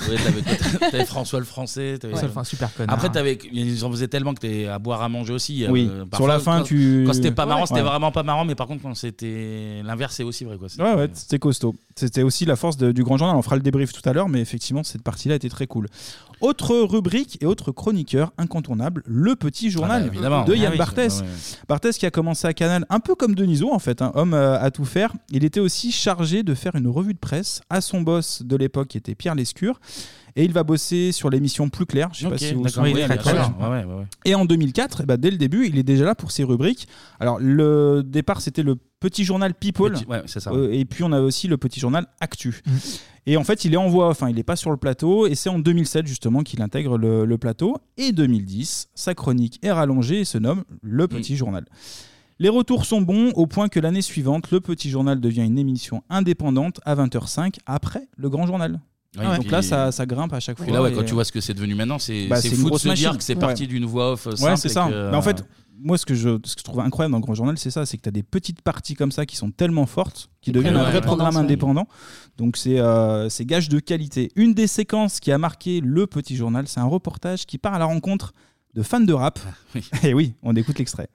Speaker 11: Ouais, t'avais- t'avais François le Français. t'avais-
Speaker 13: François le Français, super connard.
Speaker 11: Après, t'avais- ils en faisaient tellement que t'es à boire, à manger aussi.
Speaker 10: Oui.
Speaker 11: Euh,
Speaker 10: Sur
Speaker 11: parfois,
Speaker 10: la fin,
Speaker 11: quand-
Speaker 10: tu-
Speaker 11: Quand c'était pas marrant,
Speaker 10: Ouais.
Speaker 11: c'était
Speaker 10: Ouais.
Speaker 11: vraiment pas marrant, mais par contre, quand c'était l'inverse, c'est aussi vrai, quoi. C'est-
Speaker 10: Ouais, ouais, c'était costaud. C'était aussi la force de- du Grand Journal. On fera le débrief tout à l'heure, mais effectivement, cette partie-là était très cool. Autre rubrique et autre chroniqueur incontournable, le petit journal
Speaker 11: Ah bah, évidemment.
Speaker 10: de
Speaker 11: Ah
Speaker 10: Yann
Speaker 11: oui,
Speaker 10: Barthès.
Speaker 11: ouais, ouais.
Speaker 10: Barthès qui a commencé à Canal un peu comme Denisot, en fait, un homme euh, à tout faire. Il était aussi chargé de faire une revue de presse à son boss de l'époque, qui était Pierre Lescure. Et il va bosser sur l'émission Plus Claire. Je sais pas
Speaker 11: Ok,
Speaker 10: si vous vous
Speaker 11: d'accord.
Speaker 10: souvenez.
Speaker 11: Oui,
Speaker 10: Très
Speaker 11: bien sûr.
Speaker 10: clair.
Speaker 11: Ouais, ouais, ouais, ouais.
Speaker 10: Et en 2004, eh ben, dès le début, il est déjà là pour ses rubriques. Alors, le départ, c'était le petit journal People.
Speaker 11: Petit- ouais, c'est ça.
Speaker 10: Euh, et puis, on a aussi le petit journal Actu. Et en fait, il est en voix, enfin, il n'est pas sur le plateau. Et c'est en 2007, justement, qu'il intègre le, le plateau. Et 2010, sa chronique est rallongée et se nomme
Speaker 11: Mmh.
Speaker 10: Le Petit Journal. Les retours sont bons au point que l'année suivante, le Petit Journal devient une émission indépendante à 20h05 après le Grand Journal.
Speaker 11: Ouais, et
Speaker 10: Donc
Speaker 11: puis-
Speaker 10: là, ça, ça grimpe à chaque fois.
Speaker 11: Puis là, ouais,
Speaker 10: et- euh,
Speaker 11: quand tu vois ce que c'est devenu maintenant, c'est
Speaker 10: bah,
Speaker 11: c'est
Speaker 10: une
Speaker 11: fou de
Speaker 10: grosse
Speaker 11: se dire
Speaker 10: machine.
Speaker 11: que c'est
Speaker 10: Ouais.
Speaker 11: partie d'une voix off.
Speaker 10: Ouais,
Speaker 11: simple
Speaker 10: c'est
Speaker 11: et
Speaker 10: ça.
Speaker 11: que- euh,
Speaker 10: Mais en fait, moi, ce que, je, ce que je trouve incroyable dans le Grand Journal, c'est ça c'est que tu as des petites parties comme ça qui sont tellement fortes, qui
Speaker 11: Qui
Speaker 10: deviennent un
Speaker 11: prennent
Speaker 10: vrai
Speaker 11: la
Speaker 10: programme
Speaker 11: tendance, ouais.
Speaker 10: indépendant. Donc, c'est euh, c'est gage de qualité. Une des séquences qui a marqué le petit journal, c'est un reportage qui part à la rencontre de fans de rap. Et oui, on écoute l'extrait.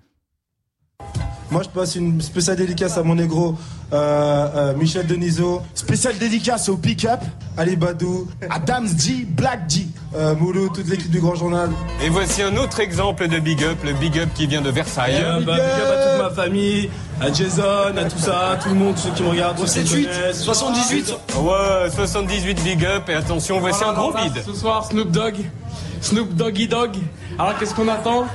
Speaker 18: Moi, je passe une spéciale dédicace à mon négro, euh, euh, Michel Denisot. Spéciale dédicace au pick-up, Ali Badou, Adams G, Black G, euh, Moulou, toute l'équipe du Grand Journal.
Speaker 20: Et voici un autre exemple de big up, le big up qui vient de Versailles.
Speaker 18: Yeah, bah, big up à toute ma famille, à Jason, à tout ça, à tout le monde, ceux qui me regardent. ceux qui me
Speaker 20: 78,
Speaker 18: connaissent. Ah
Speaker 20: 78. Ouais, 78 big up et attention, voici un gros bide.
Speaker 26: Ce soir, Snoop Dogg. Snoop Doggy Dogg. Alors qu'est-ce qu'on attend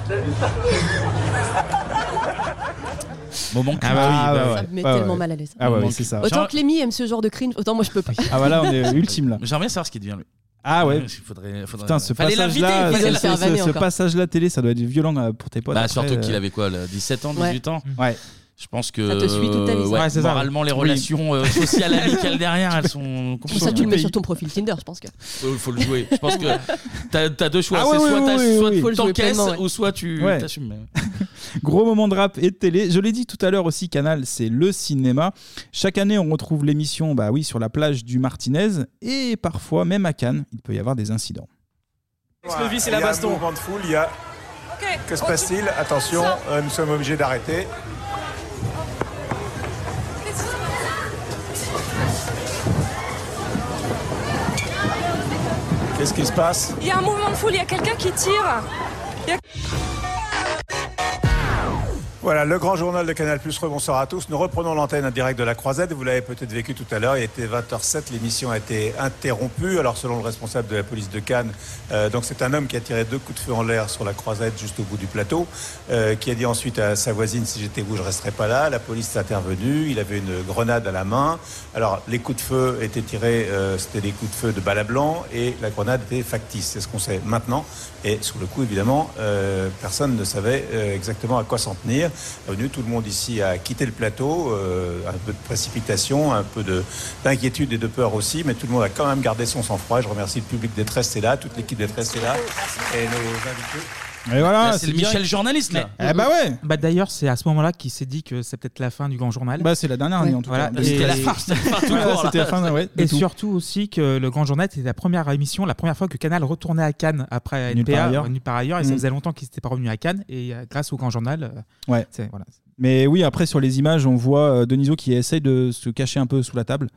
Speaker 11: Moment
Speaker 10: Ah bah oui,
Speaker 11: culte.
Speaker 10: bah ouais.
Speaker 12: Ça me met
Speaker 10: Ah ouais.
Speaker 12: tellement mal à l'aise.
Speaker 10: Ah ouais,
Speaker 11: Moment
Speaker 10: c'est ça.
Speaker 11: culte.
Speaker 12: Autant que Lémi aime ce genre de cringe, autant moi je peux pas.
Speaker 10: Ah voilà, on est ultime là.
Speaker 11: J'aimerais bien savoir ce qui devient lui.
Speaker 10: Ah ouais.
Speaker 11: Faudrait, faudrait...
Speaker 10: Putain, ce
Speaker 11: Fallait l'inviter,
Speaker 10: passage-là,
Speaker 11: il fallait
Speaker 10: ce,
Speaker 11: le faire
Speaker 10: ce-
Speaker 11: vanner
Speaker 10: ce
Speaker 11: encore.
Speaker 10: passage-là télé, ça doit être violent euh, pour tes potes.
Speaker 11: Bah,
Speaker 10: après,
Speaker 11: surtout
Speaker 10: euh.
Speaker 11: qu'il avait quoi, là, 17 ans,
Speaker 10: Ouais.
Speaker 11: 18 ans
Speaker 10: Ouais.
Speaker 11: Je pense que
Speaker 10: Ça te suit toute ta vie, ça.
Speaker 11: ouais,
Speaker 10: Ouais, c'est ça.
Speaker 11: moralement, les
Speaker 10: Oui.
Speaker 11: relations euh, sociales, amicales derrière, elles sont
Speaker 12: Pour ça, tu le
Speaker 11: compliquées.
Speaker 12: mets sur ton profil Tinder, je pense que.
Speaker 11: Il faut le jouer. Je pense que t'as as deux choix.
Speaker 10: Ah ouais,
Speaker 11: c'est
Speaker 10: ouais,
Speaker 11: soit t'as-
Speaker 10: ouais,
Speaker 11: soit
Speaker 10: ouais,
Speaker 11: tu
Speaker 10: ouais. Faut le jouer
Speaker 11: t'encaisses
Speaker 10: pleinement, ouais.
Speaker 11: ou soit tu
Speaker 10: Ouais.
Speaker 11: t'assumes. mais-
Speaker 10: Gros moment de rap et de télé. Je l'ai dit tout à l'heure aussi, Canal, c'est le cinéma. Chaque année, on retrouve l'émission bah oui, sur la plage du Martinez et parfois, même à Cannes, il peut y avoir des incidents.
Speaker 27: Explosif, c'est la baston.
Speaker 18: Il y a un mouvement de foule, il y a
Speaker 20: Que se passe-t-il Attention, euh, nous sommes obligés d'arrêter. Qu'est-ce qui se passe
Speaker 12: Il y a un mouvement de foule, il y a quelqu'un qui tire. Il y a-
Speaker 20: Voilà, le grand journal de Canal Plus, rebonsoir à tous. Nous reprenons l'antenne en direct de la Croisette. Vous l'avez peut-être vécu tout à l'heure, il était 20h07, l'émission a été interrompue. Alors, selon le responsable de la police de Cannes, euh, donc c'est un homme qui a tiré deux coups de feu en l'air sur la Croisette juste au bout du plateau, euh, qui a dit ensuite à sa voisine Si j'étais vous, je resterais pas là. La police est intervenue, il avait une grenade à la main. Alors, les coups de feu étaient tirés, euh, c'était des coups de feu de balles à blanc et la grenade était factice. C'est ce qu'on sait maintenant. Et sur le coup, évidemment, euh, personne ne savait euh, exactement à quoi s'en tenir. Venu, tout le monde ici a quitté le plateau, euh, un peu de précipitation, un peu de- d'inquiétude et de peur aussi, mais tout le monde a quand même gardé son sang-froid. Je remercie le public d'être resté là, toute l'équipe d'être restée là et nos invités.
Speaker 10: Et voilà,
Speaker 11: Là, c'est le Michel journaliste, là.
Speaker 10: Eh bah ouais.
Speaker 13: Bah d'ailleurs, c'est à ce moment-là qu'il s'est dit que c'est peut-être la fin du grand journal.
Speaker 10: Bah, c'est la dernière année, en tout cas. Bah, c'était la fin, c'était la fin tout court, là. C'était la fin, ouais, de
Speaker 13: Et
Speaker 10: tout.
Speaker 13: surtout aussi que le grand journal était la première émission, la première fois que Canal retournait à Cannes après
Speaker 10: Nulle
Speaker 13: NPA,
Speaker 10: part ailleurs.
Speaker 13: euh, nulle part ailleurs, et ça
Speaker 10: Mm.
Speaker 13: faisait longtemps qu'ils n'étaient pas revenus à Cannes. Et euh, grâce au grand journal, euh,
Speaker 10: Ouais.
Speaker 13: c'est- voilà.
Speaker 10: Mais oui, après sur les images, on voit euh, Deniso qui essaye de se cacher un peu sous la table.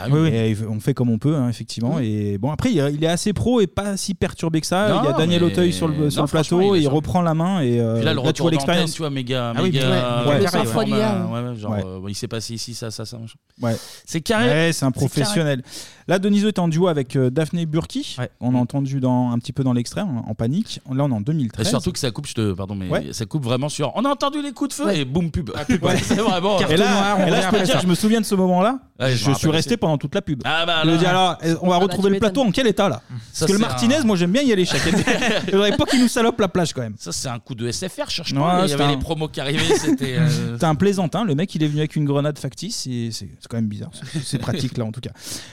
Speaker 11: Ah
Speaker 13: oui. Oui, oui.
Speaker 10: Et on fait comme on peut, hein, effectivement. Et bon, après, il il est assez pro et pas si perturbé que ça.
Speaker 11: Non,
Speaker 10: il y a Daniel
Speaker 11: mais-
Speaker 10: Auteuil sur le, sur
Speaker 11: non,
Speaker 10: le plateau,
Speaker 11: franchement, il
Speaker 10: et
Speaker 11: est
Speaker 10: il
Speaker 11: sur-
Speaker 10: reprend la main et euh,
Speaker 11: Puis là, le
Speaker 10: tu vois
Speaker 11: retour d'antenne,
Speaker 10: l'expérience.
Speaker 11: tu vois, méga,
Speaker 10: Ah oui,
Speaker 11: méga,
Speaker 10: ouais. Ouais.
Speaker 11: méga
Speaker 10: Carré,
Speaker 11: format,
Speaker 10: ouais.
Speaker 11: ouais, genre,
Speaker 10: Ouais.
Speaker 11: euh, bon, il s'est passé ici, ça, ça, ça. machin.
Speaker 10: Ouais.
Speaker 11: C'est carré.
Speaker 10: Ouais, c'est un
Speaker 11: C'est carré.
Speaker 10: professionnel. Là, Deniso est en duo avec euh, Daphné Burki. On a entendu dans, un petit peu dans l'extrait, en, en panique. Là, on est en
Speaker 11: Et
Speaker 10: 2013.
Speaker 11: surtout que ça coupe, je te, pardon, mais
Speaker 10: Ouais.
Speaker 11: ça coupe vraiment sur. On a entendu les coups de feu
Speaker 10: Ouais.
Speaker 11: et boum pub. Ouais, c'est vraiment. euh,
Speaker 10: et là, et là, je peux dire, je me souviens de ce moment-là.
Speaker 11: Ouais, je me
Speaker 10: je suis
Speaker 11: rappelle
Speaker 10: resté pendant toute la pub.
Speaker 11: Ah bah
Speaker 10: je me
Speaker 11: là.
Speaker 10: dis alors, eh, on va
Speaker 11: Ah bah,
Speaker 10: retrouver
Speaker 11: tu
Speaker 10: le plateau en quel état là
Speaker 11: Ça,
Speaker 10: Parce que le
Speaker 11: c'est
Speaker 10: Martinez,
Speaker 11: un-
Speaker 10: moi j'aime bien y aller chaque été. Il faudrait pas qu'il nous salope la plage quand même.
Speaker 11: Ça, c'est un coup de SFR, cherche
Speaker 10: Ouais,
Speaker 11: pas. Il y
Speaker 10: c'était
Speaker 11: avait
Speaker 10: un-
Speaker 11: les promos qui arrivaient, c'était. euh,
Speaker 10: T'as un plaisantin, le mec il est venu avec une grenade factice, et c'est c'est quand même bizarre, c'est- c'est pratique là en tout cas.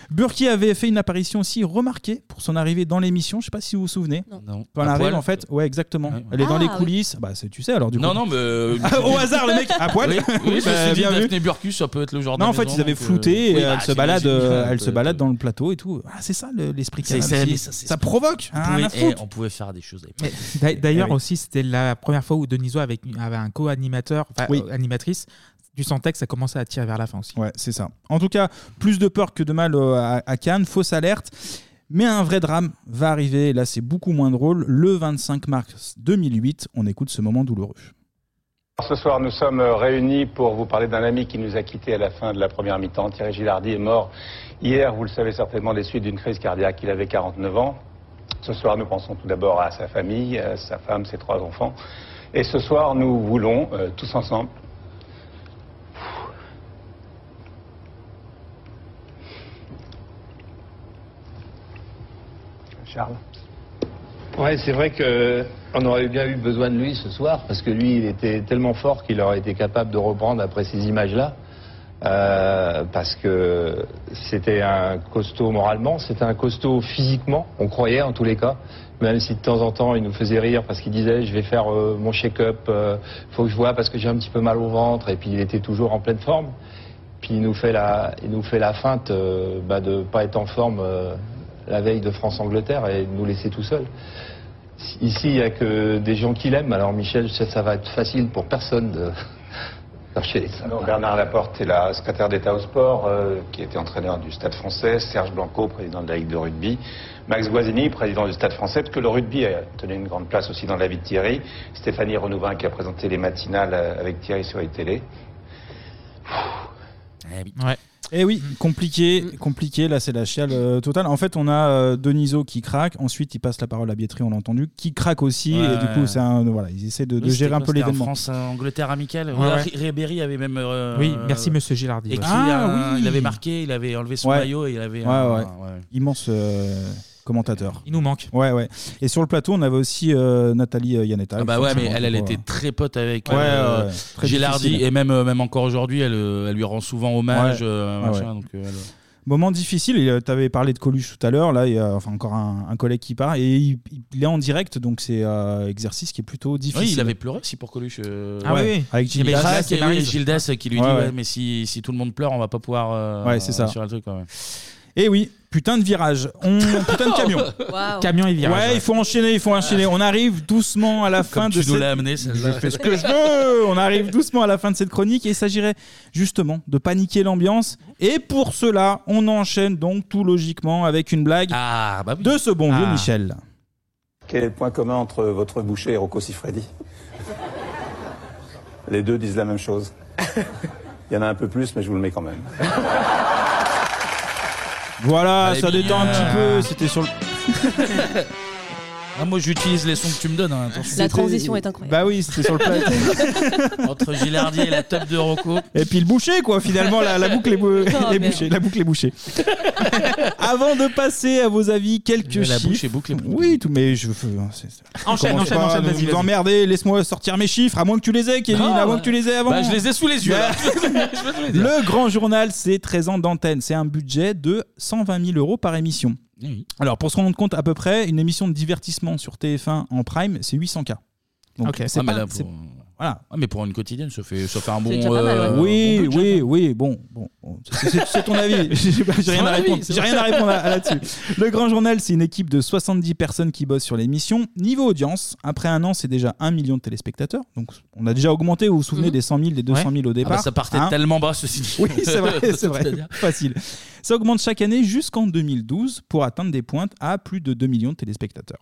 Speaker 10: Burki avait fait une apparition aussi remarquée pour son arrivée dans l'émission, je sais pas si vous vous souvenez.
Speaker 11: Non.
Speaker 10: Quand elle
Speaker 11: À
Speaker 10: arrive
Speaker 11: poil.
Speaker 10: en fait, ouais exactement, elle est dans
Speaker 11: Ah,
Speaker 10: les
Speaker 11: oui.
Speaker 10: coulisses, bah c'est- tu sais alors du coup.
Speaker 11: Non, non, mais. euh,
Speaker 10: Au hasard, le mec, à poil.
Speaker 11: Oui, oui,
Speaker 10: Oui,
Speaker 11: je
Speaker 10: bah,
Speaker 11: me suis dit,
Speaker 10: bien vu.
Speaker 11: Daphné Burkus, ça peut être le genre de
Speaker 10: Non, en fait,
Speaker 11: maison,
Speaker 10: ils avaient
Speaker 11: donc, euh,
Speaker 10: flouté, et
Speaker 11: oui, bah,
Speaker 10: elle se
Speaker 11: c'est
Speaker 10: balade,
Speaker 11: logique,
Speaker 10: euh,
Speaker 11: ça
Speaker 10: elle
Speaker 11: peut
Speaker 10: se
Speaker 11: être-
Speaker 10: balade dans le plateau et tout. Ah, c'est ça le- l'esprit
Speaker 11: C'est-
Speaker 10: canal.
Speaker 11: c'est-
Speaker 10: aussi.
Speaker 11: mais ça, c'est-
Speaker 10: provoque.
Speaker 11: On
Speaker 10: hein,
Speaker 11: pouvait-
Speaker 10: la
Speaker 11: eh,
Speaker 10: foute.
Speaker 11: on pouvait faire des choses. avec.
Speaker 13: D'a- D'ailleurs
Speaker 11: Eh oui.
Speaker 13: aussi, c'était la première fois où Deniso avec, avait un co-animateur, enfin,
Speaker 10: Oui.
Speaker 13: euh, animatrice. Du sentais que ça commençait à tirer vers la fin aussi.
Speaker 10: Ouais, c'est ça. En tout cas, plus de peur que de mal euh, à, à Cannes, fausse alerte. Mais un vrai drame va arriver, et là c'est beaucoup moins drôle. Le 25 mars 2008, on écoute ce moment douloureux.
Speaker 28: Ce soir, nous sommes euh, réunis pour vous parler d'un ami qui nous a quittés à la fin de la première mi-temps. Thierry Gilardi est mort hier, vous le savez certainement, des suites d'une crise cardiaque. Il avait 49 ans. Ce soir, nous pensons tout d'abord à sa famille, euh, sa femme, ses trois enfants. Et ce soir, nous voulons, euh, tous ensemble, Charles.
Speaker 22: Ouais, c'est vrai que on aurait bien eu besoin de lui ce soir, parce que lui, il était tellement fort qu'il aurait été capable de reprendre après ces images-là. Euh, parce que c'était un costaud moralement, c'était un costaud physiquement, on croyait en tous les cas, même si de temps en temps il nous faisait rire parce qu'il disait je vais faire euh, mon check-up, euh, faut que je vois parce que j'ai un petit peu mal au ventre, et puis il était toujours en pleine forme. Puis il nous fait la, il nous fait la feinte euh, bah, de ne pas être en forme euh, la veille de France-Angleterre et de nous laisser tout seuls. Ici, il n'y a que des gens qui l'aiment. Alors, Michel, ça, ça va être facile pour personne de chercher les salons.
Speaker 28: Non, Bernard Laporte est la secrétaire d'État au sport, euh, qui était entraîneur du Stade français, Serge Blanco, président de la Ligue de rugby, Max Guazzini, président du Stade français, parce que le rugby a tenu une grande place aussi dans la vie de Thierry, Stéphanie Renouvin qui a présenté les matinales euh, avec Thierry sur les télés.
Speaker 10: Et Eh oui,
Speaker 11: Mm.
Speaker 10: compliqué, compliqué. Là, c'est la chiale euh, totale. En fait, on a euh, Deniso qui craque. Ensuite, il passe la parole à Bietri, on l'a entendu, qui craque aussi.
Speaker 11: Ouais,
Speaker 10: et du coup,
Speaker 11: ouais.
Speaker 10: c'est un, voilà, ils essaient de, de
Speaker 11: Oui, c'était
Speaker 10: gérer un
Speaker 11: quoi,
Speaker 10: peu
Speaker 11: c'était en
Speaker 10: l'événement.
Speaker 11: France, euh, Angleterre amicale.
Speaker 10: Ouais, ouais.
Speaker 11: Ré- Ribéry avait même. euh,
Speaker 13: Oui, merci, monsieur Gilardi.
Speaker 11: écrit
Speaker 13: Ah,
Speaker 11: un-
Speaker 13: oui.
Speaker 11: Il avait marqué, il avait enlevé son
Speaker 10: Ouais.
Speaker 11: maillot et il avait.
Speaker 10: Ouais,
Speaker 11: un-
Speaker 10: ouais.
Speaker 11: hein. ouais.
Speaker 10: Immense euh, commentateur.
Speaker 13: Il nous manque.
Speaker 10: Ouais, ouais. Et sur le plateau, on avait aussi euh, Nathalie euh, Yanetta.
Speaker 11: Ah bah ouais, mais
Speaker 10: forcément,
Speaker 11: elle, elle
Speaker 10: pour,
Speaker 11: était
Speaker 10: euh,
Speaker 11: très pote avec
Speaker 10: Ouais,
Speaker 11: euh,
Speaker 10: ouais, ouais. Très
Speaker 11: Gilardi
Speaker 10: difficile.
Speaker 11: et même, euh, même encore aujourd'hui, elle, euh, elle lui rend souvent hommage.
Speaker 10: Ouais.
Speaker 11: euh,
Speaker 10: Ouais,
Speaker 11: machin,
Speaker 10: ouais.
Speaker 11: donc, euh, elle-
Speaker 10: Moment difficile, et tu avais parlé de Coluche tout à l'heure, là il y a enfin, encore un, un collègue qui part, et il, il est en direct, donc c'est un exercice qui est plutôt difficile.
Speaker 11: Oui, il avait pleuré aussi pour Coluche. euh,
Speaker 10: Ah oui, oui. Avec Gildas.
Speaker 11: Il
Speaker 10: Gildas et
Speaker 11: y avait et oui,
Speaker 10: Maryse.
Speaker 11: Gildas qui lui dit
Speaker 10: Ouais, ouais.
Speaker 11: ouais, mais si, si tout le monde pleure, on va pas pouvoir euh,
Speaker 10: Ouais, c'est ça.
Speaker 11: assurer le truc. quoi, ouais.
Speaker 10: Et Eh oui, putain de virage. On... Putain de camion.
Speaker 13: Waouh. Camion et virage,
Speaker 10: Ouais,
Speaker 13: ouais.
Speaker 10: il faut enchaîner, il faut
Speaker 11: Ah,
Speaker 10: enchaîner. On arrive doucement à la fin de
Speaker 11: tu nous
Speaker 10: cette-
Speaker 11: l'as amené,
Speaker 10: Je
Speaker 11: celle-là.
Speaker 10: fais ce que je veux. On arrive doucement à la fin de cette chronique et il s'agirait justement de paniquer l'ambiance. Et pour cela, on enchaîne donc tout logiquement avec une blague
Speaker 11: bah
Speaker 10: de ce bon vieux
Speaker 21: Ah.
Speaker 10: Michel.
Speaker 21: Quel est le point commun entre votre boucher et Rocco Siffredi Les deux disent la même chose. Il y en a un peu plus, mais je vous le mets quand même.
Speaker 10: Voilà,
Speaker 11: Elle est
Speaker 10: ça détend un
Speaker 11: mignonne.
Speaker 10: petit peu. Euh, C'était sur le.
Speaker 11: Ah, moi, j'utilise les sons que tu me donnes. hein, attention.
Speaker 12: La transition est incroyable.
Speaker 10: Bah oui, c'était sur le plateau.
Speaker 11: Entre Gilardi et la top de Rocco.
Speaker 10: Et puis le boucher, quoi, finalement, la, la boucle est, bou-
Speaker 11: Oh,
Speaker 10: est
Speaker 11: merde.
Speaker 10: bouchée. La boucle est bouchée. Avant de passer à vos avis, quelques
Speaker 11: Mais la
Speaker 10: chiffres.
Speaker 11: bouche est bouclée.
Speaker 10: Oui, tout, mais je veux. hein, c'est- c'est-
Speaker 11: Enchaîne,
Speaker 10: commence
Speaker 11: enchaîne,
Speaker 10: pas
Speaker 11: enchaîne,
Speaker 10: à
Speaker 11: vas-y,
Speaker 10: Vous
Speaker 11: vas-y.
Speaker 10: emmerdez, laisse-moi sortir mes chiffres, à moins que tu les aies, Kevin,
Speaker 11: Non,
Speaker 10: à moins
Speaker 11: ouais.
Speaker 10: que tu les aies avant.
Speaker 11: Bah, je les ai sous les yeux. là.
Speaker 10: Le grand journal, c'est 13 ans d'antenne. C'est un budget de 120 000 euros par émission.
Speaker 11: Eh Oui.
Speaker 10: Alors, pour se rendre compte à peu près, une émission de divertissement sur TF1 en prime, c'est 800K. Donc, c'est
Speaker 11: Ah, mais
Speaker 10: pas-
Speaker 11: là,
Speaker 10: c'est-
Speaker 11: pour-
Speaker 10: Voilà.
Speaker 11: Ah, mais pour une quotidienne, ça fait, ça fait un bon. euh,
Speaker 10: oui, oui, oui, bon, bon, bon, c'est- c'est c'est ton avis. J'ai pas- j'ai
Speaker 11: C'est
Speaker 10: rien,
Speaker 11: mon
Speaker 10: à
Speaker 11: avis,
Speaker 10: répondre.
Speaker 11: c'est
Speaker 10: J'ai
Speaker 11: vrai.
Speaker 10: rien à répondre à- à là-dessus. Le Grand Journal, c'est une équipe de 70 personnes qui bossent sur l'émission. Niveau audience, après un an, c'est déjà 1 million de téléspectateurs. Donc, on a déjà augmenté, vous vous
Speaker 11: Mhm.
Speaker 10: souvenez, des 100 000, des 200 000 au
Speaker 11: Ah,
Speaker 10: départ.
Speaker 11: bah, ça partait
Speaker 10: Hein
Speaker 11: tellement bas, ceci dit.
Speaker 10: Oui, c'est vrai, c'est vrai.
Speaker 11: C'est-à-dire
Speaker 10: Facile. Ça augmente chaque année jusqu'en 2012 pour atteindre des pointes à plus de 2 millions de téléspectateurs.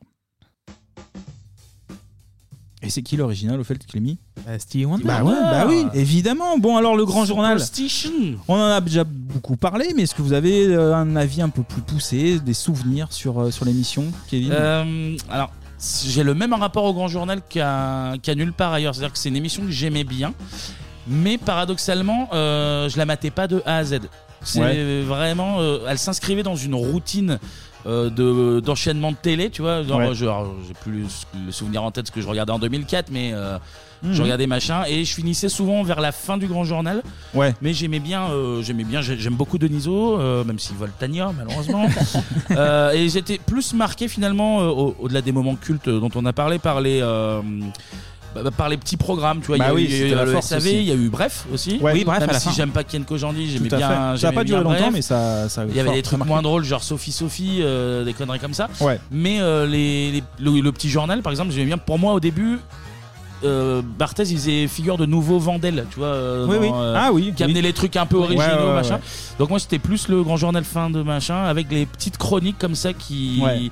Speaker 10: Et c'est qui l'original au fait qu'il est mis
Speaker 13: Stevie Wonder.
Speaker 10: Bah, ouais, bah oui, évidemment. Bon, alors le grand journal.
Speaker 11: Superstition.
Speaker 10: On en a déjà beaucoup parlé, mais est-ce que vous avez euh, un avis un peu plus poussé, des souvenirs sur, euh, sur l'émission, Kevin
Speaker 11: Euh, alors, j'ai le même rapport au Grand Journal qu'à qu'à nulle part ailleurs. C'est-à-dire que c'est une émission que j'aimais bien, mais paradoxalement, euh, je la matais pas de A à Z. C'est
Speaker 10: Ouais.
Speaker 11: vraiment, euh, elle s'inscrivait dans une routine. euh, de d'enchaînement de télé tu vois genre
Speaker 10: Ouais.
Speaker 11: je- alors, j'ai plus le, s- le souvenir en tête de ce que je regardais en 2004 mais euh,
Speaker 10: Mhm.
Speaker 11: je regardais machin et je finissais souvent vers la fin du grand journal
Speaker 10: Ouais.
Speaker 11: mais j'aimais bien euh, j'aimais bien j'ai- j'aime beaucoup Deniso euh, même s'il Voltania malheureusement Euh, et j'étais plus marqué finalement euh, au- au-delà des moments cultes dont on a parlé par les euh, bah, bah, par les petits programmes tu vois
Speaker 10: Bah
Speaker 11: il y a
Speaker 10: oui,
Speaker 11: eu- il y a eu,
Speaker 10: c'était la
Speaker 11: le
Speaker 10: force
Speaker 11: SAV
Speaker 10: aussi.
Speaker 11: il y a eu bref aussi
Speaker 10: Ouais, oui, Bref,
Speaker 11: même
Speaker 10: à la
Speaker 11: si
Speaker 10: fin.
Speaker 11: j'aime pas Ken Kojandi j'aimais
Speaker 10: Tout à fait.
Speaker 11: bien
Speaker 10: Ça a
Speaker 11: j'aimais
Speaker 10: pas duré
Speaker 11: bien
Speaker 10: longtemps,
Speaker 11: Bref.
Speaker 10: mais ça- ça a
Speaker 11: il y avait
Speaker 10: fort
Speaker 11: des trucs
Speaker 10: marqué.
Speaker 11: moins drôles genre Sophie Sophie euh, des conneries comme ça
Speaker 10: Ouais.
Speaker 11: mais euh, les, les- le, le petit journal par exemple j'aimais bien pour moi au début euh, Barthez il faisait figure de nouveau Vandel tu vois euh,
Speaker 10: Oui,
Speaker 11: dans,
Speaker 10: oui. Ah oui,
Speaker 11: qui
Speaker 10: oui.
Speaker 11: amenait les trucs un peu
Speaker 10: Ouais,
Speaker 11: originaux
Speaker 10: ouais, ouais,
Speaker 11: machin
Speaker 10: ouais.
Speaker 11: donc moi c'était plus le grand journal fin de machin avec les petites chroniques comme ça qui
Speaker 10: Ouais.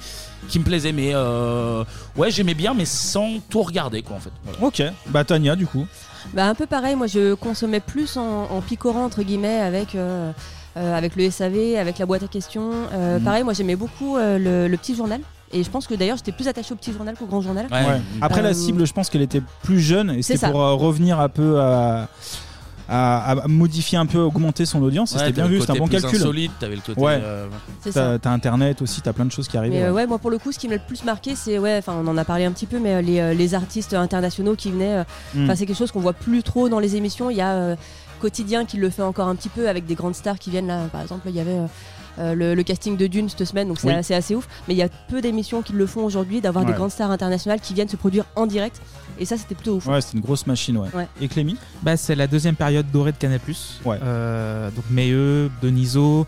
Speaker 11: qui me plaisaient mais euh, ouais j'aimais bien mais sans tout regarder quoi en fait Voilà.
Speaker 10: Ok, bah Tania du coup.
Speaker 12: Bah, un peu pareil, moi je consommais plus en, en picorant entre guillemets avec, euh, euh, avec le SAV, avec la boîte à questions. Euh,
Speaker 10: Mhm.
Speaker 12: Pareil, moi j'aimais beaucoup euh, le, le petit journal. Et je pense que d'ailleurs j'étais plus attachée au petit journal qu'au grand journal.
Speaker 10: Ouais. Après
Speaker 12: Euh,
Speaker 10: la cible, je pense qu'elle était plus jeune et
Speaker 12: C'est
Speaker 10: c'était
Speaker 12: ça.
Speaker 10: pour euh, revenir un peu à, à- à modifier un peu, augmenter son audience. et
Speaker 11: Ouais,
Speaker 10: c'était bien
Speaker 11: t'avais
Speaker 10: vu,
Speaker 11: le
Speaker 10: c'était un
Speaker 11: côté
Speaker 10: bon
Speaker 11: plus
Speaker 10: calcul.
Speaker 11: insolite, t'avais le côté,
Speaker 10: Ouais.
Speaker 11: euh,
Speaker 12: C'est
Speaker 10: T'as
Speaker 12: ça.
Speaker 10: t'as internet aussi, t'as plein de choses qui arrivent.
Speaker 12: Mais euh, ouais, moi pour le coup, ce qui m'a le plus marqué, c'est ouais, enfin on en a parlé un petit peu, mais euh, les, euh, les artistes internationaux qui venaient, euh,
Speaker 10: Mm.
Speaker 12: enfin c'est quelque chose qu'on voit plus trop dans les émissions. Il y a euh, quotidien qui le fait encore un petit peu avec des grandes stars qui viennent là. Par exemple, il y avait euh, euh, le, le casting de Dune cette semaine, donc c'est
Speaker 10: Oui.
Speaker 12: assez, assez ouf. Mais il y a peu d'émissions qui le font aujourd'hui, d'avoir
Speaker 10: Ouais.
Speaker 12: des grandes stars internationales qui viennent se produire en direct. Et ça, c'était plutôt ouf.
Speaker 10: Ouais, c'est une grosse machine, ouais.
Speaker 12: Ouais.
Speaker 10: Et Clémy
Speaker 13: bah, C'est la deuxième période dorée de Canal. Euh, donc Meilleux, Deniso,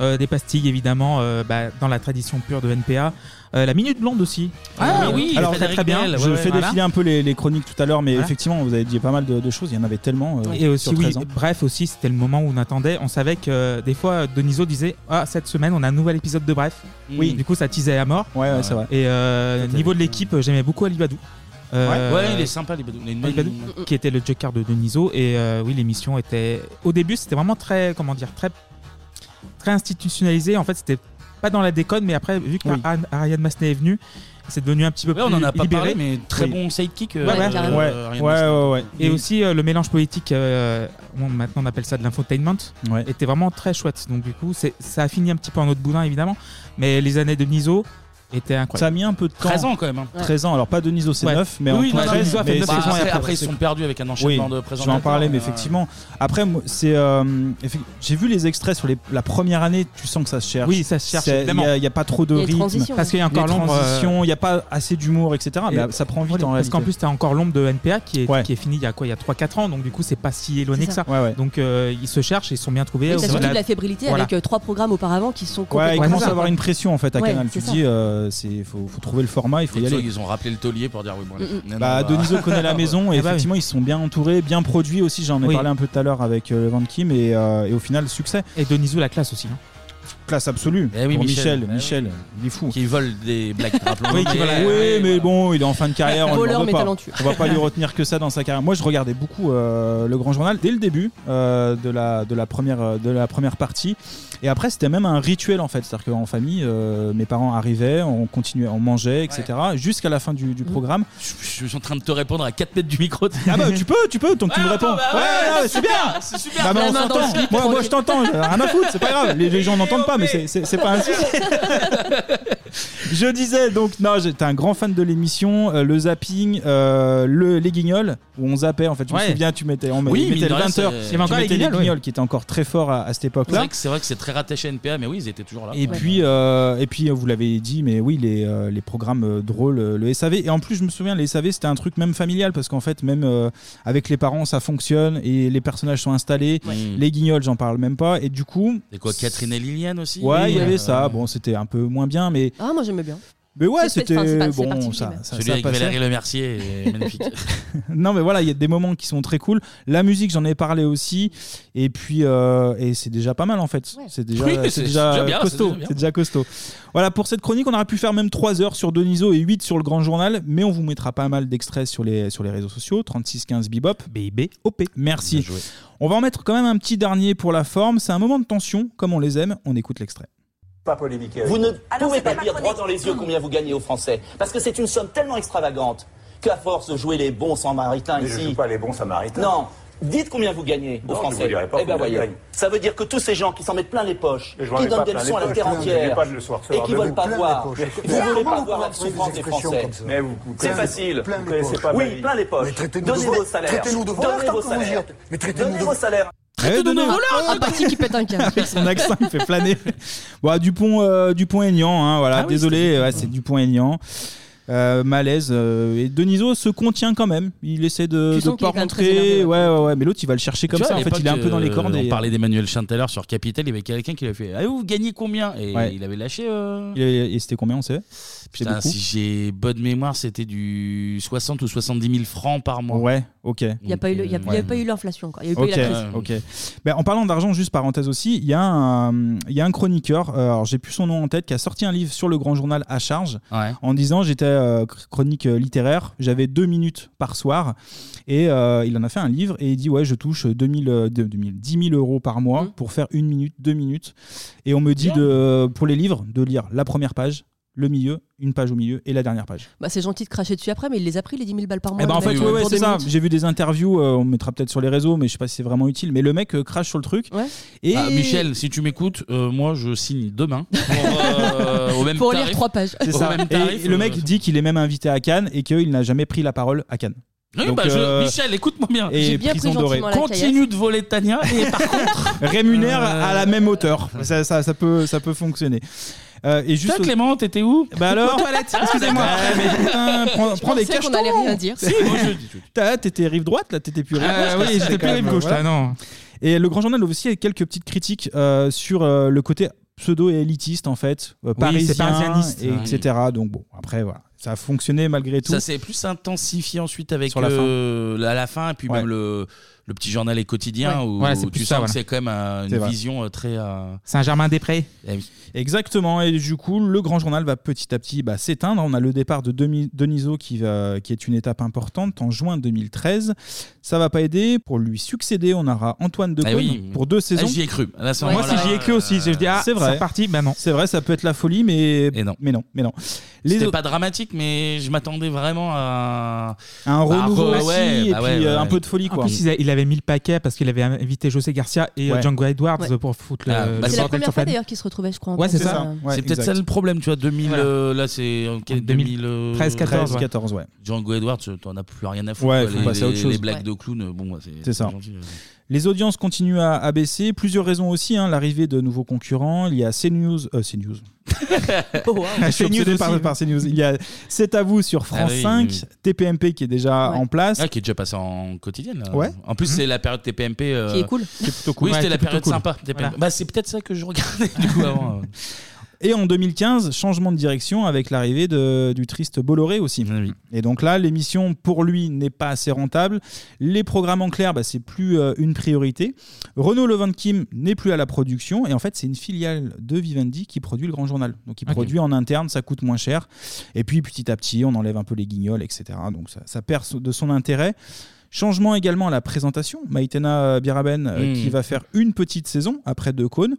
Speaker 13: euh, des pastilles évidemment, euh, bah, dans la tradition pure de NPA. Euh, la Minute Blonde aussi.
Speaker 11: Ah
Speaker 13: Euh, alors très très bien.
Speaker 10: Je
Speaker 13: Ouais,
Speaker 10: fais
Speaker 13: voilà.
Speaker 10: défiler un peu les, les chroniques tout à l'heure, mais
Speaker 13: Voilà.
Speaker 10: effectivement, vous avez dit pas mal de, de choses. Il y en avait tellement. euh,
Speaker 13: Et aussi,
Speaker 10: sur
Speaker 13: oui,
Speaker 10: 13 ans.
Speaker 13: bref, aussi, c'était le moment où on attendait. On savait que euh, des fois, Deniso disait Ah, cette semaine, on a un nouvel épisode de Bref.
Speaker 11: Mm.
Speaker 10: Oui.
Speaker 13: Du coup, ça teasait à mort.
Speaker 10: Ouais, ouais, c'est vrai.
Speaker 13: Et euh, niveau de l'équipe, j'aimais beaucoup Ali Badou. Euh,
Speaker 11: ouais il est sympa les Badou. Il a une bonne-
Speaker 13: Ali Badou, qui était le joker de Deniso. Et euh, oui, l'émission était. Au début, c'était vraiment très. Comment dire Très, très institutionnalisé. En fait, c'était pas dans la déconne, mais après, vu que
Speaker 11: Oui.
Speaker 13: Ariane- Ariane Massenet est venue, c'est devenu un petit peu
Speaker 11: Ouais,
Speaker 13: plus.
Speaker 11: on en a pas
Speaker 13: libéré.
Speaker 11: parlé, mais très
Speaker 13: Oui.
Speaker 11: bon sidekick. euh,
Speaker 13: Ouais, ouais.
Speaker 11: euh, Ariane Massenet.
Speaker 13: Et aussi euh, le mélange politique, euh, on- maintenant on appelle ça de l'infotainment, était vraiment très chouette. Donc du coup, c'est- ça a fini un petit peu en autre boudin évidemment, mais les années de Niso,
Speaker 10: était incroyable. Ça a mis un peu de temps.
Speaker 11: 13 ans, quand même, hein.
Speaker 10: 13 ans, alors pas Denise c'est
Speaker 11: Ouais.
Speaker 10: 9, mais
Speaker 11: Oui,
Speaker 10: en
Speaker 11: non, non,
Speaker 10: 13,
Speaker 11: Denise Ossef,
Speaker 10: mais c'est-
Speaker 11: neuf, c'est après-
Speaker 10: c'est-
Speaker 11: après, ils se sont perdus avec un enchaînement de
Speaker 10: Je vais en
Speaker 11: présentateurs,
Speaker 10: parler, mais
Speaker 11: euh,
Speaker 10: effectivement. Après, moi, c'est euh, effe- j'ai vu les extraits sur les- la première année, tu sens que ça se cherche.
Speaker 13: Oui, ça se cherche,
Speaker 10: C'est- Il
Speaker 13: évidemment.
Speaker 10: n'y a, pas trop de
Speaker 13: Il y a les
Speaker 10: rythme.
Speaker 13: transitions. Parce qu'il y a encore
Speaker 10: Les
Speaker 13: l'ombre, euh,
Speaker 10: transitions, il n'y a pas assez d'humour, etc. Mais
Speaker 13: Et-
Speaker 10: ça prend vite
Speaker 13: voilà,
Speaker 10: en
Speaker 13: Parce
Speaker 10: réalité.
Speaker 13: qu'en plus, t'as encore l'ombre de NPA qui est,
Speaker 10: Ouais.
Speaker 13: qui est fini il y a quoi Il y a 3-4 ans, donc du coup, c'est pas si éloigné
Speaker 12: C'est
Speaker 13: que
Speaker 12: ça.
Speaker 13: ça. Donc euh, ils se cherchent et ils sont bien trouvés.
Speaker 12: Et
Speaker 13: Au
Speaker 12: t'as surtout
Speaker 13: final-
Speaker 12: de la fébrilité
Speaker 13: Voilà.
Speaker 12: avec euh, trois programmes auparavant qui sont complètement.
Speaker 10: Ouais, il commence à
Speaker 12: différents.
Speaker 10: avoir une pression en fait à
Speaker 12: Ouais,
Speaker 10: Canal. Tu
Speaker 12: c'est
Speaker 10: te
Speaker 12: ça.
Speaker 10: dis, euh, c'est faut, faut trouver le format, il faut y
Speaker 11: Et toi,
Speaker 10: aller.
Speaker 11: Ils ont rappelé le taulier pour dire oui, bon.
Speaker 12: Mm, mm.
Speaker 11: non,
Speaker 10: Bah,
Speaker 11: non,
Speaker 10: Deniso connaît la maison et
Speaker 11: Ah bah oui.
Speaker 10: effectivement ils sont bien entourés, bien produits aussi. J'en ai
Speaker 11: Oui.
Speaker 10: parlé un peu tout à l'heure avec euh, Van Kim et, euh, et au final succès.
Speaker 13: Et Deniso la classe aussi.
Speaker 10: Classe absolue.
Speaker 11: Eh oui,
Speaker 10: pour
Speaker 11: Michel,
Speaker 10: Michel,
Speaker 11: Ah eh oui.
Speaker 10: Michel, il est fou.
Speaker 11: Qui vole des blagues, rappelons-le.
Speaker 10: Oui, qui va la-
Speaker 11: Mais-
Speaker 10: Oui, mais bon, il est en fin de carrière. On, lui
Speaker 11: Voleur,
Speaker 10: en veut
Speaker 11: mais
Speaker 10: pas.
Speaker 11: talentueux.
Speaker 10: on va pas lui retenir que ça dans sa carrière. Moi, je regardais beaucoup euh, le Grand Journal dès le début euh, de, la, de, la première, euh, de la première partie. Et après, c'était même un rituel en fait. C'est-à-dire qu'en famille, euh, mes parents arrivaient, on continuait, on mangeait, etc. Jusqu'à la fin du, du programme.
Speaker 11: Je suis en train de te répondre à 4 mètres du micro.
Speaker 10: Ah bah tu peux, tu peux, tant que tu me réponds.
Speaker 11: bah
Speaker 10: Ah
Speaker 11: ouais,
Speaker 10: ouais,
Speaker 11: c'est
Speaker 10: c'est
Speaker 11: super,
Speaker 10: bien.
Speaker 11: c'est super.
Speaker 10: Bah, bah,
Speaker 11: La
Speaker 10: on
Speaker 11: main dans le
Speaker 10: s'entend. Moi,
Speaker 11: slip,
Speaker 10: moi,
Speaker 11: tranquille.
Speaker 10: je t'entends. j'en ai Rien à foutre, c'est pas grave. Les, les gens n'entendent pas, mais c'est- c'est c'est pas un souci. Je disais donc, non, j'étais un grand fan de l'émission, euh, le zapping, euh, le, les guignols, où on zappait en fait. Je
Speaker 11: Ouais.
Speaker 10: me souviens, tu mettais, on met-
Speaker 11: Oui,
Speaker 10: tu mettais
Speaker 11: mine de
Speaker 10: le
Speaker 11: rien,
Speaker 10: 20h.
Speaker 11: c'est- euh, Il y avait
Speaker 10: Tu
Speaker 11: encore les
Speaker 10: mettais les
Speaker 11: guignols, oui.
Speaker 10: guignols qui étaient encore très forts à, à cette
Speaker 11: C'est
Speaker 10: époque-là.
Speaker 11: vrai que- C'est vrai que c'est très rattaché à NPA, mais oui, ils étaient
Speaker 12: Ah,
Speaker 11: toujours là.
Speaker 10: Et puis, euh, et puis euh, vous l'avez dit, mais oui, les, euh, les programmes euh, drôles, euh, le SAV. Et en plus, je me souviens, les SAV, c'était un truc même familial, parce qu'en fait, même euh, avec les parents, ça fonctionne, et les personnages sont installés. Les guignols, j'en parle même pas. Et du coup.
Speaker 11: Mm. Et quoi, Catherine et Liliane aussi
Speaker 10: Ouais, il y
Speaker 11: euh,
Speaker 10: avait ça. Bon, c'était un peu moins bien, mais.
Speaker 12: Ah, moi j'aimais bien.
Speaker 10: Mais ouais,
Speaker 12: C'est-
Speaker 10: c'était.
Speaker 12: enfin, c'est pas- c'est
Speaker 10: bon,
Speaker 12: particulier,
Speaker 10: ça.
Speaker 12: mais-
Speaker 10: ça-
Speaker 11: Celui
Speaker 10: ça
Speaker 11: avec
Speaker 10: passait.
Speaker 11: Valérie Le Mercier est magnifique.
Speaker 10: non, mais voilà, il y a des moments qui sont très cool. La musique, j'en ai parlé aussi. Et puis, euh, et c'est déjà pas mal en fait. C'est déjà,
Speaker 11: Oui, mais
Speaker 10: c'est
Speaker 11: c'est-
Speaker 10: déjà,
Speaker 11: c'est déjà bien, c'est
Speaker 10: costaud.
Speaker 11: déjà bien.
Speaker 10: C'est déjà costaud. Voilà, pour cette chronique, on aurait pu faire même 3 heures sur Deniso et 8 sur le Grand Journal, mais on vous mettra pas mal d'extraits sur les, sur les réseaux sociaux. 3615 Bibop. B-I-B-O-P. Merci. On va en mettre quand même un petit dernier pour la forme. C'est un moment de tension, comme on les aime. On écoute l'extrait.
Speaker 3: Pas polémiquer. Vous ne pouvez pas dire droit dans les yeux combien vous gagnez aux Français, parce que c'est une somme tellement extravagante qu'à force de jouer les bons Samaritains
Speaker 2: Mais je
Speaker 3: ici.
Speaker 2: joue pas les bons Samaritains.
Speaker 3: Non. Dites combien vous gagnez aux
Speaker 2: Non, je
Speaker 3: Français.
Speaker 2: vous dirai pas
Speaker 3: Eh ben
Speaker 2: combien je
Speaker 3: voyez,
Speaker 2: gagne.
Speaker 3: ça veut dire que tous ces gens qui s'en mettent plein les poches,
Speaker 2: Mais je m'en
Speaker 3: qui
Speaker 2: mets pas
Speaker 3: donnent des
Speaker 2: plein les
Speaker 3: leçons à la
Speaker 2: poches,
Speaker 3: terre
Speaker 2: je n'ai
Speaker 3: entière,
Speaker 2: pas de leçon à recevoir
Speaker 3: et qui
Speaker 2: de
Speaker 3: ne veulent
Speaker 2: vous.
Speaker 3: pas
Speaker 2: Plein les
Speaker 3: voir,
Speaker 2: poches.
Speaker 3: vous ne voulez Comment pas vous voir la pouvez trouver souffrance des des expressions Français. comme ça Mais vous- vous- C'est plein- facile. plein les Vous connaissez poches. pas ma Oui, vie. plein les poches. Mais traitez-nous de Donnez voleurs. vos salaires. Traitez-nous de voleurs Donnez tant vos que vous y salaires. êtes. Mais traitez-nous Donnez de- vos salaires.
Speaker 10: Traitez-nous de voleurs,
Speaker 12: Un parti qui pète un câble.
Speaker 10: avec son accent, il fait planer. Bon, Dupont, euh, Dupont Aignan, hein,
Speaker 11: Ah
Speaker 10: voilà,
Speaker 12: oui,
Speaker 10: désolé, ouais, c'est Dupont Aignan. Euh, malaise euh, et Deniso se contient quand même il essaie de
Speaker 12: Tu
Speaker 10: ne
Speaker 12: sens qu'il
Speaker 10: pas
Speaker 12: est quand même très
Speaker 10: rentrer ouais
Speaker 12: énervé,
Speaker 10: ouais ouais mais l'autre il va le chercher comme
Speaker 11: Tu
Speaker 10: ça
Speaker 11: vois,
Speaker 10: en
Speaker 11: à
Speaker 10: fait il est un
Speaker 11: l'époque,
Speaker 10: peu dans les
Speaker 11: euh,
Speaker 10: cordes
Speaker 11: On
Speaker 10: et-
Speaker 11: parlait d'Emmanuel Chin tout à l'heure sur Capital, il y avait quelqu'un qui lui a fait Ah, vous gagnez combien Et
Speaker 10: Ouais.
Speaker 11: il avait lâché. euh,
Speaker 10: Il est- et c'était combien on sait C'est
Speaker 11: Putain,
Speaker 10: beaucoup
Speaker 11: si j'ai bonne mémoire, c'était du 60 ou 70 000 francs par mois. euh,
Speaker 10: Ouais, ok.
Speaker 12: Il n'y a pas eu le- il y a- il y a pas eu l'inflation. quoi. Il y a eu pas eu la
Speaker 10: Ok,
Speaker 12: crise.
Speaker 10: ok. Ben, en parlant d'argent, juste parenthèse aussi, il y, a un- il y a un chroniqueur, euh, alors j'ai plus son nom en tête, qui a sorti un livre sur le grand journal à charge en disant j'étais euh, cr- chronique euh, littéraire, j'avais deux minutes par soir et euh, il en a fait un livre et il dit ouais je touche 2000, euh, de- 2000, 10 000 euros par mois pour faire une minute, deux minutes et on me dit de, pour les livres de lire la première page, le milieu, une page au milieu et la dernière page.
Speaker 12: Bah, c'est gentil de cracher dessus après, mais il les a pris les 10 000 balles par mois.
Speaker 10: Eh ben, en
Speaker 12: le
Speaker 10: fait,
Speaker 12: mec,
Speaker 10: ouais,
Speaker 12: pour
Speaker 10: ouais,
Speaker 12: deux
Speaker 10: c'est ça.
Speaker 12: minutes.
Speaker 10: J'ai vu des interviews, euh, on mettra peut-être sur les réseaux, mais je sais pas si c'est vraiment utile. Mais le mec euh, crache sur le truc. Et
Speaker 11: Ah, Michel, si tu m'écoutes, euh, moi je signe demain pour, euh, au même
Speaker 12: Pour lire
Speaker 11: tarif.
Speaker 12: trois pages.
Speaker 10: C'est
Speaker 11: Au
Speaker 10: ça.
Speaker 11: même
Speaker 10: Et
Speaker 11: tarif,
Speaker 10: le
Speaker 11: euh,
Speaker 10: mec dit qu'il est même invité à Cannes et qu'il n'a jamais pris la parole à Cannes.
Speaker 11: Oui,
Speaker 10: Donc,
Speaker 11: bah, je-
Speaker 10: euh,
Speaker 11: Michel, écoute-moi bien.
Speaker 10: et J'ai bien pris Prison dorée. gentiment la
Speaker 11: Continue de voler Tania et par contre.
Speaker 10: rémunère à la même hauteur.
Speaker 11: Euh.
Speaker 10: Ça, ça, ça peut, ça peut fonctionner. Euh, et juste
Speaker 11: Putain, Clément, t'étais où
Speaker 10: Bah alors
Speaker 11: Aux toilettes, Ah, excusez-moi.
Speaker 10: Ouais, Ah, mais putain, prends,
Speaker 11: Je
Speaker 10: prends des
Speaker 11: pensais qu'on
Speaker 10: cachetons
Speaker 11: allait rien dire. Si, moi, je dis Ah,
Speaker 10: T'as- T'étais rive droite là, t'étais plus rive
Speaker 13: Euh,
Speaker 10: gauche.
Speaker 13: oui,
Speaker 10: là, c'était
Speaker 13: j'étais plus
Speaker 10: quand
Speaker 13: rive
Speaker 10: même,
Speaker 13: gauche, là, non.
Speaker 10: Et le Grand Journal a aussi quelques petites critiques euh, sur euh, le côté pseudo élitiste en fait, euh,
Speaker 13: Oui,
Speaker 10: parisien,
Speaker 13: c'est parisianiste.
Speaker 10: et etc. Donc bon, après voilà, ça a fonctionné malgré tout.
Speaker 11: Ça s'est plus intensifié ensuite avec
Speaker 10: Sur la fin.
Speaker 11: euh, la, la fin et puis même le, le petit journal et quotidien
Speaker 10: Ouais.
Speaker 11: où,
Speaker 10: Ouais, c'est
Speaker 11: où
Speaker 10: plus
Speaker 11: tu
Speaker 10: ça,
Speaker 11: sens
Speaker 10: voilà.
Speaker 11: que c'est quand même euh,
Speaker 10: C'est
Speaker 11: une
Speaker 10: vrai.
Speaker 11: vision euh, très. euh,
Speaker 10: Saint-Germain-des-Prés.
Speaker 11: Eh oui.
Speaker 10: Exactement. Et du coup, le grand journal va petit à petit bah, s'éteindre. On a le départ de Demi- Deniso qui, va- qui est une étape importante en juin 2013. Ça va pas aider. Pour lui succéder, on aura Antoine Decaune
Speaker 11: Eh oui.
Speaker 10: pour deux
Speaker 11: Ah,
Speaker 10: saisons.
Speaker 11: j'y ai cru. À ce
Speaker 10: Moi
Speaker 11: moment-là,
Speaker 10: aussi, j'y ai cru aussi. J'ai dit, ah,
Speaker 11: c'est
Speaker 10: c'est vrai.
Speaker 11: reparti.
Speaker 10: C'est vrai, ça peut être la folie, mais mais non, mais non. Les
Speaker 11: C'était
Speaker 10: autres-
Speaker 11: pas dramatique, mais je m'attendais vraiment à
Speaker 10: Un
Speaker 11: bah,
Speaker 10: renouveau
Speaker 11: re-
Speaker 10: aussi,
Speaker 11: ouais,
Speaker 10: et
Speaker 11: bah
Speaker 10: puis
Speaker 11: ouais, ouais,
Speaker 10: euh, un
Speaker 11: ouais.
Speaker 10: peu de folie,
Speaker 13: En
Speaker 10: quoi.
Speaker 13: plus, il, a- il avait mis le paquet parce qu'il avait invité José Garcia et euh,
Speaker 10: Ouais.
Speaker 13: Django Edwards
Speaker 12: Ouais.
Speaker 13: pour foutre le.
Speaker 11: Ah,
Speaker 13: le
Speaker 11: bah,
Speaker 12: C'est la
Speaker 13: bordel
Speaker 12: première
Speaker 13: sur
Speaker 12: fois
Speaker 13: Fab.
Speaker 12: d'ailleurs qu'ils se retrouvaient, je crois. en
Speaker 13: Ouais, c'est
Speaker 12: concert,
Speaker 13: ça.
Speaker 12: euh,
Speaker 13: Ouais,
Speaker 11: c'est peut-être
Speaker 13: exact.
Speaker 11: ça le problème, tu vois. 2000,
Speaker 13: Voilà.
Speaker 11: euh, là c'est en quel-
Speaker 13: 2013, 14, ouais.
Speaker 10: 14, ouais.
Speaker 11: euh, Django Edwards, euh, t'en as plus rien à foutre.
Speaker 10: Ouais,
Speaker 11: quoi.
Speaker 10: faut
Speaker 11: les,
Speaker 10: passer à autre
Speaker 11: les-
Speaker 10: chose.
Speaker 11: les blagues
Speaker 10: Ouais.
Speaker 11: de clown, euh, bon, bah, c'est
Speaker 10: C'est ça.
Speaker 11: pas gentil, euh.
Speaker 10: Les audiences continuent à, à baisser. Plusieurs raisons aussi. hein. L'arrivée de nouveaux concurrents. Il y a CNews. Euh, CNews. Oh, Je suis
Speaker 13: CNews
Speaker 10: hein. obsédé par-
Speaker 13: aussi.
Speaker 10: par CNews. Il y a C'est à vous sur France
Speaker 11: Ah oui,
Speaker 10: 5.
Speaker 11: oui,
Speaker 10: TPMP qui est déjà en place.
Speaker 11: Ah, qui est déjà passé en quotidienne. là.
Speaker 10: Ouais.
Speaker 11: En plus, c'est la période TPMP. euh,
Speaker 10: Mhm. Qui est cool. Qui est plutôt cool.
Speaker 11: Oui,
Speaker 10: Ouais,
Speaker 11: c'était
Speaker 10: qui
Speaker 11: la
Speaker 10: est plutôt
Speaker 11: période
Speaker 10: cool.
Speaker 11: sympa. TPMP.
Speaker 10: Voilà.
Speaker 11: Bah, c'est peut-être ça que je regardais du coup avant. euh.
Speaker 10: Et en 2015, changement de direction avec l'arrivée de- du triste Bolloré aussi. Et donc là, l'émission pour lui n'est pas assez rentable. Les programmes en clair, bah, c'est plus euh, une priorité. Renaud Levent Kim n'est plus à la production. Et en fait, c'est une filiale de Vivendi qui produit le Grand Journal. Donc il
Speaker 11: Ok.
Speaker 10: produit en interne, ça coûte moins cher. Et puis petit à petit, on enlève un peu les guignols, etc. Donc ça, ça perd so- de son intérêt. Changement également à la présentation. Maïtena Biraben euh,
Speaker 11: Mm.
Speaker 10: qui va faire une petite saison après deux cônes.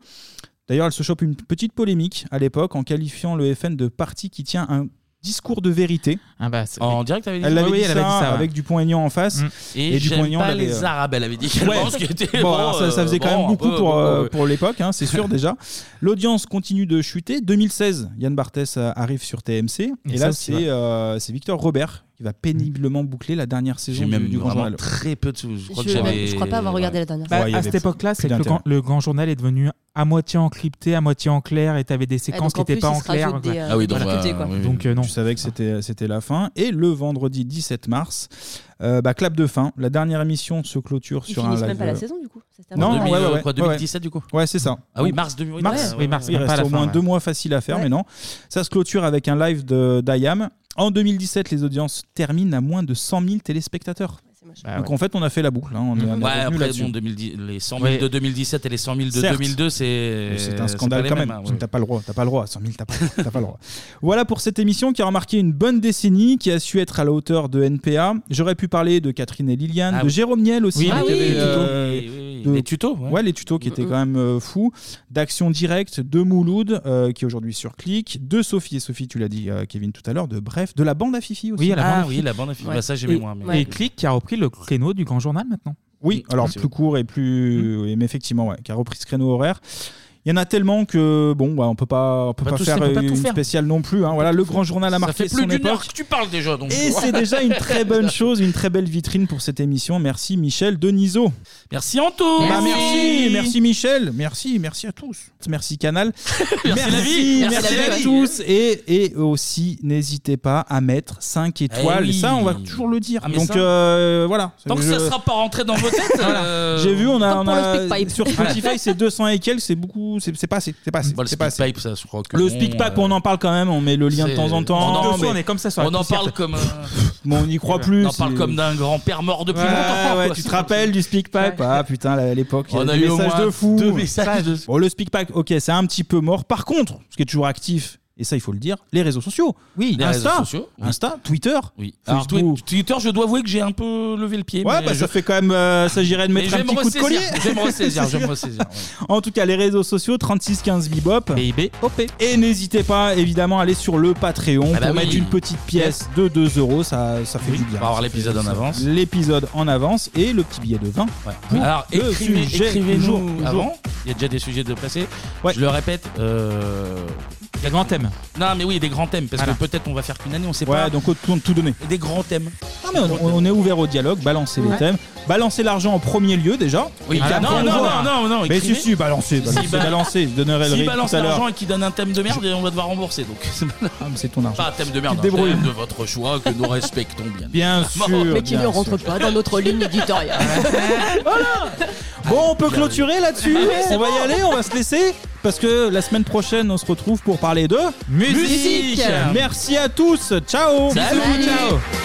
Speaker 10: D'ailleurs, elle se chope une petite polémique à l'époque en qualifiant le FN de parti qui tient un discours de vérité.
Speaker 11: en direct, elle avait dit
Speaker 10: Elle
Speaker 11: ça
Speaker 10: l'avait
Speaker 11: Ah bah, Oui,
Speaker 10: dit,
Speaker 11: elle
Speaker 10: ça,
Speaker 11: avait dit ça, ouais. Mm.
Speaker 10: avec Dupont-Aignan en face.
Speaker 11: Et,
Speaker 10: du
Speaker 11: j'aime pas
Speaker 10: l'avait,
Speaker 11: les
Speaker 10: euh,
Speaker 11: Arabes, elle avait dit également,
Speaker 10: Ouais.
Speaker 11: ce qui était.
Speaker 10: Bon, alors, ça, ça faisait quand même beaucoup pour, euh,
Speaker 11: euh,
Speaker 10: pour l'époque, hein, c'est sûr déjà. L'audience continue de chuter. 2016, Yann Barthès euh, arrive sur TMC. Et,
Speaker 11: Et ça
Speaker 10: là,
Speaker 11: aussi,
Speaker 10: c'est
Speaker 11: ouais.
Speaker 10: euh, c'est Victor Robert qui va péniblement boucler la dernière saison
Speaker 11: J'ai
Speaker 10: du,
Speaker 11: même
Speaker 10: du Grand
Speaker 11: vraiment
Speaker 10: Journal.
Speaker 11: très peu de. Je crois
Speaker 12: Je-
Speaker 11: que j'avais.
Speaker 12: je crois pas avoir regardé la dernière
Speaker 13: Bah,
Speaker 10: Ouais, il y
Speaker 13: à
Speaker 10: avait
Speaker 13: cette époque-là,
Speaker 10: plus
Speaker 13: c'est que le
Speaker 10: d'intérêt.
Speaker 13: grand, le grand journal est devenu à moitié en crypté, à moitié en clair, et tu avais des séquences qui
Speaker 12: donc en
Speaker 13: n'étaient
Speaker 12: plus,
Speaker 13: pas
Speaker 12: il
Speaker 13: en
Speaker 12: se
Speaker 13: clair.
Speaker 12: rajoute
Speaker 13: quoi.
Speaker 12: des, euh, Ah oui, donc, des
Speaker 13: Voilà.
Speaker 12: côtés, quoi. oui, oui.
Speaker 13: Donc, euh, non.
Speaker 10: Tu savais que c'était c'était la fin. Et le vendredi 17 mars, euh, bah, clap de fin. La dernière émission se clôture
Speaker 12: Ils
Speaker 10: sur un
Speaker 12: finissent
Speaker 10: live. euh,
Speaker 12: même pas la saison, du coup. Ça se termine.
Speaker 10: Non,
Speaker 11: En
Speaker 10: ouais, ouais,
Speaker 11: 2000,
Speaker 10: ouais,
Speaker 11: quoi,
Speaker 10: ouais.
Speaker 11: 2017, du coup
Speaker 10: Ouais, c'est ça.
Speaker 11: Ah oui,
Speaker 10: Donc,
Speaker 11: mars 2000,
Speaker 10: Mars,
Speaker 11: ouais, ouais, ouais.
Speaker 10: il
Speaker 11: Pas
Speaker 10: reste
Speaker 11: la
Speaker 10: au
Speaker 11: fin,
Speaker 10: moins
Speaker 11: ouais.
Speaker 10: deux mois facile à faire, mais non. Ça se clôture avec un live de d'IAM. En 2017, les audiences terminent à moins de 100 000 téléspectateurs. Donc en fait, on a fait la boucle. hein. On est- on est
Speaker 11: Mmh. Ouais,
Speaker 10: revenu
Speaker 11: après,
Speaker 10: là-dessus.
Speaker 11: bon, 2010 les 100 000
Speaker 10: Ouais.
Speaker 11: de 2017 et les 100 000 de
Speaker 10: Certes.
Speaker 11: 2002, c'est.
Speaker 10: Mais C'est un
Speaker 11: pas
Speaker 10: scandale
Speaker 11: les
Speaker 10: quand
Speaker 11: mêmes,
Speaker 10: même.
Speaker 11: hein,
Speaker 10: Tu
Speaker 11: ouais.
Speaker 10: T'as pas le droit, t'as pas le droit. 100 000, t'as pas, t'as pas le droit. Voilà pour cette émission qui a remarqué une bonne décennie, qui a su être à la hauteur de NPA. J'aurais pu parler de Catherine et Liliane,
Speaker 11: Ah
Speaker 10: de
Speaker 11: oui.
Speaker 10: Jérôme Niel aussi. hein,
Speaker 11: Oui,
Speaker 10: qui
Speaker 11: oui,
Speaker 10: avait,
Speaker 11: oui,
Speaker 10: euh,
Speaker 11: oui, oui, oui.
Speaker 10: de-
Speaker 11: Les tutos, ouais.
Speaker 10: Ouais, les tutos qui étaient quand même euh, fous. D'Action Directe, de Mouloud, euh, qui est aujourd'hui sur Click, de Sophie, et Sophie, tu l'as dit, euh, Kevin, tout à l'heure, de Bref, de la bande à Fifi aussi.
Speaker 13: Oui, à la bande à
Speaker 11: oui,
Speaker 13: Fifi.
Speaker 11: la bande à Fifi. Bah, ça, j'ai mis
Speaker 13: Et-
Speaker 11: moi, mais-
Speaker 13: Et
Speaker 11: Ouais.
Speaker 13: Click qui a repris le créneau du grand
Speaker 11: Ah,
Speaker 13: journal maintenant.
Speaker 10: Oui, alors plus court et
Speaker 11: Mmh.
Speaker 10: plus. oui, Mais effectivement, ouais, qui a repris ce créneau horaire. Il y en a tellement que, bon, bah, on peut pas, on peut
Speaker 11: Pas
Speaker 10: pas,
Speaker 11: tous,
Speaker 10: faire
Speaker 11: on peut pas tout
Speaker 10: une
Speaker 11: faire.
Speaker 10: spéciale non plus. hein. Voilà, le grand journal a
Speaker 11: Ça
Speaker 10: marqué
Speaker 11: fait plus
Speaker 10: son
Speaker 11: d'une heure
Speaker 10: époque.
Speaker 11: que tu parles déjà. Donc.
Speaker 10: Et c'est déjà une très bonne chose, une très belle vitrine pour cette émission. Merci Michel Denisot.
Speaker 11: Merci Anto.
Speaker 10: Bah, merci,
Speaker 11: Merci.
Speaker 10: merci Michel, merci, merci à tous. Merci Canal.
Speaker 11: Merci la vie.
Speaker 10: merci,
Speaker 11: Merci la
Speaker 10: à
Speaker 11: vie.
Speaker 10: tous. Et, et aussi, n'hésitez pas à mettre 5 étoiles.
Speaker 11: Eh oui.
Speaker 10: Ça, on va toujours le dire.
Speaker 11: Ah, mais
Speaker 10: Donc
Speaker 11: ça-
Speaker 10: euh, voilà.
Speaker 11: Tant que
Speaker 10: Je-
Speaker 11: ça sera pas rentré dans vos têtes. euh,
Speaker 10: J'ai vu, on a,
Speaker 11: comme
Speaker 10: on
Speaker 11: pour
Speaker 10: a-
Speaker 11: le speak pipe.
Speaker 10: sur Spotify, c'est 200 et quelques, c'est beaucoup, c'est c'est pas assez, c'est pas assez, c'est pas assez.
Speaker 11: ça, je crois que
Speaker 10: Le
Speaker 11: bon,
Speaker 10: speak pipe, on en parle quand même, on met le lien de
Speaker 11: euh, c'est-
Speaker 10: temps en temps.
Speaker 11: en-
Speaker 10: mais-
Speaker 11: On en parle comme. euh,
Speaker 10: Bon, on n'y croit plus.
Speaker 11: On en parle
Speaker 10: c'est-
Speaker 11: comme d'un grand-père mort depuis
Speaker 10: Ouais,
Speaker 11: longtemps.
Speaker 10: ouais,
Speaker 11: quoi.
Speaker 10: tu te rappelles du speak pipe Ah putain, la- à l'époque, il y
Speaker 11: On a
Speaker 10: avait des
Speaker 11: eu au
Speaker 10: messages
Speaker 11: moins
Speaker 10: de fou.
Speaker 11: deux messages de-
Speaker 10: Bon, le speak pipe, ok, c'est un petit peu mort. Par contre, ce qui est toujours actif, et ça il faut le dire, les réseaux sociaux. Oui,
Speaker 11: les
Speaker 10: Insta,
Speaker 11: réseaux sociaux, oui.
Speaker 10: Insta, Twitter.
Speaker 11: Oui. Alors,
Speaker 10: Facebook.
Speaker 11: Twi- Twitter, je dois avouer que j'ai un peu levé le pied.
Speaker 10: Ouais,
Speaker 11: mais
Speaker 10: bah,
Speaker 11: je-
Speaker 10: ça fait quand même. euh, s'agirait de
Speaker 11: Mais
Speaker 10: mettre
Speaker 11: je
Speaker 10: un
Speaker 11: vais me
Speaker 10: petit coup de collier.
Speaker 11: ressaisir, je vais me ressaisir,
Speaker 10: C'est
Speaker 11: je vais me
Speaker 10: sûr.
Speaker 11: ressaisir,
Speaker 10: En tout cas, les réseaux sociaux 3615 Bibop. Et n'hésitez pas, évidemment, à aller sur le Patreon
Speaker 11: Ah bah
Speaker 10: pour
Speaker 11: oui.
Speaker 10: mettre une petite pièce de 2 euros. Ça, ça fait du bien.
Speaker 11: On va avoir l'épisode en avance.
Speaker 10: L'épisode en avance et le petit billet de 20. pour
Speaker 11: Alors
Speaker 10: le
Speaker 11: écrivez,
Speaker 10: sujet
Speaker 11: écrivez
Speaker 10: du jour.
Speaker 11: nous avant. Il y a déjà des sujets de passé. Je le répète. Euh...
Speaker 13: Des grands thèmes.
Speaker 11: Non, mais oui, des grands thèmes parce
Speaker 10: Voilà.
Speaker 11: que peut-être on va faire qu'une année, on sait
Speaker 10: Ouais,
Speaker 11: pas.
Speaker 10: donc autant tout donner.
Speaker 11: Des grands thèmes.
Speaker 10: Non, mais on, on est ouvert au dialogue, balancez les
Speaker 11: Ouais.
Speaker 10: thèmes, balancez l'argent en premier lieu déjà.
Speaker 11: Oui,
Speaker 10: Et puis
Speaker 11: ah,
Speaker 10: après,
Speaker 11: non,
Speaker 10: on
Speaker 11: non,
Speaker 10: voit.
Speaker 11: non, non, non,
Speaker 10: Mais si,
Speaker 11: écrivez.
Speaker 10: si, balancez,
Speaker 11: Si,
Speaker 10: balancez,
Speaker 11: bah-
Speaker 10: balancez. Je donnerai le
Speaker 11: S'il
Speaker 10: rythme
Speaker 11: balance
Speaker 10: tout à l'heure.
Speaker 11: l'argent et qu'il donne un thème de merde, et on va devoir rembourser. Donc c'est pas
Speaker 10: Ah, mais c'est ton argent.
Speaker 11: pas un thème de merde,
Speaker 10: Tu
Speaker 11: un
Speaker 10: te débrouilles.
Speaker 11: thème de votre choix que nous respectons bien.
Speaker 10: Bien sûr.
Speaker 12: Bah, Mais qui
Speaker 10: bien
Speaker 12: ne rentre pas dans notre ligne éditoriale.
Speaker 10: Bon, on peut clôturer là-dessus.
Speaker 12: Ah ouais, c'est
Speaker 10: on va
Speaker 12: bon.
Speaker 10: y aller, on va se laisser. Parce que la semaine prochaine, on se retrouve pour parler de
Speaker 13: Musique.
Speaker 10: Merci à tous. Ciao.
Speaker 13: Salut.
Speaker 10: Bisous, ciao.